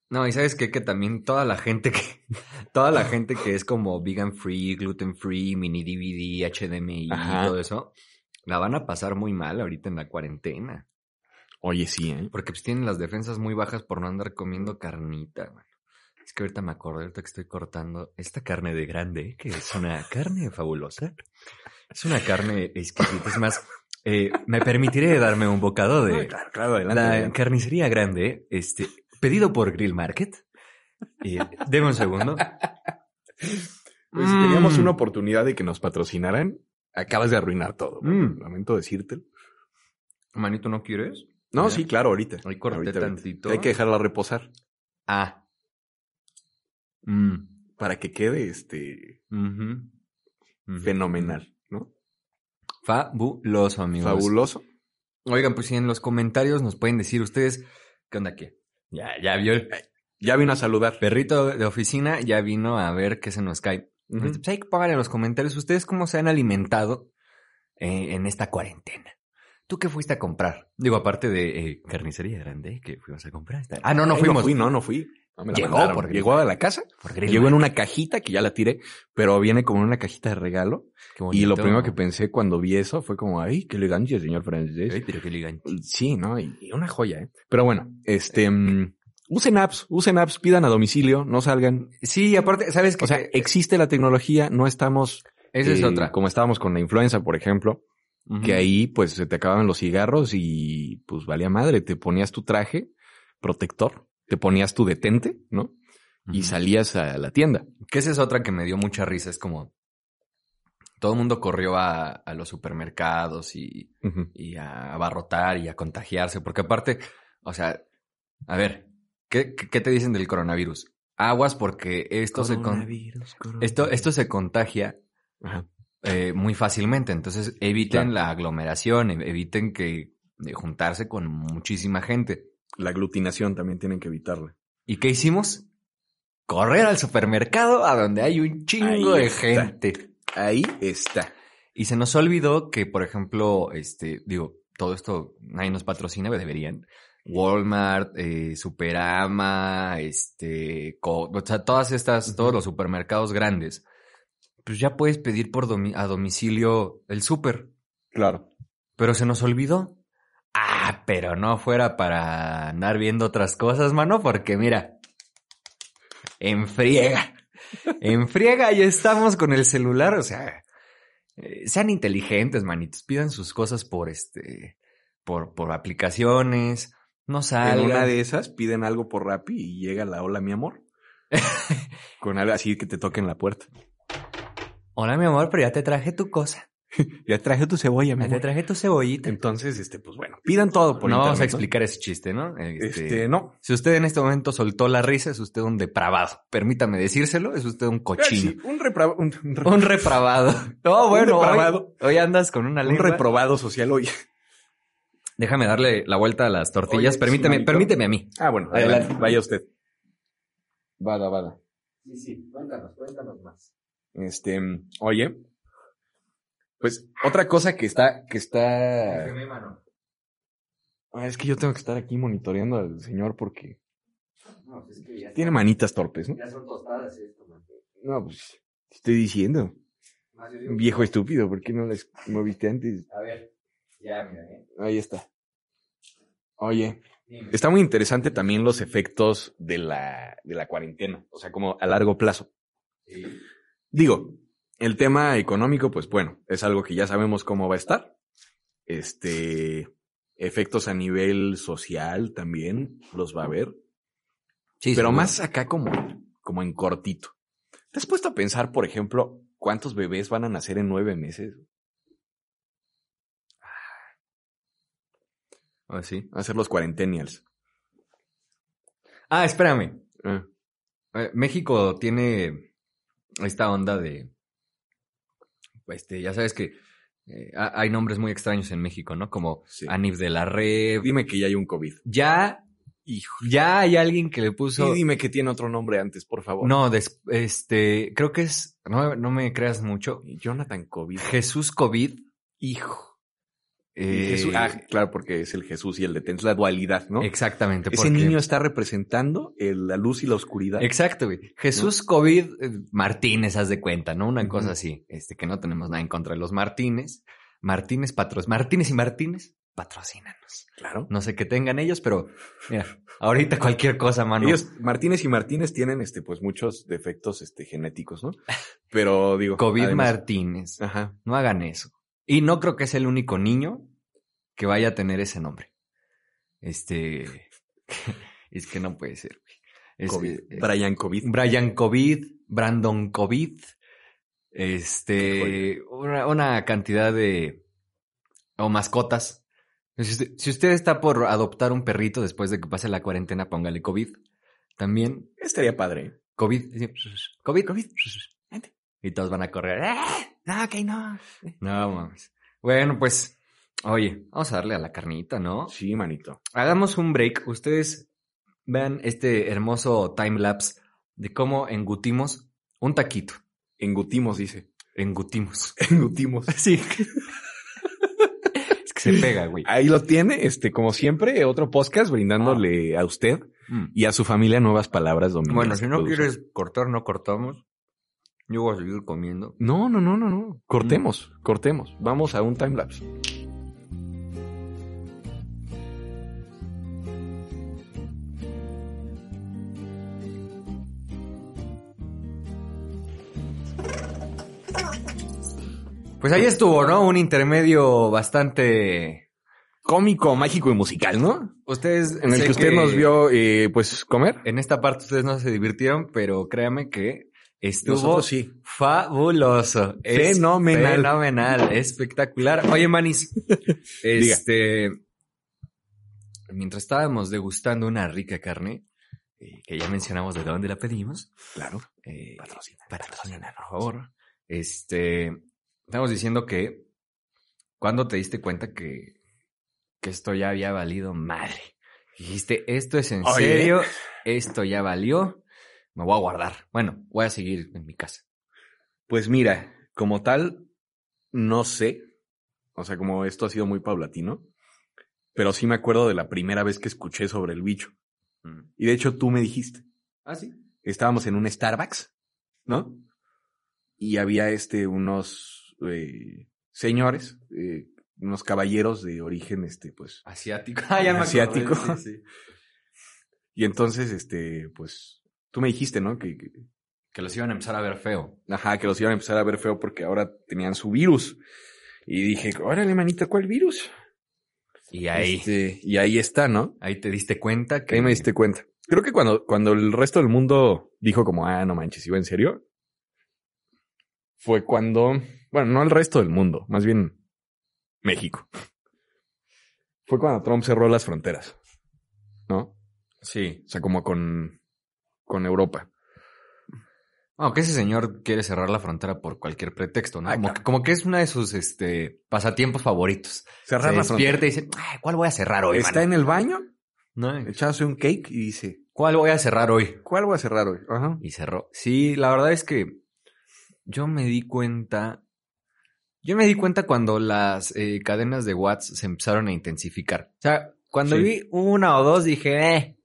Speaker 2: No, y sabes qué? que también toda la gente que, toda la gente que es como vegan free, gluten free, mini DVD, HDMI
Speaker 3: Ajá.
Speaker 2: y todo eso, la van a pasar muy mal ahorita en la cuarentena.
Speaker 3: Oye, sí, ¿eh?
Speaker 2: Porque pues tienen las defensas muy bajas por no andar comiendo carnita, güey. Es que ahorita me acordé, ahorita que estoy cortando esta carne de grande, que es una carne fabulosa. Es una carne exquisita. Es más, eh, me permitiré darme un bocado de,
Speaker 3: claro, claro,
Speaker 2: la carnicería grande, este, pedido por Grill Market. Eh, deme un segundo.
Speaker 3: Pues, si teníamos
Speaker 2: Mm.
Speaker 3: una oportunidad de que nos patrocinaran, acabas de arruinar todo.
Speaker 2: Mm.
Speaker 3: Lamento decírtelo.
Speaker 2: Manito, ¿no quieres?
Speaker 3: No,
Speaker 2: Mira.
Speaker 3: sí, claro, ahorita.
Speaker 2: Ahí corté
Speaker 3: Ahorita, ahorita.
Speaker 2: tantito.
Speaker 3: Hay que dejarla reposar
Speaker 2: Ah. Mm,
Speaker 3: para que quede este
Speaker 2: ujú, ujú.
Speaker 3: fenomenal, ¿no?
Speaker 2: Fabuloso, amigos.
Speaker 3: Fabuloso.
Speaker 2: Oigan, pues si en los comentarios nos pueden decir ustedes qué onda qué. Ya, ya vio el
Speaker 3: Ya vino a saludar.
Speaker 2: perrito de oficina, ya vino a ver qué se nos cae.
Speaker 3: Ujú.
Speaker 2: Pues hay que pagar en los comentarios ustedes cómo se han alimentado eh, en esta cuarentena. ¿Tú qué fuiste a comprar? Digo, aparte de eh, carnicería grande que fuimos a comprar. Está- Ah, no, no
Speaker 3: Ay,
Speaker 2: fuimos.
Speaker 3: fui, no, no fui. No, me la
Speaker 2: Llegó
Speaker 3: mandaron.
Speaker 2: por-
Speaker 3: Llegó a la casa.
Speaker 2: Por Grill
Speaker 3: Llegó en
Speaker 2: Man.
Speaker 3: una cajita que ya la tiré, pero viene como en una cajita de regalo.
Speaker 2: Qué
Speaker 3: Y lo
Speaker 2: bonito.
Speaker 3: primero que pensé cuando vi eso fue como, ay, qué elegante el señor francés.
Speaker 2: Ay, pero qué ligan.
Speaker 3: Sí, ¿no? Y y una joya, ¿eh? Pero bueno, este, mm, usen apps, usen apps, pidan a domicilio, no salgan.
Speaker 2: Sí, aparte, ¿sabes qué?
Speaker 3: O sea, existe la tecnología, no estamos...
Speaker 2: Esa es
Speaker 3: eh,
Speaker 2: otra.
Speaker 3: Como estábamos con la influenza, por ejemplo,
Speaker 2: Ujú.
Speaker 3: que ahí pues se te acababan los cigarros y pues valía madre, te ponías tu traje protector, te ponías tu detente, ¿no? Y
Speaker 2: Ujú.
Speaker 3: salías a la tienda.
Speaker 2: Que esa es otra que me dio mucha risa. Es como, todo el mundo corrió a, a los supermercados y, y a abarrotar y a contagiarse, porque aparte, o sea, a ver, ¿qué, qué- qué te dicen del coronavirus? Aguas porque esto, se, con- esto, esto se contagia
Speaker 3: Ajá.
Speaker 2: eh, muy fácilmente, entonces eviten la aglomeración, ev- eviten que eh, juntarse con muchísima gente.
Speaker 3: La aglutinación también tienen que evitarla.
Speaker 2: ¿Y qué hicimos? Correr al supermercado a donde hay un chingo
Speaker 3: Ahí
Speaker 2: de
Speaker 3: está.
Speaker 2: gente.
Speaker 3: Ahí está.
Speaker 2: Y se nos olvidó que, por ejemplo, este, digo, todo esto nadie nos patrocina, pero deberían. Walmart, eh, Superama, este, Co- o sea, todas estas, todos los supermercados grandes, pues ya puedes pedir por domi- a domicilio el súper.
Speaker 3: Claro.
Speaker 2: Pero se nos olvidó. Ah, pero no fuera para andar viendo otras cosas, mano, porque mira, en friega, en friega ya estamos con el celular, o sea, eh, sean inteligentes, manitos, pidan sus cosas por este, por, por aplicaciones, no
Speaker 3: En
Speaker 2: salgan.
Speaker 3: una de esas piden algo por Rappi y llega la hola, mi amor. Con algo así que te toquen la puerta.
Speaker 2: Hola, mi amor, pero ya te traje tu cosa,
Speaker 3: Ya traje tu cebolla, mi
Speaker 2: ya te
Speaker 3: amor.
Speaker 2: traje tu cebollita.
Speaker 3: Entonces, este, pues bueno, pidan todo por
Speaker 2: no vamos a
Speaker 3: internet,
Speaker 2: explicar ese chiste, ¿no?
Speaker 3: Este, no.
Speaker 2: Si usted en este momento soltó la risa, es usted un depravado. Permítame decírselo, es usted un cochino.
Speaker 3: Sí, un, repra- un- un re-
Speaker 2: Un reprobado. No,
Speaker 3: Un
Speaker 2: bueno, hoy-
Speaker 3: depravado.
Speaker 2: hoy, andas con una
Speaker 3: un
Speaker 2: lengua.
Speaker 3: reprobado social hoy.
Speaker 2: Déjame darle la vuelta a las tortillas.
Speaker 3: Oye,
Speaker 2: permíteme,
Speaker 3: sí, manito.
Speaker 2: permíteme a mí.
Speaker 3: Ah, bueno,
Speaker 2: Adelante.
Speaker 3: adelante. Vaya usted. Vada, vada.
Speaker 4: Sí, sí, cuéntanos, cuéntanos más.
Speaker 3: Este, mm, oye. Pues otra cosa que está, que está.
Speaker 4: Déjeme, mano.
Speaker 3: Ah, es que yo tengo que estar aquí monitoreando al señor porque
Speaker 4: No, pues es que ya,
Speaker 3: tiene manitas torpes, ¿no?
Speaker 4: ya son tostadas esto, man.
Speaker 3: No, pues te estoy diciendo.
Speaker 4: Más yo digo,
Speaker 3: Viejo estúpido, ¿por qué no las moviste antes?
Speaker 4: A ver, ya, mira, eh.
Speaker 3: Ahí está. Oye.
Speaker 4: Dime.
Speaker 3: Está muy interesante también los efectos de la, de la cuarentena, o sea, como a largo plazo.
Speaker 4: Sí.
Speaker 3: Digo, el tema económico, pues bueno, es algo que ya sabemos cómo va a estar. Este, efectos a nivel social también los va a haber, pero más acá como, como en cortito. ¿Te has puesto a pensar, por ejemplo, cuántos bebés van a nacer en nueve meses? Ah,
Speaker 2: sí.
Speaker 3: Van a ser los cuarentenials.
Speaker 2: Ah, espérame.
Speaker 3: Ah,
Speaker 2: Eh, México tiene esta onda de. Este, ya sabes que eh, ha- hay nombres muy extraños en México, Ah, ¿no? Como
Speaker 3: Sí.
Speaker 2: Anif de la Red.
Speaker 3: Dime que ya hay un COVID.
Speaker 2: Ya, ya hay alguien que le puso.
Speaker 3: Y dime que tiene otro nombre antes, por favor.
Speaker 2: No, des- este, creo que es, no, no me creas mucho.
Speaker 3: Jonathan COVID.
Speaker 2: Jesús COVID.
Speaker 3: Hijo.
Speaker 2: eh,
Speaker 3: Jesús- ah, claro, porque es el Jesús y el detén, es la dualidad, ¿no?
Speaker 2: Exactamente.
Speaker 3: Ese
Speaker 2: porque-
Speaker 3: niño está representando el- la luz y la oscuridad.
Speaker 2: Exacto, güey. Jesús COVID eh, Martínez, haz de cuenta, ¿no? Una
Speaker 3: Ujú.
Speaker 2: cosa así. Este, que no tenemos nada en contra de los Martínez. Martínez patros, Martínez y Martínez patrocínanos.
Speaker 3: claro.
Speaker 2: No sé qué tengan ellos, pero mira, ahorita cualquier cosa, mano.
Speaker 3: Ellos, Martínez y Martínez tienen este, pues muchos defectos este, genéticos, ¿no? Pero digo.
Speaker 2: COVID
Speaker 3: además-
Speaker 2: Martínez.
Speaker 3: Ajá.
Speaker 2: No hagan eso. Y no creo que es el único niño que vaya a tener ese nombre. Este. es que no puede ser, güey. Es-
Speaker 3: COVID.
Speaker 2: eh,
Speaker 3: Brian COVID.
Speaker 2: Brian COVID, Brandon COVID. Este. Una, una cantidad de. O mascotas. Si usted, si usted está por adoptar un perrito después de que pase la cuarentena, póngale COVID. También
Speaker 3: Estaría padre.
Speaker 2: COVID. sí, COVID. COVID. Y todos van a correr. "Ah, No, ok, no. No, mames. Bueno, pues, oye, vamos a darle a la carnita, ¿no?
Speaker 3: Sí, manito.
Speaker 2: Hagamos un break. Ustedes vean este hermoso timelapse de cómo engutimos un taquito.
Speaker 3: Engutimos, dice.
Speaker 2: Engutimos.
Speaker 3: Engutimos.
Speaker 2: Sí. es que se pega, güey.
Speaker 3: Ahí lo tiene, este, como siempre, otro podcast brindándole a usted
Speaker 2: Mm.
Speaker 3: y a su familia nuevas palabras dominantes.
Speaker 2: Bueno, si no
Speaker 3: Producción.
Speaker 2: quieres cortar, no cortamos. Yo voy a seguir comiendo.
Speaker 3: No, no, no, no, no. Cortemos,
Speaker 2: Mm.
Speaker 3: cortemos. Vamos a un timelapse.
Speaker 2: Pues ahí estuvo, ¿no? Un intermedio bastante.
Speaker 3: Cómico, mágico y musical, ¿no?
Speaker 2: Ustedes.
Speaker 3: En el
Speaker 2: sé
Speaker 3: que usted nos vio, eh, pues, comer.
Speaker 2: En esta parte ustedes no se divirtieron, pero créame que Estuvo
Speaker 3: Nosotros sí.
Speaker 2: fabuloso. Es
Speaker 3: Fenomenal.
Speaker 2: Fenomenal. Espectacular. Oye, Manis. este. Mientras estábamos degustando una rica carne, eh, que ya mencionamos de dónde la pedimos.
Speaker 3: Claro.
Speaker 2: eh, patrocina, por favor. Este. Estamos diciendo que. ¿Cuándo te diste cuenta que. que esto ya había valido madre? Dijiste, esto es en
Speaker 3: Oye.
Speaker 2: serio, esto ya valió, me voy a guardar. Bueno, voy a seguir en mi casa.
Speaker 3: Pues mira, como tal, no sé. O sea, como esto ha sido muy paulatino. Pero sí me acuerdo de la primera vez que escuché sobre el bicho. Y de hecho tú me dijiste.
Speaker 2: Ah, sí.
Speaker 3: Estábamos en un Starbucks, ¿no? Y había este, unos eh, señores, eh, unos caballeros de origen, este, pues,
Speaker 2: Asiático. Ah, ya me acordé,
Speaker 3: Asiático.
Speaker 2: sí, sí.
Speaker 3: Y entonces, este, pues, tú me dijiste, ¿no? Que, que-
Speaker 2: Que los iban a empezar a ver feo.
Speaker 3: ajá, que los iban a empezar a ver feo porque ahora tenían su virus. Y dije, órale, manita, ¿cuál virus?
Speaker 2: Y ahí,
Speaker 3: Este, y ahí está, ¿no?
Speaker 2: ahí te diste cuenta que.
Speaker 3: Ahí me diste cuenta. Creo que cuando, cuando el resto del mundo dijo como, ah, no manches, iba en serio, fue cuando, bueno, no el resto del mundo, más bien México. Fue cuando Trump cerró las fronteras, ¿no?
Speaker 2: Sí.
Speaker 3: O sea, como con, con Europa.
Speaker 2: Aunque ese señor quiere cerrar la frontera por cualquier pretexto, ¿no?
Speaker 3: Ah,
Speaker 2: como,
Speaker 3: claro.
Speaker 2: que, como que es una de sus este, pasatiempos favoritos.
Speaker 3: Cerrar
Speaker 2: Se
Speaker 3: las fronteras.
Speaker 2: despierta y dice, "Ay, ¿cuál voy a cerrar hoy?
Speaker 3: Está
Speaker 2: mano?"
Speaker 3: en el baño
Speaker 2: No,
Speaker 3: echándose un cake y dice,
Speaker 2: ¿Cuál voy a cerrar hoy?
Speaker 3: ¿cuál voy a cerrar hoy? Ajá.
Speaker 2: Y cerró. Sí, la verdad es que yo me di cuenta. Yo me di cuenta cuando las eh, cadenas de Watts se empezaron a intensificar. O sea, cuando
Speaker 3: Sí.
Speaker 2: vi una o dos dije, eh,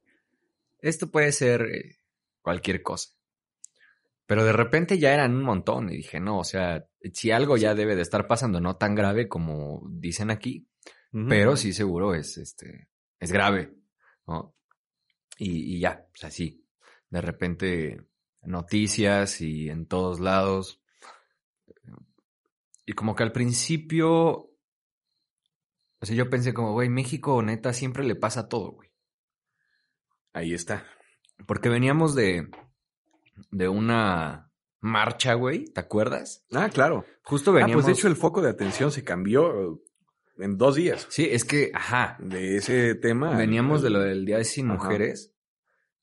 Speaker 2: esto puede ser eh, cualquier cosa. Pero de repente ya eran un montón y dije, no, o sea, si algo ya debe de estar pasando, no tan grave como dicen aquí, pero sí seguro es este es grave ¿no? y, y ya o sea sí de repente noticias y en todos lados y como que al principio o sea yo pensé como güey México neta siempre le pasa todo güey
Speaker 3: Ahí está.
Speaker 2: porque veníamos de de una marcha güey te acuerdas
Speaker 3: Ah, claro.
Speaker 2: justo
Speaker 3: Ah,
Speaker 2: veníamos
Speaker 3: pues de hecho el foco de atención se cambió eh, en dos días.
Speaker 2: sí es que ajá
Speaker 3: De ese tema.
Speaker 2: Veníamos de lo del Día de Sin
Speaker 3: Ajá.
Speaker 2: Mujeres,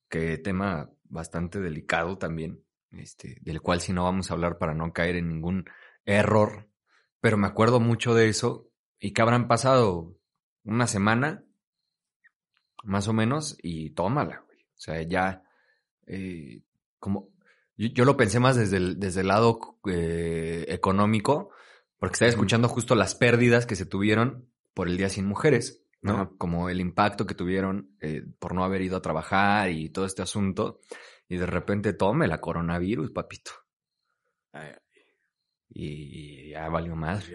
Speaker 2: que tema bastante delicado también, este, del cual si no vamos a hablar para no caer en ningún error, pero me acuerdo mucho de eso y que habrán pasado una semana, más o menos, y tómala, güey. O sea, ya, eh, como, yo, yo lo pensé más desde el, desde el lado eh, económico, porque estaba escuchando justo las pérdidas que se tuvieron por el Día Sin Mujeres, ¿no?
Speaker 3: Ajá.
Speaker 2: Como el impacto que tuvieron eh, por no haber ido a trabajar y todo este asunto. Y de repente tome la coronavirus, papito.
Speaker 3: Ay,
Speaker 2: Y ya valió más.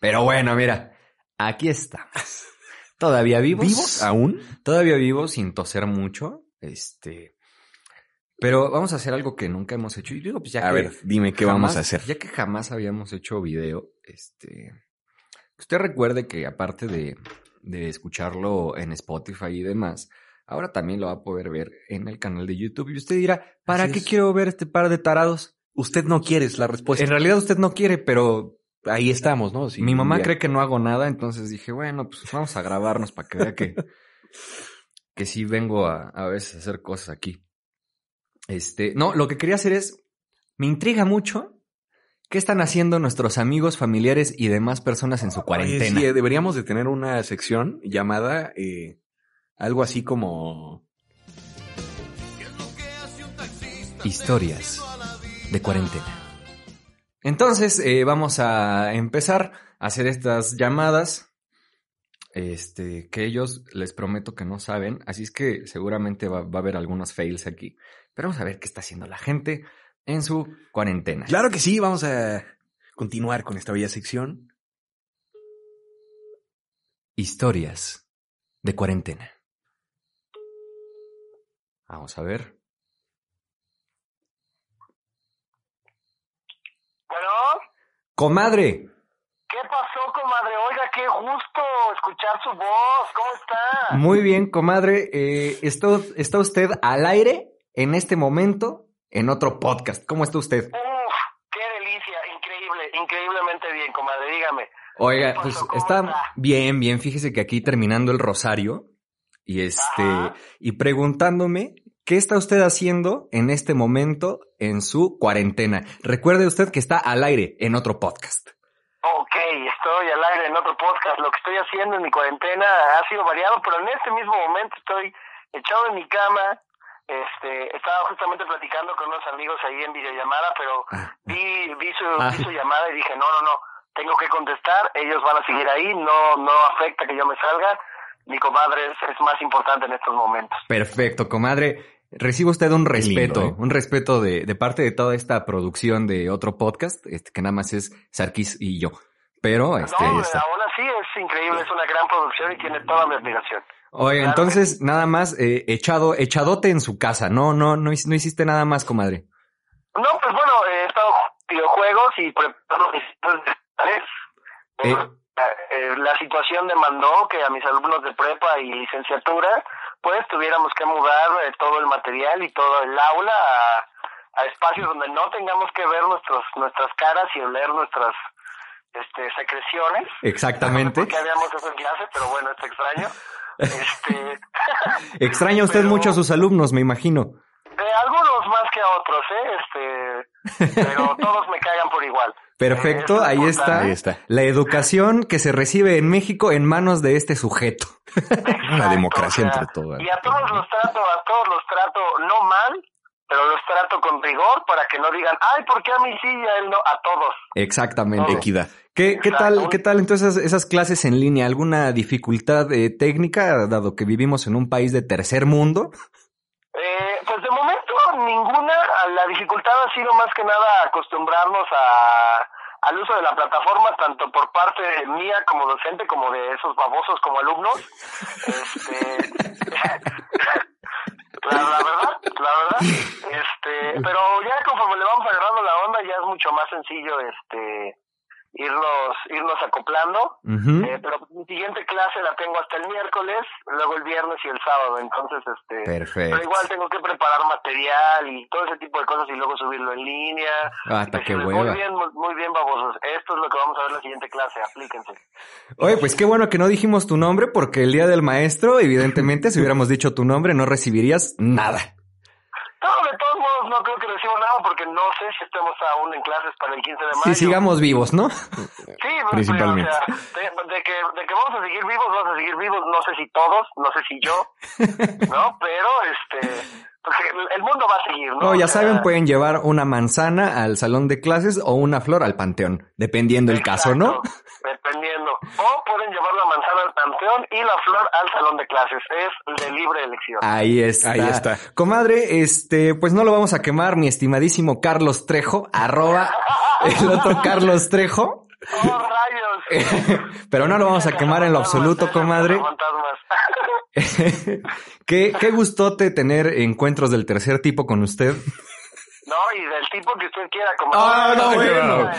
Speaker 2: Pero bueno, mira, aquí estamos. Todavía vivos.
Speaker 3: ¿Vivos aún?
Speaker 2: Todavía vivo sin toser mucho. Este. Pero vamos a hacer algo que nunca hemos hecho. Y digo, pues ya
Speaker 3: a
Speaker 2: que
Speaker 3: ver, dime qué
Speaker 2: jamás-
Speaker 3: vamos a hacer.
Speaker 2: Ya que jamás habíamos hecho video, este. Usted recuerde que aparte de, de escucharlo en Spotify y demás, ahora también lo va a poder ver en el canal de YouTube. Y usted dirá, ¿para
Speaker 3: Así
Speaker 2: qué
Speaker 3: es.
Speaker 2: quiero ver este par de tarados?
Speaker 3: Usted no quiere es la respuesta.
Speaker 2: en realidad usted no quiere, pero
Speaker 3: Ahí estamos, ¿no? Sí,
Speaker 2: mi
Speaker 3: un
Speaker 2: mamá
Speaker 3: día.
Speaker 2: cree que no hago nada, entonces dije, bueno, pues vamos a grabarnos para que vea que, que sí vengo a, a veces a hacer cosas aquí. Este, no, lo que quería hacer es, me intriga mucho qué están haciendo nuestros amigos, familiares y demás personas en su cuarentena.
Speaker 3: Oye, sí, eh, deberíamos de tener una sección llamada eh, algo así como
Speaker 2: Historias de cuarentena. Entonces, eh, vamos a empezar a hacer estas llamadas. Este, que ellos les prometo que no saben. Así es que seguramente va, va a haber algunos fails aquí. Pero vamos a ver qué está haciendo la gente en su cuarentena.
Speaker 3: Claro que sí, vamos a continuar con esta bella sección.
Speaker 2: Historias de cuarentena. Vamos a ver.
Speaker 6: Bueno,
Speaker 2: Comadre,
Speaker 6: ¿qué pasó, comadre? Oiga, qué gusto escuchar su voz. ¿Cómo
Speaker 2: Mm.
Speaker 6: está?
Speaker 2: muy bien, comadre. Eh, ¿está, ¿Está usted al aire en este momento en otro podcast. ¿Cómo está usted?
Speaker 7: Uf, qué delicia, increíble, increíblemente bien, comadre, dígame.
Speaker 2: Oiga,
Speaker 7: ¿Qué pasó?
Speaker 2: pues
Speaker 7: ¿Cómo
Speaker 2: está
Speaker 7: está?
Speaker 2: bien, bien. Fíjese que aquí terminando el rosario y este
Speaker 7: Ajá.
Speaker 2: y preguntándome qué está usted haciendo en este momento en su cuarentena. Recuerde usted que está al aire en otro podcast.
Speaker 7: Ok, estoy al aire en otro podcast. Lo que estoy haciendo en mi cuarentena ha sido variado, pero en este mismo momento estoy echado en mi cama. Este, estaba justamente platicando con unos amigos ahí en videollamada, pero vi, vi, su,
Speaker 2: Ah.
Speaker 7: vi su llamada y dije, no, no, no, tengo que contestar, ellos van a seguir ahí, no, no afecta que yo me salga. Mi comadre es, es más importante en estos momentos.
Speaker 2: Perfecto, comadre. Recibe usted un respeto,
Speaker 3: lindo, ¿eh?
Speaker 2: un respeto de, de parte de toda esta producción de otro podcast, este, que nada más es Sarkis y yo. Pero, este, ahí
Speaker 7: no,
Speaker 2: está.
Speaker 7: aún así es increíble, es una gran producción y tiene toda mi admiración.
Speaker 2: Oiga,
Speaker 7: Claro.
Speaker 2: entonces, nada más, eh, echado, echadote en su casa. No, no, no, hic- no hiciste nada más, comadre.
Speaker 7: No, pues bueno, he estado jugando videojuegos y preparando mis cosas de tareas.
Speaker 2: Eh.
Speaker 7: La- eh, la situación demandó que a mis alumnos de prepa y licenciatura, pues tuviéramos que mudar eh, todo el material y todo el aula a, a espacios donde no tengamos que ver nuestros nuestras caras y oler nuestras este, secreciones.
Speaker 2: Exactamente.
Speaker 7: Porque habíamos eso en clase, pero bueno, está extraño. Este,
Speaker 2: Extraña usted
Speaker 7: Pero-
Speaker 2: mucho a sus alumnos, me imagino.
Speaker 7: de algunos más que a otros, ¿eh? Este, pero todos me cagan por igual.
Speaker 2: Perfecto,
Speaker 7: Eh, es
Speaker 2: ahí está.
Speaker 3: Ahí
Speaker 7: importante.
Speaker 3: está.
Speaker 2: La educación que se recibe en México en manos de este sujeto.
Speaker 3: La democracia
Speaker 7: Exacto,
Speaker 3: entre todas.
Speaker 7: Y a todos los trato, a todos los trato no mal, pero los trato con rigor para que no digan, ay, ¿por qué a mí sí y a él no? A todos.
Speaker 2: Exactamente.
Speaker 7: Todo.
Speaker 3: Equidad.
Speaker 2: ¿Qué, qué tal,
Speaker 7: Exacto.
Speaker 2: qué tal entonces esas clases en línea? ¿Alguna dificultad eh, técnica, dado que vivimos en un país de tercer mundo?
Speaker 7: Eh, pues de momento ninguna, la dificultad ha sido más que nada acostumbrarnos a, al uso de la plataforma, tanto por parte de mía como docente, como de esos babosos como alumnos. Este, La, la verdad, la verdad, este, pero ya conforme le vamos agarrando la onda ya es mucho más sencillo, este, irnos, irnos acoplando.
Speaker 2: Ujú.
Speaker 7: Eh, pero mi siguiente clase la tengo hasta el miércoles, luego el viernes y el sábado, entonces, este,
Speaker 2: Perfecto.
Speaker 7: pero igual tengo que preparar material y todo ese tipo de cosas y luego subirlo en línea.
Speaker 2: Hasta Ah, qué
Speaker 7: Decirles,
Speaker 2: hueva.
Speaker 7: Muy bien, muy, muy bien, babosos. Esto es lo que vamos a ver en la siguiente clase, aplíquense.
Speaker 2: Oye, pues qué bueno que no dijimos tu nombre porque el día del maestro, evidentemente, si hubiéramos dicho tu nombre, no recibirías nada.
Speaker 7: No, de todos modos no creo que recibo nada porque no sé si estemos aún en clases para el 15 de mayo.
Speaker 2: Si sigamos vivos, ¿no?
Speaker 7: Sí, pues,
Speaker 3: Principalmente.
Speaker 7: pero, o sea, de, de que, de que vamos a seguir vivos, vamos a seguir vivos, no sé si todos, no sé si yo, ¿no? Pero, este, pues, el- el mundo va a seguir, ¿no?
Speaker 2: No, ya
Speaker 7: O sea,
Speaker 2: saben, pueden llevar una manzana al salón de clases o una flor al panteón, dependiendo el caso, ¿no?
Speaker 7: exacto, Dependiendo. O pueden llevar la manzana al panteón y la flor al salón de clases. Es de libre elección.
Speaker 2: Ahí está.
Speaker 3: Ahí está.
Speaker 2: Comadre, este, pues no lo vamos a quemar, mi estimadísimo Carlos Trejo, arroba el otro Carlos Trejo,
Speaker 7: ¡Oh, rayos!
Speaker 2: pero Eh, no lo vamos a quemar en lo absoluto, comadre.
Speaker 7: Fantasmas.
Speaker 2: qué, qué gustote tener encuentros del tercer tipo con usted.
Speaker 7: No, y del tipo que usted quiera, como
Speaker 3: Ah, no, bueno. También.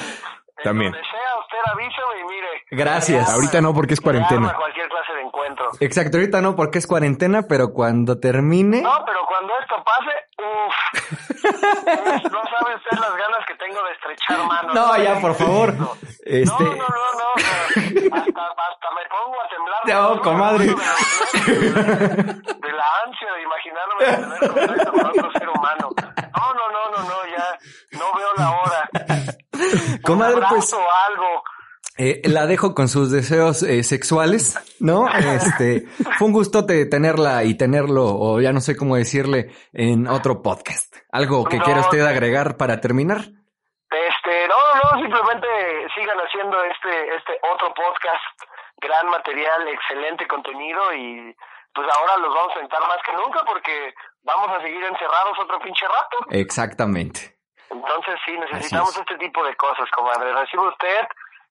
Speaker 7: También. eh, Donde sea, usted avíseme y mire.
Speaker 2: Gracias.
Speaker 7: Se arma-
Speaker 3: Ahorita no, porque es
Speaker 7: se
Speaker 3: cuarentena.
Speaker 7: arma cualquier clase de encuentro.
Speaker 2: Exacto, ahorita no porque es cuarentena, pero cuando termine,
Speaker 7: No, pero cuando esto pase, uff. no sabe usted las ganas que tengo de estrechar manos.
Speaker 2: No, ya, por favor.
Speaker 7: No,
Speaker 2: Este-
Speaker 7: no, no, no. no. Hasta, hasta me pongo a temblar.
Speaker 2: No, comadre.
Speaker 7: De la, de la ansia de imaginarme tener contacto con otro ser humano. No, no, no, no, no, ya. No veo la hora.
Speaker 2: comadre, pues
Speaker 7: abrazo o algo.
Speaker 2: eh, la dejo con sus deseos eh, sexuales, ¿no? Este, fue un gustote tenerla y tenerlo, o ya no sé cómo decirle, en otro podcast. Algo que
Speaker 7: No.
Speaker 2: quiera usted agregar para terminar.
Speaker 7: Este, no, no, simplemente sigan haciendo este, este otro podcast, gran material, excelente contenido y pues ahora los vamos a sentar más que nunca porque vamos a seguir encerrados otro pinche rato.
Speaker 2: Exactamente.
Speaker 7: Entonces sí, necesitamos este tipo de cosas, comadre. Recibe usted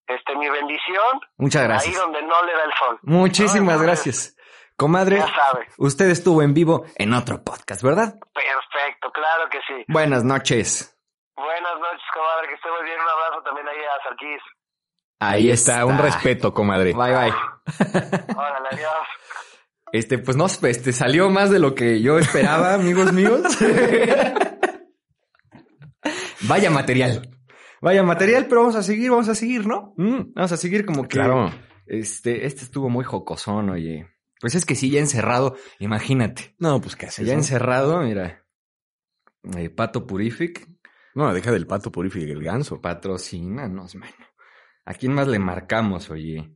Speaker 7: este mi bendición
Speaker 2: Muchas
Speaker 7: ahí
Speaker 2: gracias.
Speaker 7: donde no le da el sol.
Speaker 2: Muchísimas
Speaker 7: No,
Speaker 2: gracias. Comadre,
Speaker 7: Ya sabe.
Speaker 2: usted estuvo en vivo en otro podcast, ¿verdad?
Speaker 7: Perfecto, claro que sí.
Speaker 2: Buenas noches.
Speaker 7: Buenas noches, comadre, que esté muy bien. Un abrazo también ahí a Sarkis.
Speaker 2: Ahí
Speaker 3: Está, un respeto, comadre.
Speaker 2: Bye bye.
Speaker 7: Órale, adiós.
Speaker 2: Este, pues no, este salió más de lo que yo esperaba, amigos míos. Vaya material. Vaya material, pero vamos a seguir, vamos a seguir, ¿no? Mm, vamos a seguir como que...
Speaker 3: Claro.
Speaker 2: Este, este estuvo muy jocosón, oye. Pues es que sí, ya encerrado, imagínate.
Speaker 3: No, pues qué haces.
Speaker 2: ya
Speaker 3: no?
Speaker 2: encerrado, mira. Eh, Pato Purific,
Speaker 3: No, deja del pato purifique el ganso.
Speaker 2: patrocínanos, man. ¿A quién más le marcamos, oye?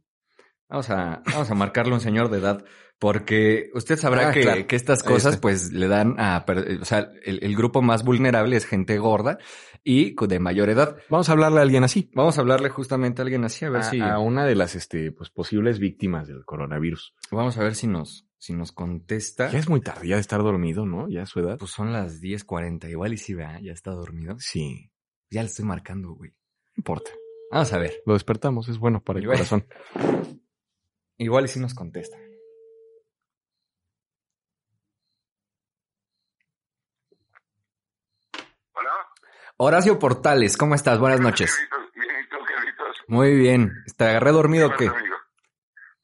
Speaker 2: Vamos a, vamos a marcarle a un señor de edad, porque usted sabrá
Speaker 3: Ah,
Speaker 2: que,
Speaker 3: claro. Este.
Speaker 2: que estas
Speaker 3: Ahí
Speaker 2: cosas
Speaker 3: está.
Speaker 2: pues le dan a... per- eh, O sea, el, el grupo más vulnerable es gente gorda y cu- de mayor edad.
Speaker 3: Vamos a hablarle a alguien así.
Speaker 2: Vamos a hablarle justamente a alguien así, a ver
Speaker 3: A,
Speaker 2: si...
Speaker 3: Ah, a una de las este, pues, posibles víctimas del coronavirus.
Speaker 2: Vamos a ver si nos, si nos contesta.
Speaker 3: Ya es muy tarde, ya de estar dormido, ¿no? Ya a su edad.
Speaker 2: Pues son las 10.40, igual y si vea, ya está dormido.
Speaker 3: sí,
Speaker 2: Ya le estoy marcando, güey.
Speaker 3: no importa.
Speaker 2: Vamos a ver.
Speaker 3: Lo despertamos, es bueno para el
Speaker 2: Bueno.
Speaker 3: corazón.
Speaker 2: Igual y si nos contesta.
Speaker 7: Hola.
Speaker 2: Horacio Portales, ¿cómo estás? Buenas noches.
Speaker 7: Carlitos, Bien, ¿y tú, Carlitos?
Speaker 2: Muy bien. ¿Te agarré dormido o
Speaker 7: ¿Qué
Speaker 2: qué?
Speaker 7: pasa, amigo?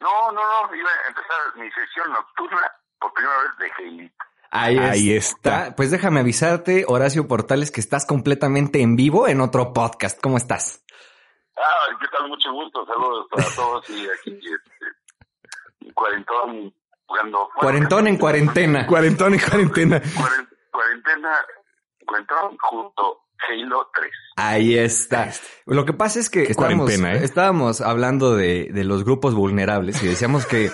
Speaker 7: No, no, no, iba a empezar mi sesión nocturna por primera vez de Heilito.
Speaker 2: Ahí,
Speaker 3: Ahí está.
Speaker 2: Pues déjame avisarte, Horacio Portales, que estás completamente en vivo en otro podcast. ¿Cómo estás?
Speaker 7: Ah, ¿qué tal? Mucho gusto, saludos para todos y aquí, este, cuarentón jugando. bueno,
Speaker 2: Cuarentón en cuarentena.
Speaker 3: Cuarentón y cuarentena.
Speaker 7: cuaren- Cuarentena, cuarentón junto Halo 3.
Speaker 2: Ahí está. Lo que pasa es que estábamos,
Speaker 3: cuarentena, ¿eh?
Speaker 2: estábamos hablando de, de los grupos vulnerables y decíamos que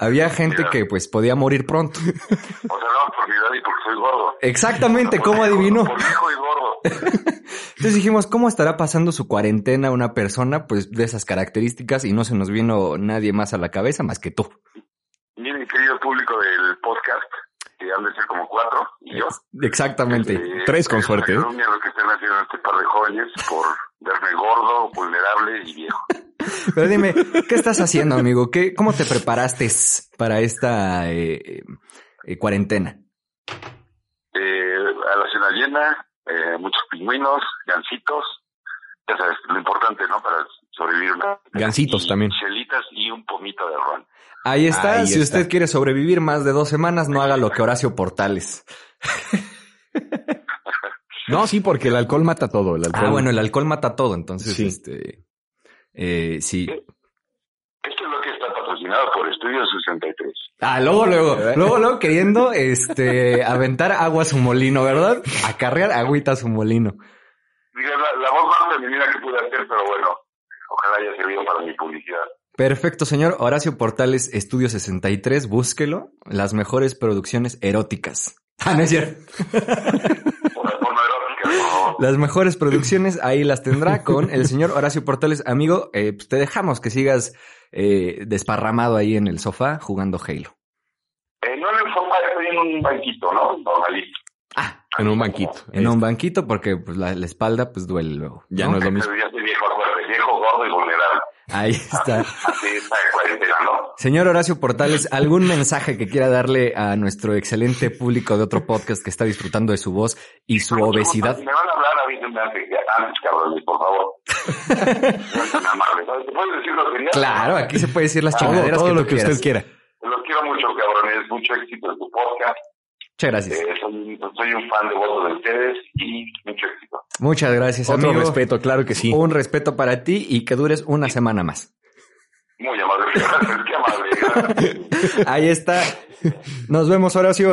Speaker 2: había gente que pues podía morir pronto.
Speaker 7: O sea, no, por mi edad y porque soy gordo.
Speaker 2: Exactamente, ¿cómo
Speaker 7: Por-
Speaker 2: adivinó?
Speaker 7: Por viejo y gordo.
Speaker 2: Entonces dijimos, ¿cómo estará pasando su cuarentena una persona pues de esas características? Y no se nos vino nadie más a la cabeza más que tú.
Speaker 7: Miren, querido público del podcast, que han de ser como cuatro, y yo.
Speaker 2: Exactamente.
Speaker 7: Eh,
Speaker 3: Tres con
Speaker 7: es
Speaker 3: suerte, ¿eh?
Speaker 7: Una calumnia lo que están haciendo este par de jóvenes por verme gordo, vulnerable y viejo.
Speaker 2: Pero dime, ¿qué estás haciendo, amigo? ¿Qué, ¿Cómo te preparaste para esta eh, eh, cuarentena?
Speaker 7: Eh, a la cena llena, eh, muchos pingüinos, gansitos. Ya sabes, lo importante, ¿no? Para sobrevivir una.
Speaker 3: Gansitos
Speaker 7: y
Speaker 3: también.
Speaker 7: Chelitas y un pomito de ron.
Speaker 2: Ahí está.
Speaker 3: Ahí
Speaker 2: si
Speaker 3: está.
Speaker 2: usted quiere sobrevivir más de dos semanas, no haga lo que Horacio Portales.
Speaker 3: No, sí, porque el alcohol mata todo. El alcohol.
Speaker 2: Ah, bueno, el alcohol mata todo, entonces,
Speaker 3: Sí.
Speaker 2: este, eh, sí.
Speaker 7: Esto es lo que está patrocinado por Estudio 63.
Speaker 2: Ah, luego, luego, luego, luego queriendo, este, aventar agua a su molino, ¿verdad? Acarrear agüita a su molino.
Speaker 7: Digo, la, la voz más femenina que pude hacer, pero bueno, ojalá haya servido para mi publicidad.
Speaker 2: Perfecto, señor Horacio Portales, Estudio 63, búsquelo. Las mejores producciones eróticas. Ah, no es cierto.
Speaker 7: Por la forma erótica, por favor.
Speaker 2: Las mejores producciones ahí las tendrá con el señor Horacio Portales. Amigo, eh, pues te dejamos que sigas eh, desparramado ahí en el sofá jugando Halo.
Speaker 7: Eh, no le informa, estoy en un banquito, ¿no? Normalito.
Speaker 3: Ah, En un banquito. este,
Speaker 2: En un banquito porque pues, la, la espalda pues duele luego.
Speaker 3: Ya no es lo mismo.
Speaker 7: Pero ya soy viejo, acuérdate, viejo, gordo y vulnerable.
Speaker 2: Ahí está.
Speaker 7: Así está en cuarentena, ¿no?
Speaker 2: Señor Horacio Portales, ¿algún mensaje que quiera darle a nuestro excelente público de otro podcast que está disfrutando de su voz y su obesidad?
Speaker 7: Si me van a hablar, avísenme antes, ya- antes cabrones, por favor. No sean amables. ¿Te puedo decir lo que
Speaker 2: Claro, aquí se puede decir las
Speaker 3: Todo,
Speaker 2: chingaderas
Speaker 3: todo
Speaker 2: que
Speaker 3: lo
Speaker 2: tú
Speaker 3: que
Speaker 2: quieras.
Speaker 3: usted quiera.
Speaker 7: Los quiero mucho, cabrones. Mucho éxito en tu podcast.
Speaker 2: Muchas gracias.
Speaker 7: Eh, soy, soy un fan de votos de ustedes y mucho éxito.
Speaker 2: Muchas gracias,
Speaker 3: Otro
Speaker 2: amigo. Oh,
Speaker 3: respeto, claro que sí.
Speaker 2: Un respeto para ti y que dures una semana más.
Speaker 7: Muy amable. Qué amable. gracias.
Speaker 2: Ahí está. Nos vemos, Horacio.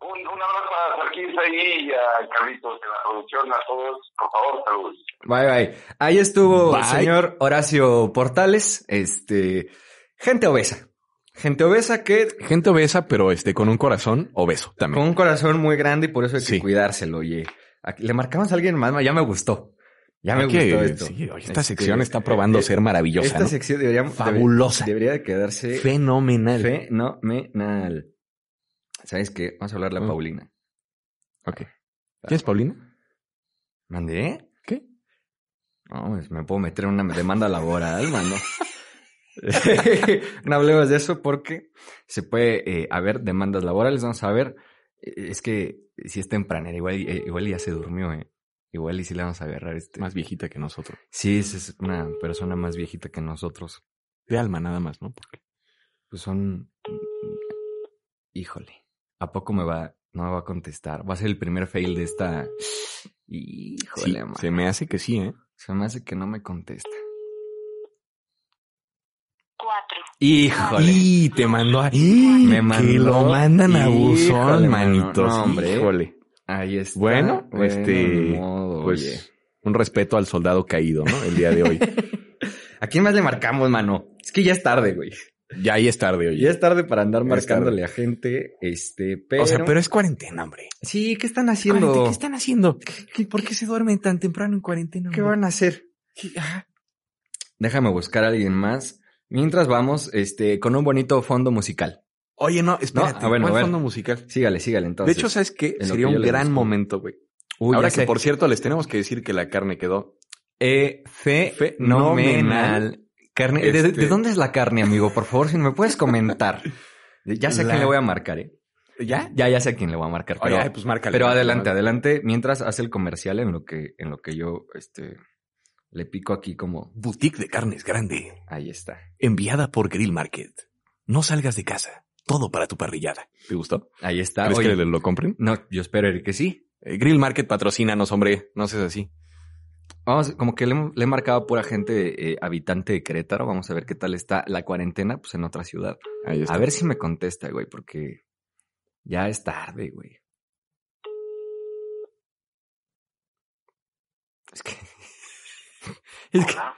Speaker 7: Un, un abrazo a Sarkis ahí y a Carlitos en la producción, a todos. Por favor, saludos.
Speaker 2: Bye, bye. Ahí estuvo
Speaker 3: Bye.
Speaker 2: señor Horacio Portales. Este, gente obesa. Gente obesa que
Speaker 3: Gente obesa, pero este, con un corazón obeso
Speaker 2: con
Speaker 3: también.
Speaker 2: un corazón muy grande y por eso hay que
Speaker 3: Sí.
Speaker 2: cuidárselo. Oye, Aquí- le marcamos a alguien más. Ya me gustó. Ya me
Speaker 3: Hay que-
Speaker 2: gustó esto.
Speaker 3: sí, oye, esta
Speaker 2: Este,
Speaker 3: sección está probando
Speaker 2: eh,
Speaker 3: ser maravillosa.
Speaker 2: Esta eh,
Speaker 3: ¿no?
Speaker 2: sección debería,
Speaker 3: Fabulosa.
Speaker 2: Debería, de quedarse
Speaker 3: Fenomenal.
Speaker 2: fenomenal. ¿Sabes qué? Vamos a hablarle a
Speaker 3: Mm.
Speaker 2: Paulina.
Speaker 3: Ok. ¿Quién es Paulina?
Speaker 2: ¿Mandé?
Speaker 3: ¿Qué?
Speaker 2: No, pues me puedo meter en una demanda laboral, mano. no hablemos de eso porque se puede eh, haber demandas laborales. Vamos a ver. Eh, Es que si es temprana, igual, y- eh, igual ya se durmió, eh. Igual y si le vamos a agarrar este.
Speaker 3: Más viejita que nosotros.
Speaker 2: Sí, es- es una persona más viejita que nosotros.
Speaker 3: De alma nada más, ¿no? Porque
Speaker 2: Pues son. Híjole. ¿A poco me va? No me va a contestar. Va a ser el primer fail de esta.
Speaker 3: Sí,
Speaker 2: Híjole, ma.
Speaker 3: se me hace que sí, ¿eh?
Speaker 2: Se me hace que no me contesta.
Speaker 8: 4,
Speaker 2: Híjole.
Speaker 3: Y te mandó a... Me Que
Speaker 2: mandó.
Speaker 3: lo mandan a
Speaker 2: Híjole, mano.
Speaker 3: buzón, manitos.
Speaker 2: No, hombre.
Speaker 3: Híjole.
Speaker 2: Ahí está.
Speaker 3: Bueno, este,
Speaker 2: ni modo,
Speaker 3: Pues
Speaker 2: oye.
Speaker 3: un respeto al soldado caído, ¿no? El día de hoy.
Speaker 2: ¿A quién más le marcamos, mano? Es que ya es tarde, güey.
Speaker 3: ya ahí es tarde, oye.
Speaker 2: Ya es tarde para andar
Speaker 3: Ya es
Speaker 2: marcándole a gente. Este, pero.
Speaker 3: O sea, pero es cuarentena, hombre.
Speaker 2: Sí, ¿qué están
Speaker 3: Cuarentena,
Speaker 2: haciendo?
Speaker 3: ¿Qué están haciendo? ¿Qué- ¿Por qué se duermen tan temprano en cuarentena?
Speaker 2: ¿Qué
Speaker 3: hombre?
Speaker 2: van a hacer? Ah. Déjame buscar a alguien más. Mientras vamos, este, con un bonito fondo musical.
Speaker 3: Oye, no, espérate.
Speaker 2: ah, bueno,
Speaker 3: ¿cuál
Speaker 2: a ver.
Speaker 3: fondo musical?
Speaker 2: Sígale, sígale,
Speaker 3: de
Speaker 2: entonces.
Speaker 3: hecho, ¿sabes qué?
Speaker 2: en lo
Speaker 3: Sería
Speaker 2: que yo
Speaker 3: un
Speaker 2: le
Speaker 3: gran
Speaker 2: busco.
Speaker 3: momento, güey.
Speaker 2: Uy,
Speaker 3: Ahora
Speaker 2: ya
Speaker 3: que,
Speaker 2: sé.
Speaker 3: por cierto, les tenemos que decir que la carne quedó.
Speaker 2: Eh, fenomenal.
Speaker 3: Fenomenal.
Speaker 2: Carne. ¿de- ¿De,
Speaker 3: Este-
Speaker 2: dónde es la carne, amigo? Por favor, si me puedes comentar. Ya sé a quién
Speaker 3: La-
Speaker 2: le voy a marcar, ¿eh?
Speaker 3: ¿Ya?
Speaker 2: Ya, ya sé a quién le voy a marcar. Pero,
Speaker 3: Oye, ay, pues márcale.
Speaker 2: pero adelante, adelante. Mientras hace el comercial en lo que, en lo que yo, este, le pico aquí como,
Speaker 3: Boutique de carnes grande.
Speaker 2: ahí está.
Speaker 3: enviada por Grill Market. No salgas de casa. Todo para tu parrillada. ¿Te gustó?
Speaker 2: Ahí está.
Speaker 3: ¿Crees
Speaker 2: Oye,
Speaker 3: que lo compren?
Speaker 2: no, yo espero Eric, que sí.
Speaker 3: Eh, Grill Market patrocínanos, hombre. No seas así.
Speaker 2: Vamos, como que le, he- le he marcado a pura gente eh, habitante de Querétaro. Vamos a ver qué tal está la cuarentena, pues en otra ciudad.
Speaker 3: Ahí
Speaker 2: A ver si me contesta, güey, porque ya es tarde, güey. Es que. es que-
Speaker 7: Hola,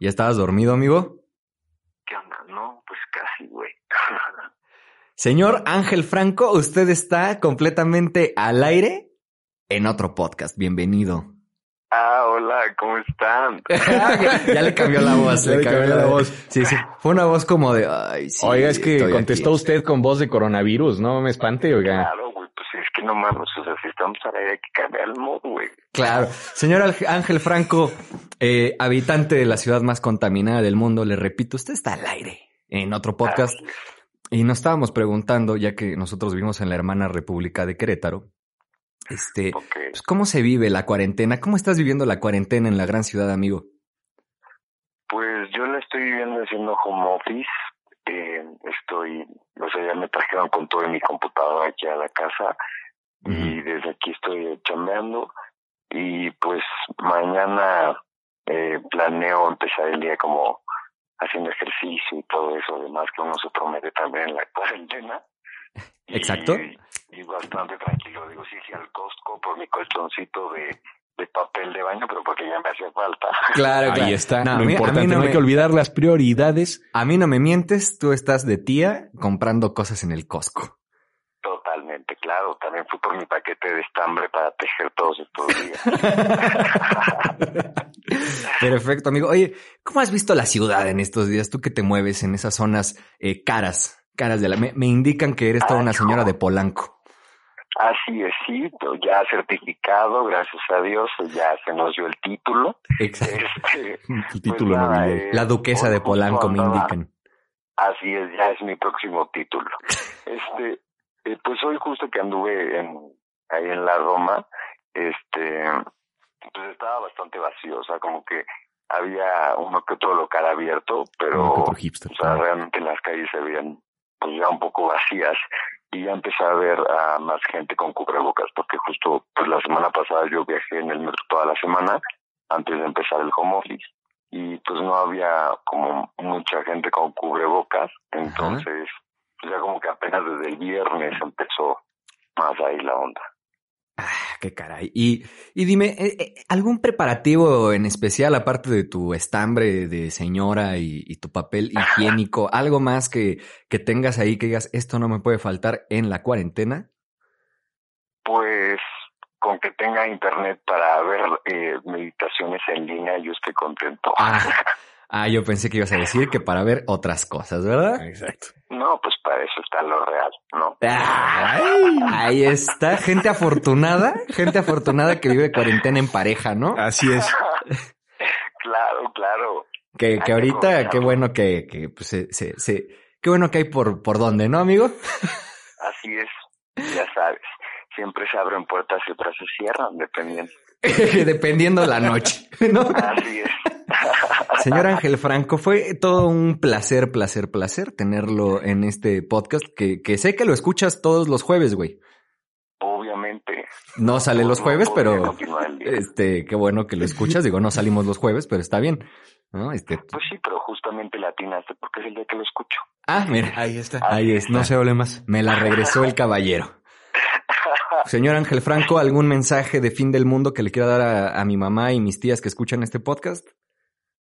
Speaker 2: ¿Ya estabas dormido, amigo?
Speaker 7: ¿qué onda? No, pues casi, güey.
Speaker 2: Señor Ángel Franco, usted está completamente al aire en otro podcast. Bienvenido.
Speaker 7: ah, hola, ¿cómo están?
Speaker 2: ya le cambió la voz,
Speaker 3: Ya
Speaker 2: le,
Speaker 3: le
Speaker 2: cambió,
Speaker 3: cambió
Speaker 2: la
Speaker 3: la
Speaker 2: voz. Sí, sí. Fue una voz como de. Ay, sí,
Speaker 3: oiga, es que
Speaker 2: estoy
Speaker 3: contestó
Speaker 2: aquí".
Speaker 3: usted con voz de coronavirus. No me espante, oiga.
Speaker 7: Claro, güey, pues es que no mames, o sea, si estamos al aire hay que cambiar el mood, güey.
Speaker 2: Claro. Señor Al- Ángel Franco, eh, habitante de la ciudad más contaminada del mundo, le repito, usted está al aire en otro podcast. Y nos estábamos preguntando, ya que nosotros vivimos en la hermana República de Querétaro, este,
Speaker 7: Ok,
Speaker 2: pues, ¿cómo se vive la cuarentena? ¿Cómo estás viviendo la cuarentena en la gran ciudad, amigo?
Speaker 7: pues yo la estoy viviendo haciendo home office. eh, estoy, o sea, ya me trajeron con todo en mi computadora aquí a la casa y desde aquí estoy chambeando. Y pues mañana eh, planeo empezar el día como haciendo ejercicio y todo eso, además que uno se promete también en la cuarentena. Y-
Speaker 2: Exacto.
Speaker 7: Y, bastante tranquilo, digo, sí, sí, al Costco por mi colchoncito de, de papel de baño, pero porque ya me hacía falta.
Speaker 2: Claro,
Speaker 3: Ahí está.
Speaker 2: No, a
Speaker 3: lo
Speaker 2: mí- a mí
Speaker 3: importante,
Speaker 2: no
Speaker 3: no, hay
Speaker 2: me-
Speaker 3: que olvidar las prioridades.
Speaker 2: A mí no me mientes, tú estás de tía comprando cosas en el Costco.
Speaker 7: Totalmente, claro. También fui por mi paquete de estambre para tejer todos estos días.
Speaker 2: Perfecto, amigo. Oye, ¿cómo has visto la ciudad en estos días? Tú que te mueves en esas zonas eh, caras, caras de la... Me, me indican que eres toda una señora de Polanco.
Speaker 7: Así es, sí, ya certificado, gracias a Dios, ya se nos dio el título.
Speaker 2: Exacto.
Speaker 7: Este,
Speaker 3: El título
Speaker 7: nada,
Speaker 3: nobiliario.
Speaker 7: eh,
Speaker 2: La duquesa de
Speaker 7: justo
Speaker 2: Polanco, me
Speaker 7: andaba-
Speaker 2: indican.
Speaker 7: Así es, ya es mi próximo título. Este, eh, pues hoy justo que anduve en, ahí en la Roma, este, pues estaba bastante vacío, o sea, como que había uno que otro local abierto,
Speaker 3: Uno que
Speaker 7: pero
Speaker 3: otro hipster.
Speaker 7: O sea, realmente las calles se veían pues ya un poco vacías y ya empecé a ver a más gente con cubrebocas porque justo pues la semana pasada yo viajé en el metro toda la semana antes de empezar el home office y pues no había como mucha gente con cubrebocas entonces pues, ya como que apenas desde el viernes empezó más ahí la onda.
Speaker 2: Ah, qué caray. Y, y dime, eh, eh, ¿algún preparativo en especial, aparte de tu estambre de señora y, y tu papel higiénico, algo más que, que tengas ahí que digas, esto no me puede faltar en la cuarentena?
Speaker 7: Pues con que tenga internet para ver eh, meditaciones en línea yo estoy contento.
Speaker 2: Ah, ah, yo pensé que ibas a decir que para ver otras cosas, ¿verdad?
Speaker 3: Exacto.
Speaker 7: No, pues para eso está lo real, ¿no?
Speaker 2: Ay, ahí está, gente afortunada, gente afortunada que vive cuarentena en pareja, ¿no?
Speaker 3: Así es.
Speaker 7: Claro, claro.
Speaker 2: Que, que ahorita,
Speaker 7: aprovecharlo.
Speaker 2: qué bueno que, que pues, se, se, se- qué bueno que hay por, por dónde, ¿no, amigo?
Speaker 7: Así es. Ya sabes. Siempre se abren puertas y otras se cierran, dependiendo.
Speaker 2: Dependiendo la noche, ¿no?
Speaker 7: Así es.
Speaker 2: Señor Ángel Franco, fue todo un placer, placer, placer tenerlo en este podcast que, que sé que lo escuchas todos los jueves, güey.
Speaker 7: Exactamente.
Speaker 2: No sale los
Speaker 7: No
Speaker 2: jueves,
Speaker 7: podría
Speaker 2: pero
Speaker 7: continuar el día.
Speaker 2: este, qué bueno que lo escuchas. Digo, no salimos los jueves, pero está bien. ¿No? Este,
Speaker 7: Pues sí, pero justamente latinaste porque es el día que lo escucho.
Speaker 2: ah, mira,
Speaker 3: Ahí está.
Speaker 2: ahí es, no se hable más. Me la regresó el caballero. Señor Ángel Franco, ¿algún mensaje de fin del mundo que le quiera dar a, a mi mamá y mis tías que escuchan este podcast?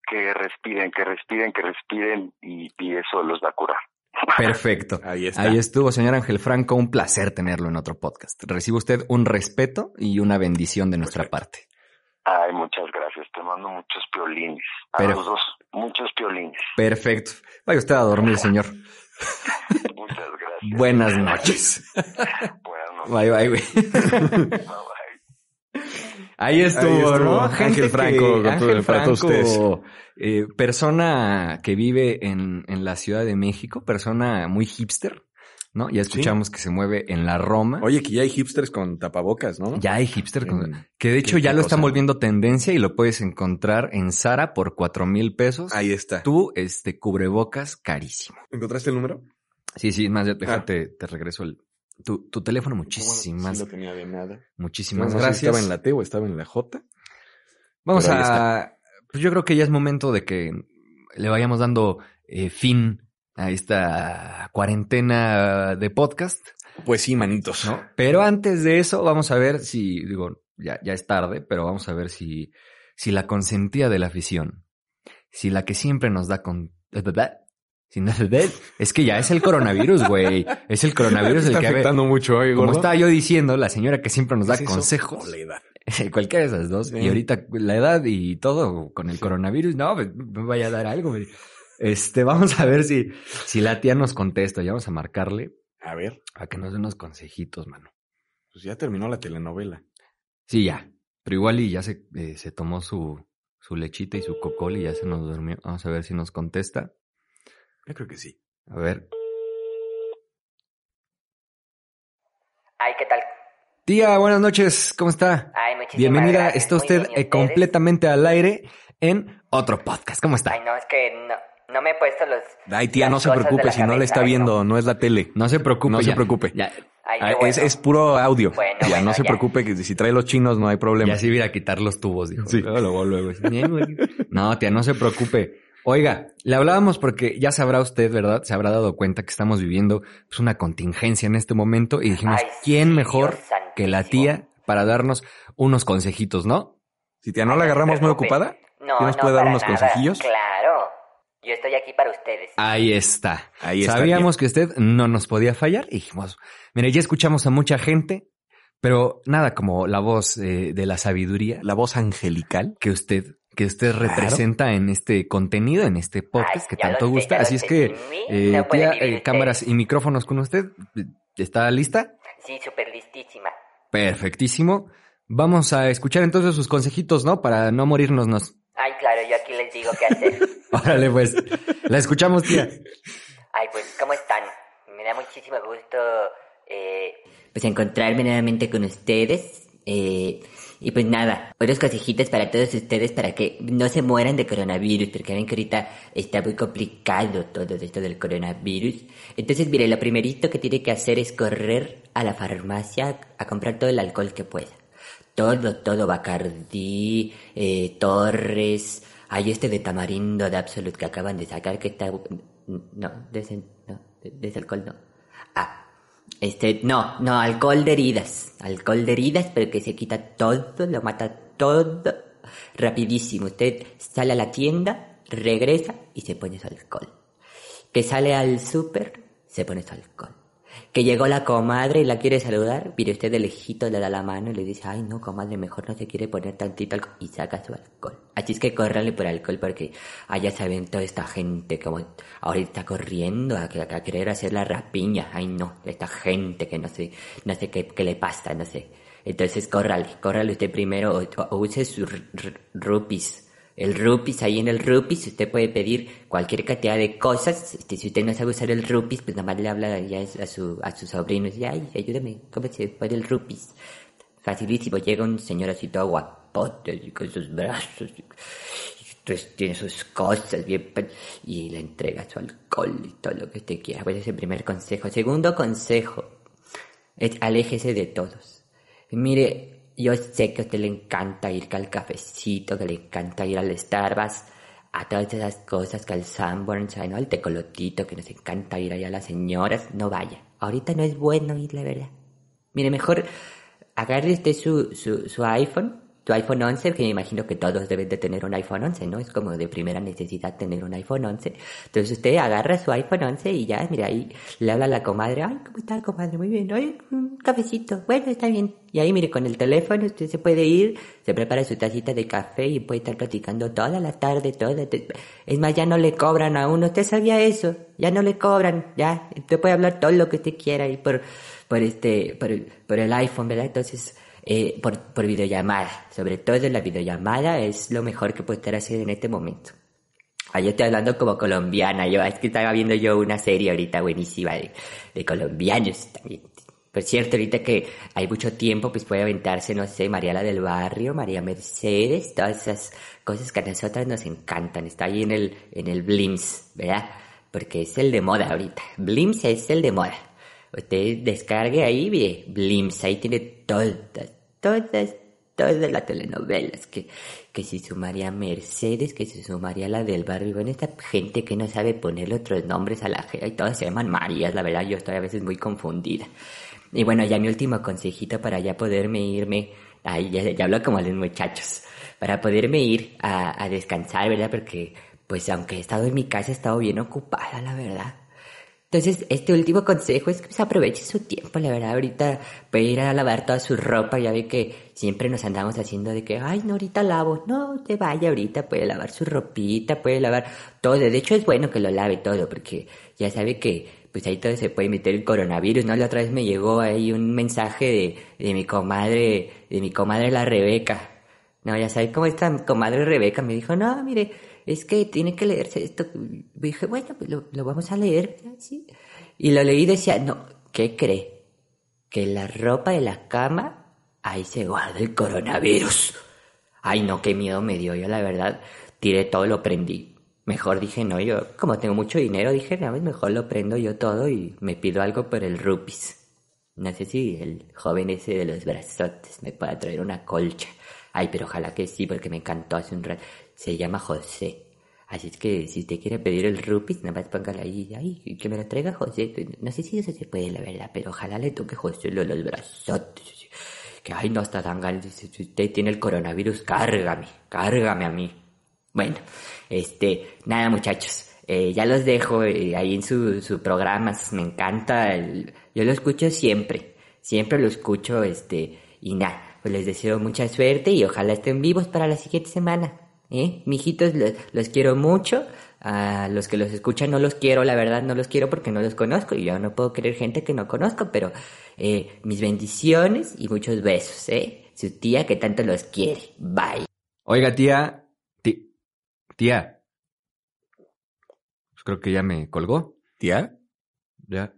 Speaker 7: Que respiren, que respiren, que respiren y, y eso los va a curar.
Speaker 2: Perfecto.
Speaker 3: Ahí está.
Speaker 2: Ahí estuvo, señor Ángel Franco. Un placer tenerlo en otro podcast. Recibe usted un respeto y una bendición de nuestra parte.
Speaker 7: Ay, muchas gracias. Te mando muchos piolines. A
Speaker 2: Pero-
Speaker 7: los dos, muchos piolines.
Speaker 2: Perfecto. Vaya usted a dormir, señor.
Speaker 7: Muchas gracias.
Speaker 2: Buenas noches.
Speaker 7: Buenas noches.
Speaker 2: Bye, bye, güey.
Speaker 7: Bye, bye.
Speaker 2: Ahí estuvo,
Speaker 3: Ahí estuvo,
Speaker 2: ¿no?
Speaker 3: Ángel
Speaker 2: Gente
Speaker 3: Franco, con todo-
Speaker 2: Ángel
Speaker 3: para todos
Speaker 2: Franco, eh, persona que vive en, en la Ciudad de México, persona muy hipster, ¿no? Ya escuchamos que se mueve en la Roma.
Speaker 3: Oye, que ya hay hipsters con tapabocas, ¿no?
Speaker 2: ya hay hipster. con-
Speaker 3: En-
Speaker 2: que de hecho
Speaker 3: qué-
Speaker 2: ya
Speaker 3: qué
Speaker 2: lo están
Speaker 3: cosa.
Speaker 2: volviendo tendencia y lo puedes encontrar en Zara por cuatro mil pesos.
Speaker 3: Ahí está.
Speaker 2: Tú, este, cubrebocas carísimo.
Speaker 3: encontraste el número?
Speaker 2: Sí, sí, más, ya-
Speaker 3: Ah.
Speaker 2: déjate, te regreso el, tu, tu teléfono. Muchísimas,
Speaker 3: no tenía de nada.
Speaker 2: muchísimas
Speaker 3: gracias.
Speaker 2: gracias.
Speaker 3: estaba en la T o estaba en la J.
Speaker 2: Vamos
Speaker 3: Pero ahí
Speaker 2: a. Pues yo creo que ya es momento de que le vayamos dando eh, fin a esta cuarentena de podcast.
Speaker 3: Pues sí, manitos.
Speaker 2: ¿no? Pero antes de eso, vamos a ver si, digo, ya, ya es tarde, pero vamos a ver si, si la consentida de la afición, si la que siempre nos da con... si no- Es que ya es el coronavirus, güey. Es el coronavirus el
Speaker 3: está
Speaker 2: que... a ver,
Speaker 3: afectando mucho hoy,
Speaker 2: Como
Speaker 3: gordo.
Speaker 2: estaba yo diciendo, la señora que siempre nos da
Speaker 3: ¿Es eso?
Speaker 2: consejos.
Speaker 3: La edad.
Speaker 2: Cualquiera de esas dos.
Speaker 3: Sí.
Speaker 2: Y ahorita la edad y todo con el coronavirus, no, me, me vaya a dar algo. güey. Este, vamos a ver si, si la tía nos contesta. Ya vamos a marcarle
Speaker 3: A ver,
Speaker 2: para que nos dé unos consejitos, mano.
Speaker 3: pues ya terminó la telenovela.
Speaker 2: Sí, ya. Pero igual y ya se, eh, se tomó su, su lechita y su cocol y ya se nos durmió. Vamos a ver si nos contesta.
Speaker 3: Yo creo que sí.
Speaker 2: A ver.
Speaker 8: Ay, ¿qué tal?
Speaker 2: Tía, buenas noches. ¿Cómo está?
Speaker 8: Ay, muchísimas
Speaker 2: Bienvenida.
Speaker 8: gracias.
Speaker 2: Está
Speaker 8: Muy
Speaker 2: usted
Speaker 8: bien, ¿y
Speaker 2: eh,
Speaker 8: ustedes?
Speaker 2: completamente al aire en otro podcast. ¿Cómo está?
Speaker 8: Ay, no, es que no, no me he puesto los...
Speaker 3: Ay, tía,
Speaker 8: las
Speaker 3: no se
Speaker 8: cosas de
Speaker 3: preocupe
Speaker 8: la
Speaker 3: si no le
Speaker 8: cabeza,
Speaker 3: está
Speaker 8: ay,
Speaker 3: viendo, no es la tele.
Speaker 2: No se preocupe.
Speaker 3: No se
Speaker 2: ya.
Speaker 3: preocupe.
Speaker 2: Ya,
Speaker 8: Ay, qué
Speaker 3: Ah,
Speaker 8: bueno.
Speaker 3: es, es puro audio.
Speaker 8: Bueno,
Speaker 3: ya,
Speaker 8: bueno,
Speaker 3: no se
Speaker 8: ya.
Speaker 3: preocupe que si trae los chinos no hay
Speaker 2: Y
Speaker 3: problema.
Speaker 2: así ir a quitar los tubos, dijo.
Speaker 3: Sí.
Speaker 2: Luego, luego, luego. Bien, güey. No, tía, no se preocupe. Oiga, le hablábamos porque ya sabrá usted, ¿verdad? Se habrá dado cuenta que estamos viviendo pues, una contingencia en este momento y dijimos,
Speaker 8: Ay,
Speaker 2: ¿quién
Speaker 8: sí,
Speaker 2: mejor
Speaker 8: Dios santísimo.
Speaker 2: que la tía para darnos unos consejitos, no?
Speaker 3: Si tía no la agarramos muy
Speaker 8: preocupe.
Speaker 3: ocupada,
Speaker 8: No,
Speaker 3: ¿Sí nos
Speaker 8: no,
Speaker 3: puede dar
Speaker 8: para
Speaker 3: unos
Speaker 8: nada.
Speaker 3: consejillos?
Speaker 8: Claro. Yo estoy aquí para ustedes.
Speaker 2: Ahí está.
Speaker 3: ahí está.
Speaker 2: Sabíamos que usted no nos podía fallar y dijimos, mire, ya escuchamos a mucha gente, pero nada como la voz eh, de la sabiduría
Speaker 3: tía. la voz angelical.
Speaker 2: que usted que usted representa en este contenido, en este podcast
Speaker 8: Ay,
Speaker 2: que
Speaker 8: ya lo
Speaker 2: tanto
Speaker 8: sé,
Speaker 2: gusta.
Speaker 8: ya lo
Speaker 2: Así es
Speaker 8: sé.
Speaker 2: que,
Speaker 8: Sin mí
Speaker 2: eh,
Speaker 8: no
Speaker 2: tía,
Speaker 8: pueden vivir
Speaker 2: eh,
Speaker 8: ustedes.
Speaker 2: cámaras y micrófonos con usted. ¿Está lista?
Speaker 8: Sí, súper listísima.
Speaker 2: Perfectísimo. Vamos a escuchar entonces sus consejitos, ¿no? Para no morirnos. nos.
Speaker 8: Ay, claro, yo aquí les digo qué hacer.
Speaker 2: Órale, pues. La escuchamos, tía.
Speaker 8: Ay, pues, ¿cómo están? Me da muchísimo gusto, eh... Pues encontrarme nuevamente con ustedes, eh... Y pues nada, otros consejitos para todos ustedes para que no se mueran de coronavirus, porque ven que ahorita está muy complicado todo esto del coronavirus. Entonces, mire, lo primerito que tiene que hacer es correr a la farmacia a comprar todo el alcohol que pueda. Todo, todo, Bacardí, eh, Torres. Hay este de tamarindo de Absolut que acaban de sacar que está... No, de ese, no, de, de ese alcohol no. Ah, este, no, no, alcohol de heridas. Alcohol de heridas, pero que se quita todo, lo mata todo. Rapidísimo, usted sale a la tienda, regresa y se pone su alcohol que sale al súper, se pone su alcohol. Que llegó la comadre y la quiere saludar, mire usted de lejito le da la mano y le dice, ay no, comadre, mejor no se quiere poner tantito alcohol. Y saca su alcohol. Así es que córranle por alcohol porque allá saben toda esta gente como ahorita corriendo a, que- a querer hacer la rapiña. Ay no, esta gente que no sé, no sé qué, qué le pasa, no sé. Entonces córrale, córrale usted primero o, o use sus r- r- rupis. El rupis, ahí en el rupis usted puede pedir cualquier cantidad de cosas. Este, si usted no sabe usar el rupis, pues nada más le habla ya a su, a su sobrino y dice, ay, ayúdame, ¿cómo se pone el rupis? Facilísimo, llega un señor así todo guapote y con sus brazos. y- entonces tiene sus cosas bien pe- y le entrega su alcohol y todo lo que usted quiera. Bueno, ese es el primer consejo. Segundo consejo es aléjese de todos. Mire, yo sé que a usted le encanta ir al cafecito, que le encanta ir al Starbucks, a todas esas cosas, que al Sanborns, ay, ¿no? al tecolotito, que nos encanta ir allá a las señoras. No vaya. Ahorita no es bueno ir, la verdad. Mire, mejor agarre usted su, su, su iPhone, su iPhone 11, que me imagino que todos deben de tener un iPhone 11, ¿no? Es como de primera necesidad tener un iPhone 11. Entonces usted agarra su iPhone 11 y ya, mira, ahí le habla a la comadre, ay, ¿cómo está comadre? Muy bien, ay, un cafecito, bueno, está bien. Y ahí, mire, con el teléfono usted se puede ir, se prepara su tacita de café y puede estar platicando toda la tarde, toda... Es más, ya no le cobran a uno, usted sabía eso, ya no le cobran, ya, usted puede hablar todo lo que usted quiera y por por este por el, por el iPhone, ¿verdad? Entonces, eh, por, por videollamada. Sobre todo la videollamada es lo mejor que puede estar haciendo en este momento. Ahí estoy hablando como colombiana. Yo, es que estaba viendo yo una serie ahorita buenísima de, de colombianos también. Por cierto, ahorita que hay mucho tiempo, pues puede aventarse, no sé, Mariala del Barrio, María Mercedes, todas esas cosas que a nosotras nos encantan. Está ahí en el, en el Blims, ¿verdad? Porque es el de moda ahorita. Blims es el de moda. Usted descargue ahí, mire, Blims, ahí tiene todas, todas, todas las telenovelas, que, que si sumaría Mercedes, que si sumaría la del barrio, y bueno, esta gente que no sabe ponerle otros nombres a la gente, y todas se llaman Marías, la verdad, yo estoy a veces muy confundida. Y bueno, ya mi último consejito para ya poderme irme, ahí ya, ya hablo como a los muchachos, para poderme ir a, a descansar, ¿verdad? Porque, pues aunque he estado en mi casa, he estado bien ocupada, la verdad. Entonces, este último consejo es que pues, aproveche su tiempo, la verdad, ahorita puede ir a lavar toda su ropa, ya ve que siempre nos andamos haciendo de que, ay, no, ahorita lavo, no, te vaya ahorita, puede lavar su ropita, puede lavar todo, de hecho es bueno que lo lave todo, porque ya sabe que, pues ahí todo se puede meter el coronavirus, ¿no? La otra vez me llegó ahí un mensaje de, de mi comadre, de mi comadre la Rebeca, no, ya sabe cómo esta comadre Rebeca me dijo, no, mire, es que tiene que leerse esto. Y dije, bueno, pues lo, lo, vamos a leer, ¿sí? Y lo leí y decía, no, ¿qué cree? Que la ropa de la cama, ahí se guarda el coronavirus. Ay, no, qué miedo me dio. Yo, la verdad, tiré todo, lo prendí. Mejor dije, no, yo, como tengo mucho dinero, dije, no, pues mejor lo prendo yo todo y me pido algo por el rupis. No sé si el joven ese de los brazotes me pueda traer una colcha. Ay, pero ojalá que sí, porque me encantó hace un rato se llama José. Así es que si usted quiere pedir el rupis, nada más póngale ahí, ay, que me lo traiga José. No sé si eso se puede, la verdad, pero ojalá le toque José los, los brazotes. Que ay, no está tan ganas. Si usted tiene el coronavirus, cárgame, cárgame a mí. Bueno, este, nada muchachos, eh, ya los dejo eh, ahí en su, su programa, me encanta, el, yo lo escucho siempre, siempre lo escucho, este, y nada, pues les deseo mucha suerte y ojalá estén vivos para la siguiente semana. ¿eh? Mijitos, los, los, quiero mucho. A los que los escuchan no los quiero, la verdad no los quiero porque no los conozco y yo no puedo querer gente que no conozco, pero eh, mis bendiciones y muchos besos, ¿eh? Su tía que tanto los quiere. Bye.
Speaker 2: Oiga, tía. Tí, tía. Pues creo que ya me colgó.
Speaker 3: ¿Tía?
Speaker 2: Ya.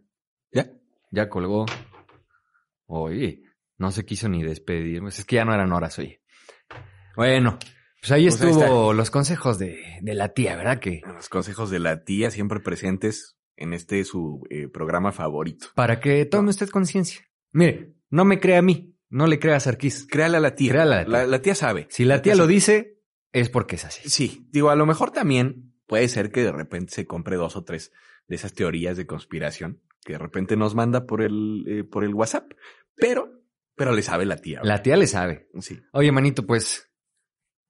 Speaker 3: ¿Ya?
Speaker 2: Ya colgó. Oye, no se quiso ni despedir. Pues es que ya no eran horas, oye. Bueno, pues ahí pues estuvo ahí los consejos de, de, la tía, ¿verdad? Que
Speaker 3: los consejos de la tía siempre presentes en este su eh, programa favorito.
Speaker 2: Para que tome no. usted conciencia. Mire, no me crea a mí, no le crea a Sarkis.
Speaker 3: Créala a la tía.
Speaker 2: Créala a la tía.
Speaker 3: La, la tía sabe.
Speaker 2: Si la, la tía, tía, lo sabe. dice, es porque es así.
Speaker 3: Sí, digo, a lo mejor también puede ser que de repente se compre dos o tres de esas teorías de conspiración que de repente nos manda por el, eh, por el WhatsApp, pero, pero le sabe la tía.
Speaker 2: ¿verdad? La tía le sabe.
Speaker 3: Sí.
Speaker 2: Oye, manito, pues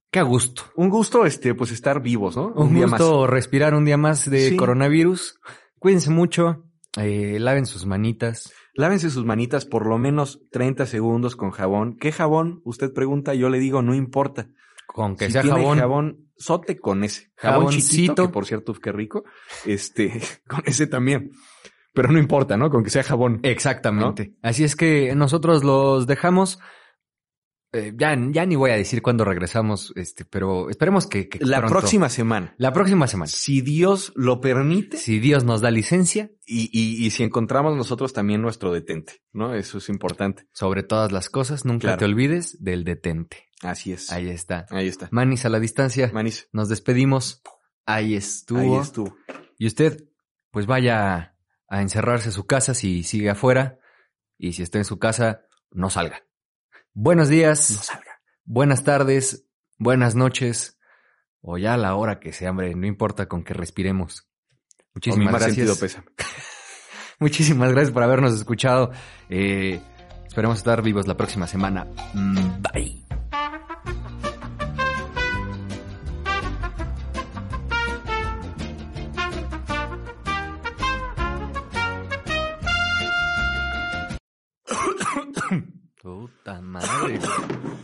Speaker 2: Qué gusto.
Speaker 3: Un gusto, este, pues estar vivos, ¿no?
Speaker 2: Un, un día gusto más. respirar un día más de sí. coronavirus. Cuídense mucho. Eh, laven sus manitas.
Speaker 3: Lávense sus manitas por lo menos 30 segundos con jabón. ¿Qué jabón? Usted pregunta, yo le digo, no importa.
Speaker 2: Con que si sea tiene jabón.
Speaker 3: jabón, sote con ese. Jabón Jaboncito. chiquito, que por cierto, qué rico. Este, con ese también. Pero no importa, ¿no? Con que sea jabón.
Speaker 2: Exactamente. ¿no? Así es que nosotros los dejamos. Eh, ya, ya, ni voy a decir cuándo regresamos, este, pero esperemos que, que
Speaker 3: la
Speaker 2: pronto.
Speaker 3: próxima semana.
Speaker 2: La próxima semana.
Speaker 3: Si Dios lo permite.
Speaker 2: Si Dios nos da licencia.
Speaker 3: Y, y, y si encontramos nosotros también nuestro detente, ¿no? Eso es importante.
Speaker 2: Sobre todas las cosas, nunca claro. te olvides del detente.
Speaker 3: Así es.
Speaker 2: Ahí está.
Speaker 3: Ahí está.
Speaker 2: Manis a la distancia.
Speaker 3: Manis.
Speaker 2: Nos despedimos. Ahí estuvo.
Speaker 3: Ahí estuvo.
Speaker 2: Y usted, pues vaya a encerrarse a su casa si sigue afuera. Y si está en su casa, no salga. Buenos
Speaker 3: No
Speaker 2: días,
Speaker 3: salga.
Speaker 2: buenas tardes, buenas noches, o ya a la hora que sea, hombre, no importa con que respiremos.
Speaker 3: Con mi
Speaker 2: Muchísimas
Speaker 3: más sentido
Speaker 2: gracias.
Speaker 3: pésame.
Speaker 2: Muchísimas gracias por habernos escuchado. Eh, esperemos estar vivos la próxima semana. Mm, Bye. Puta madre. güey.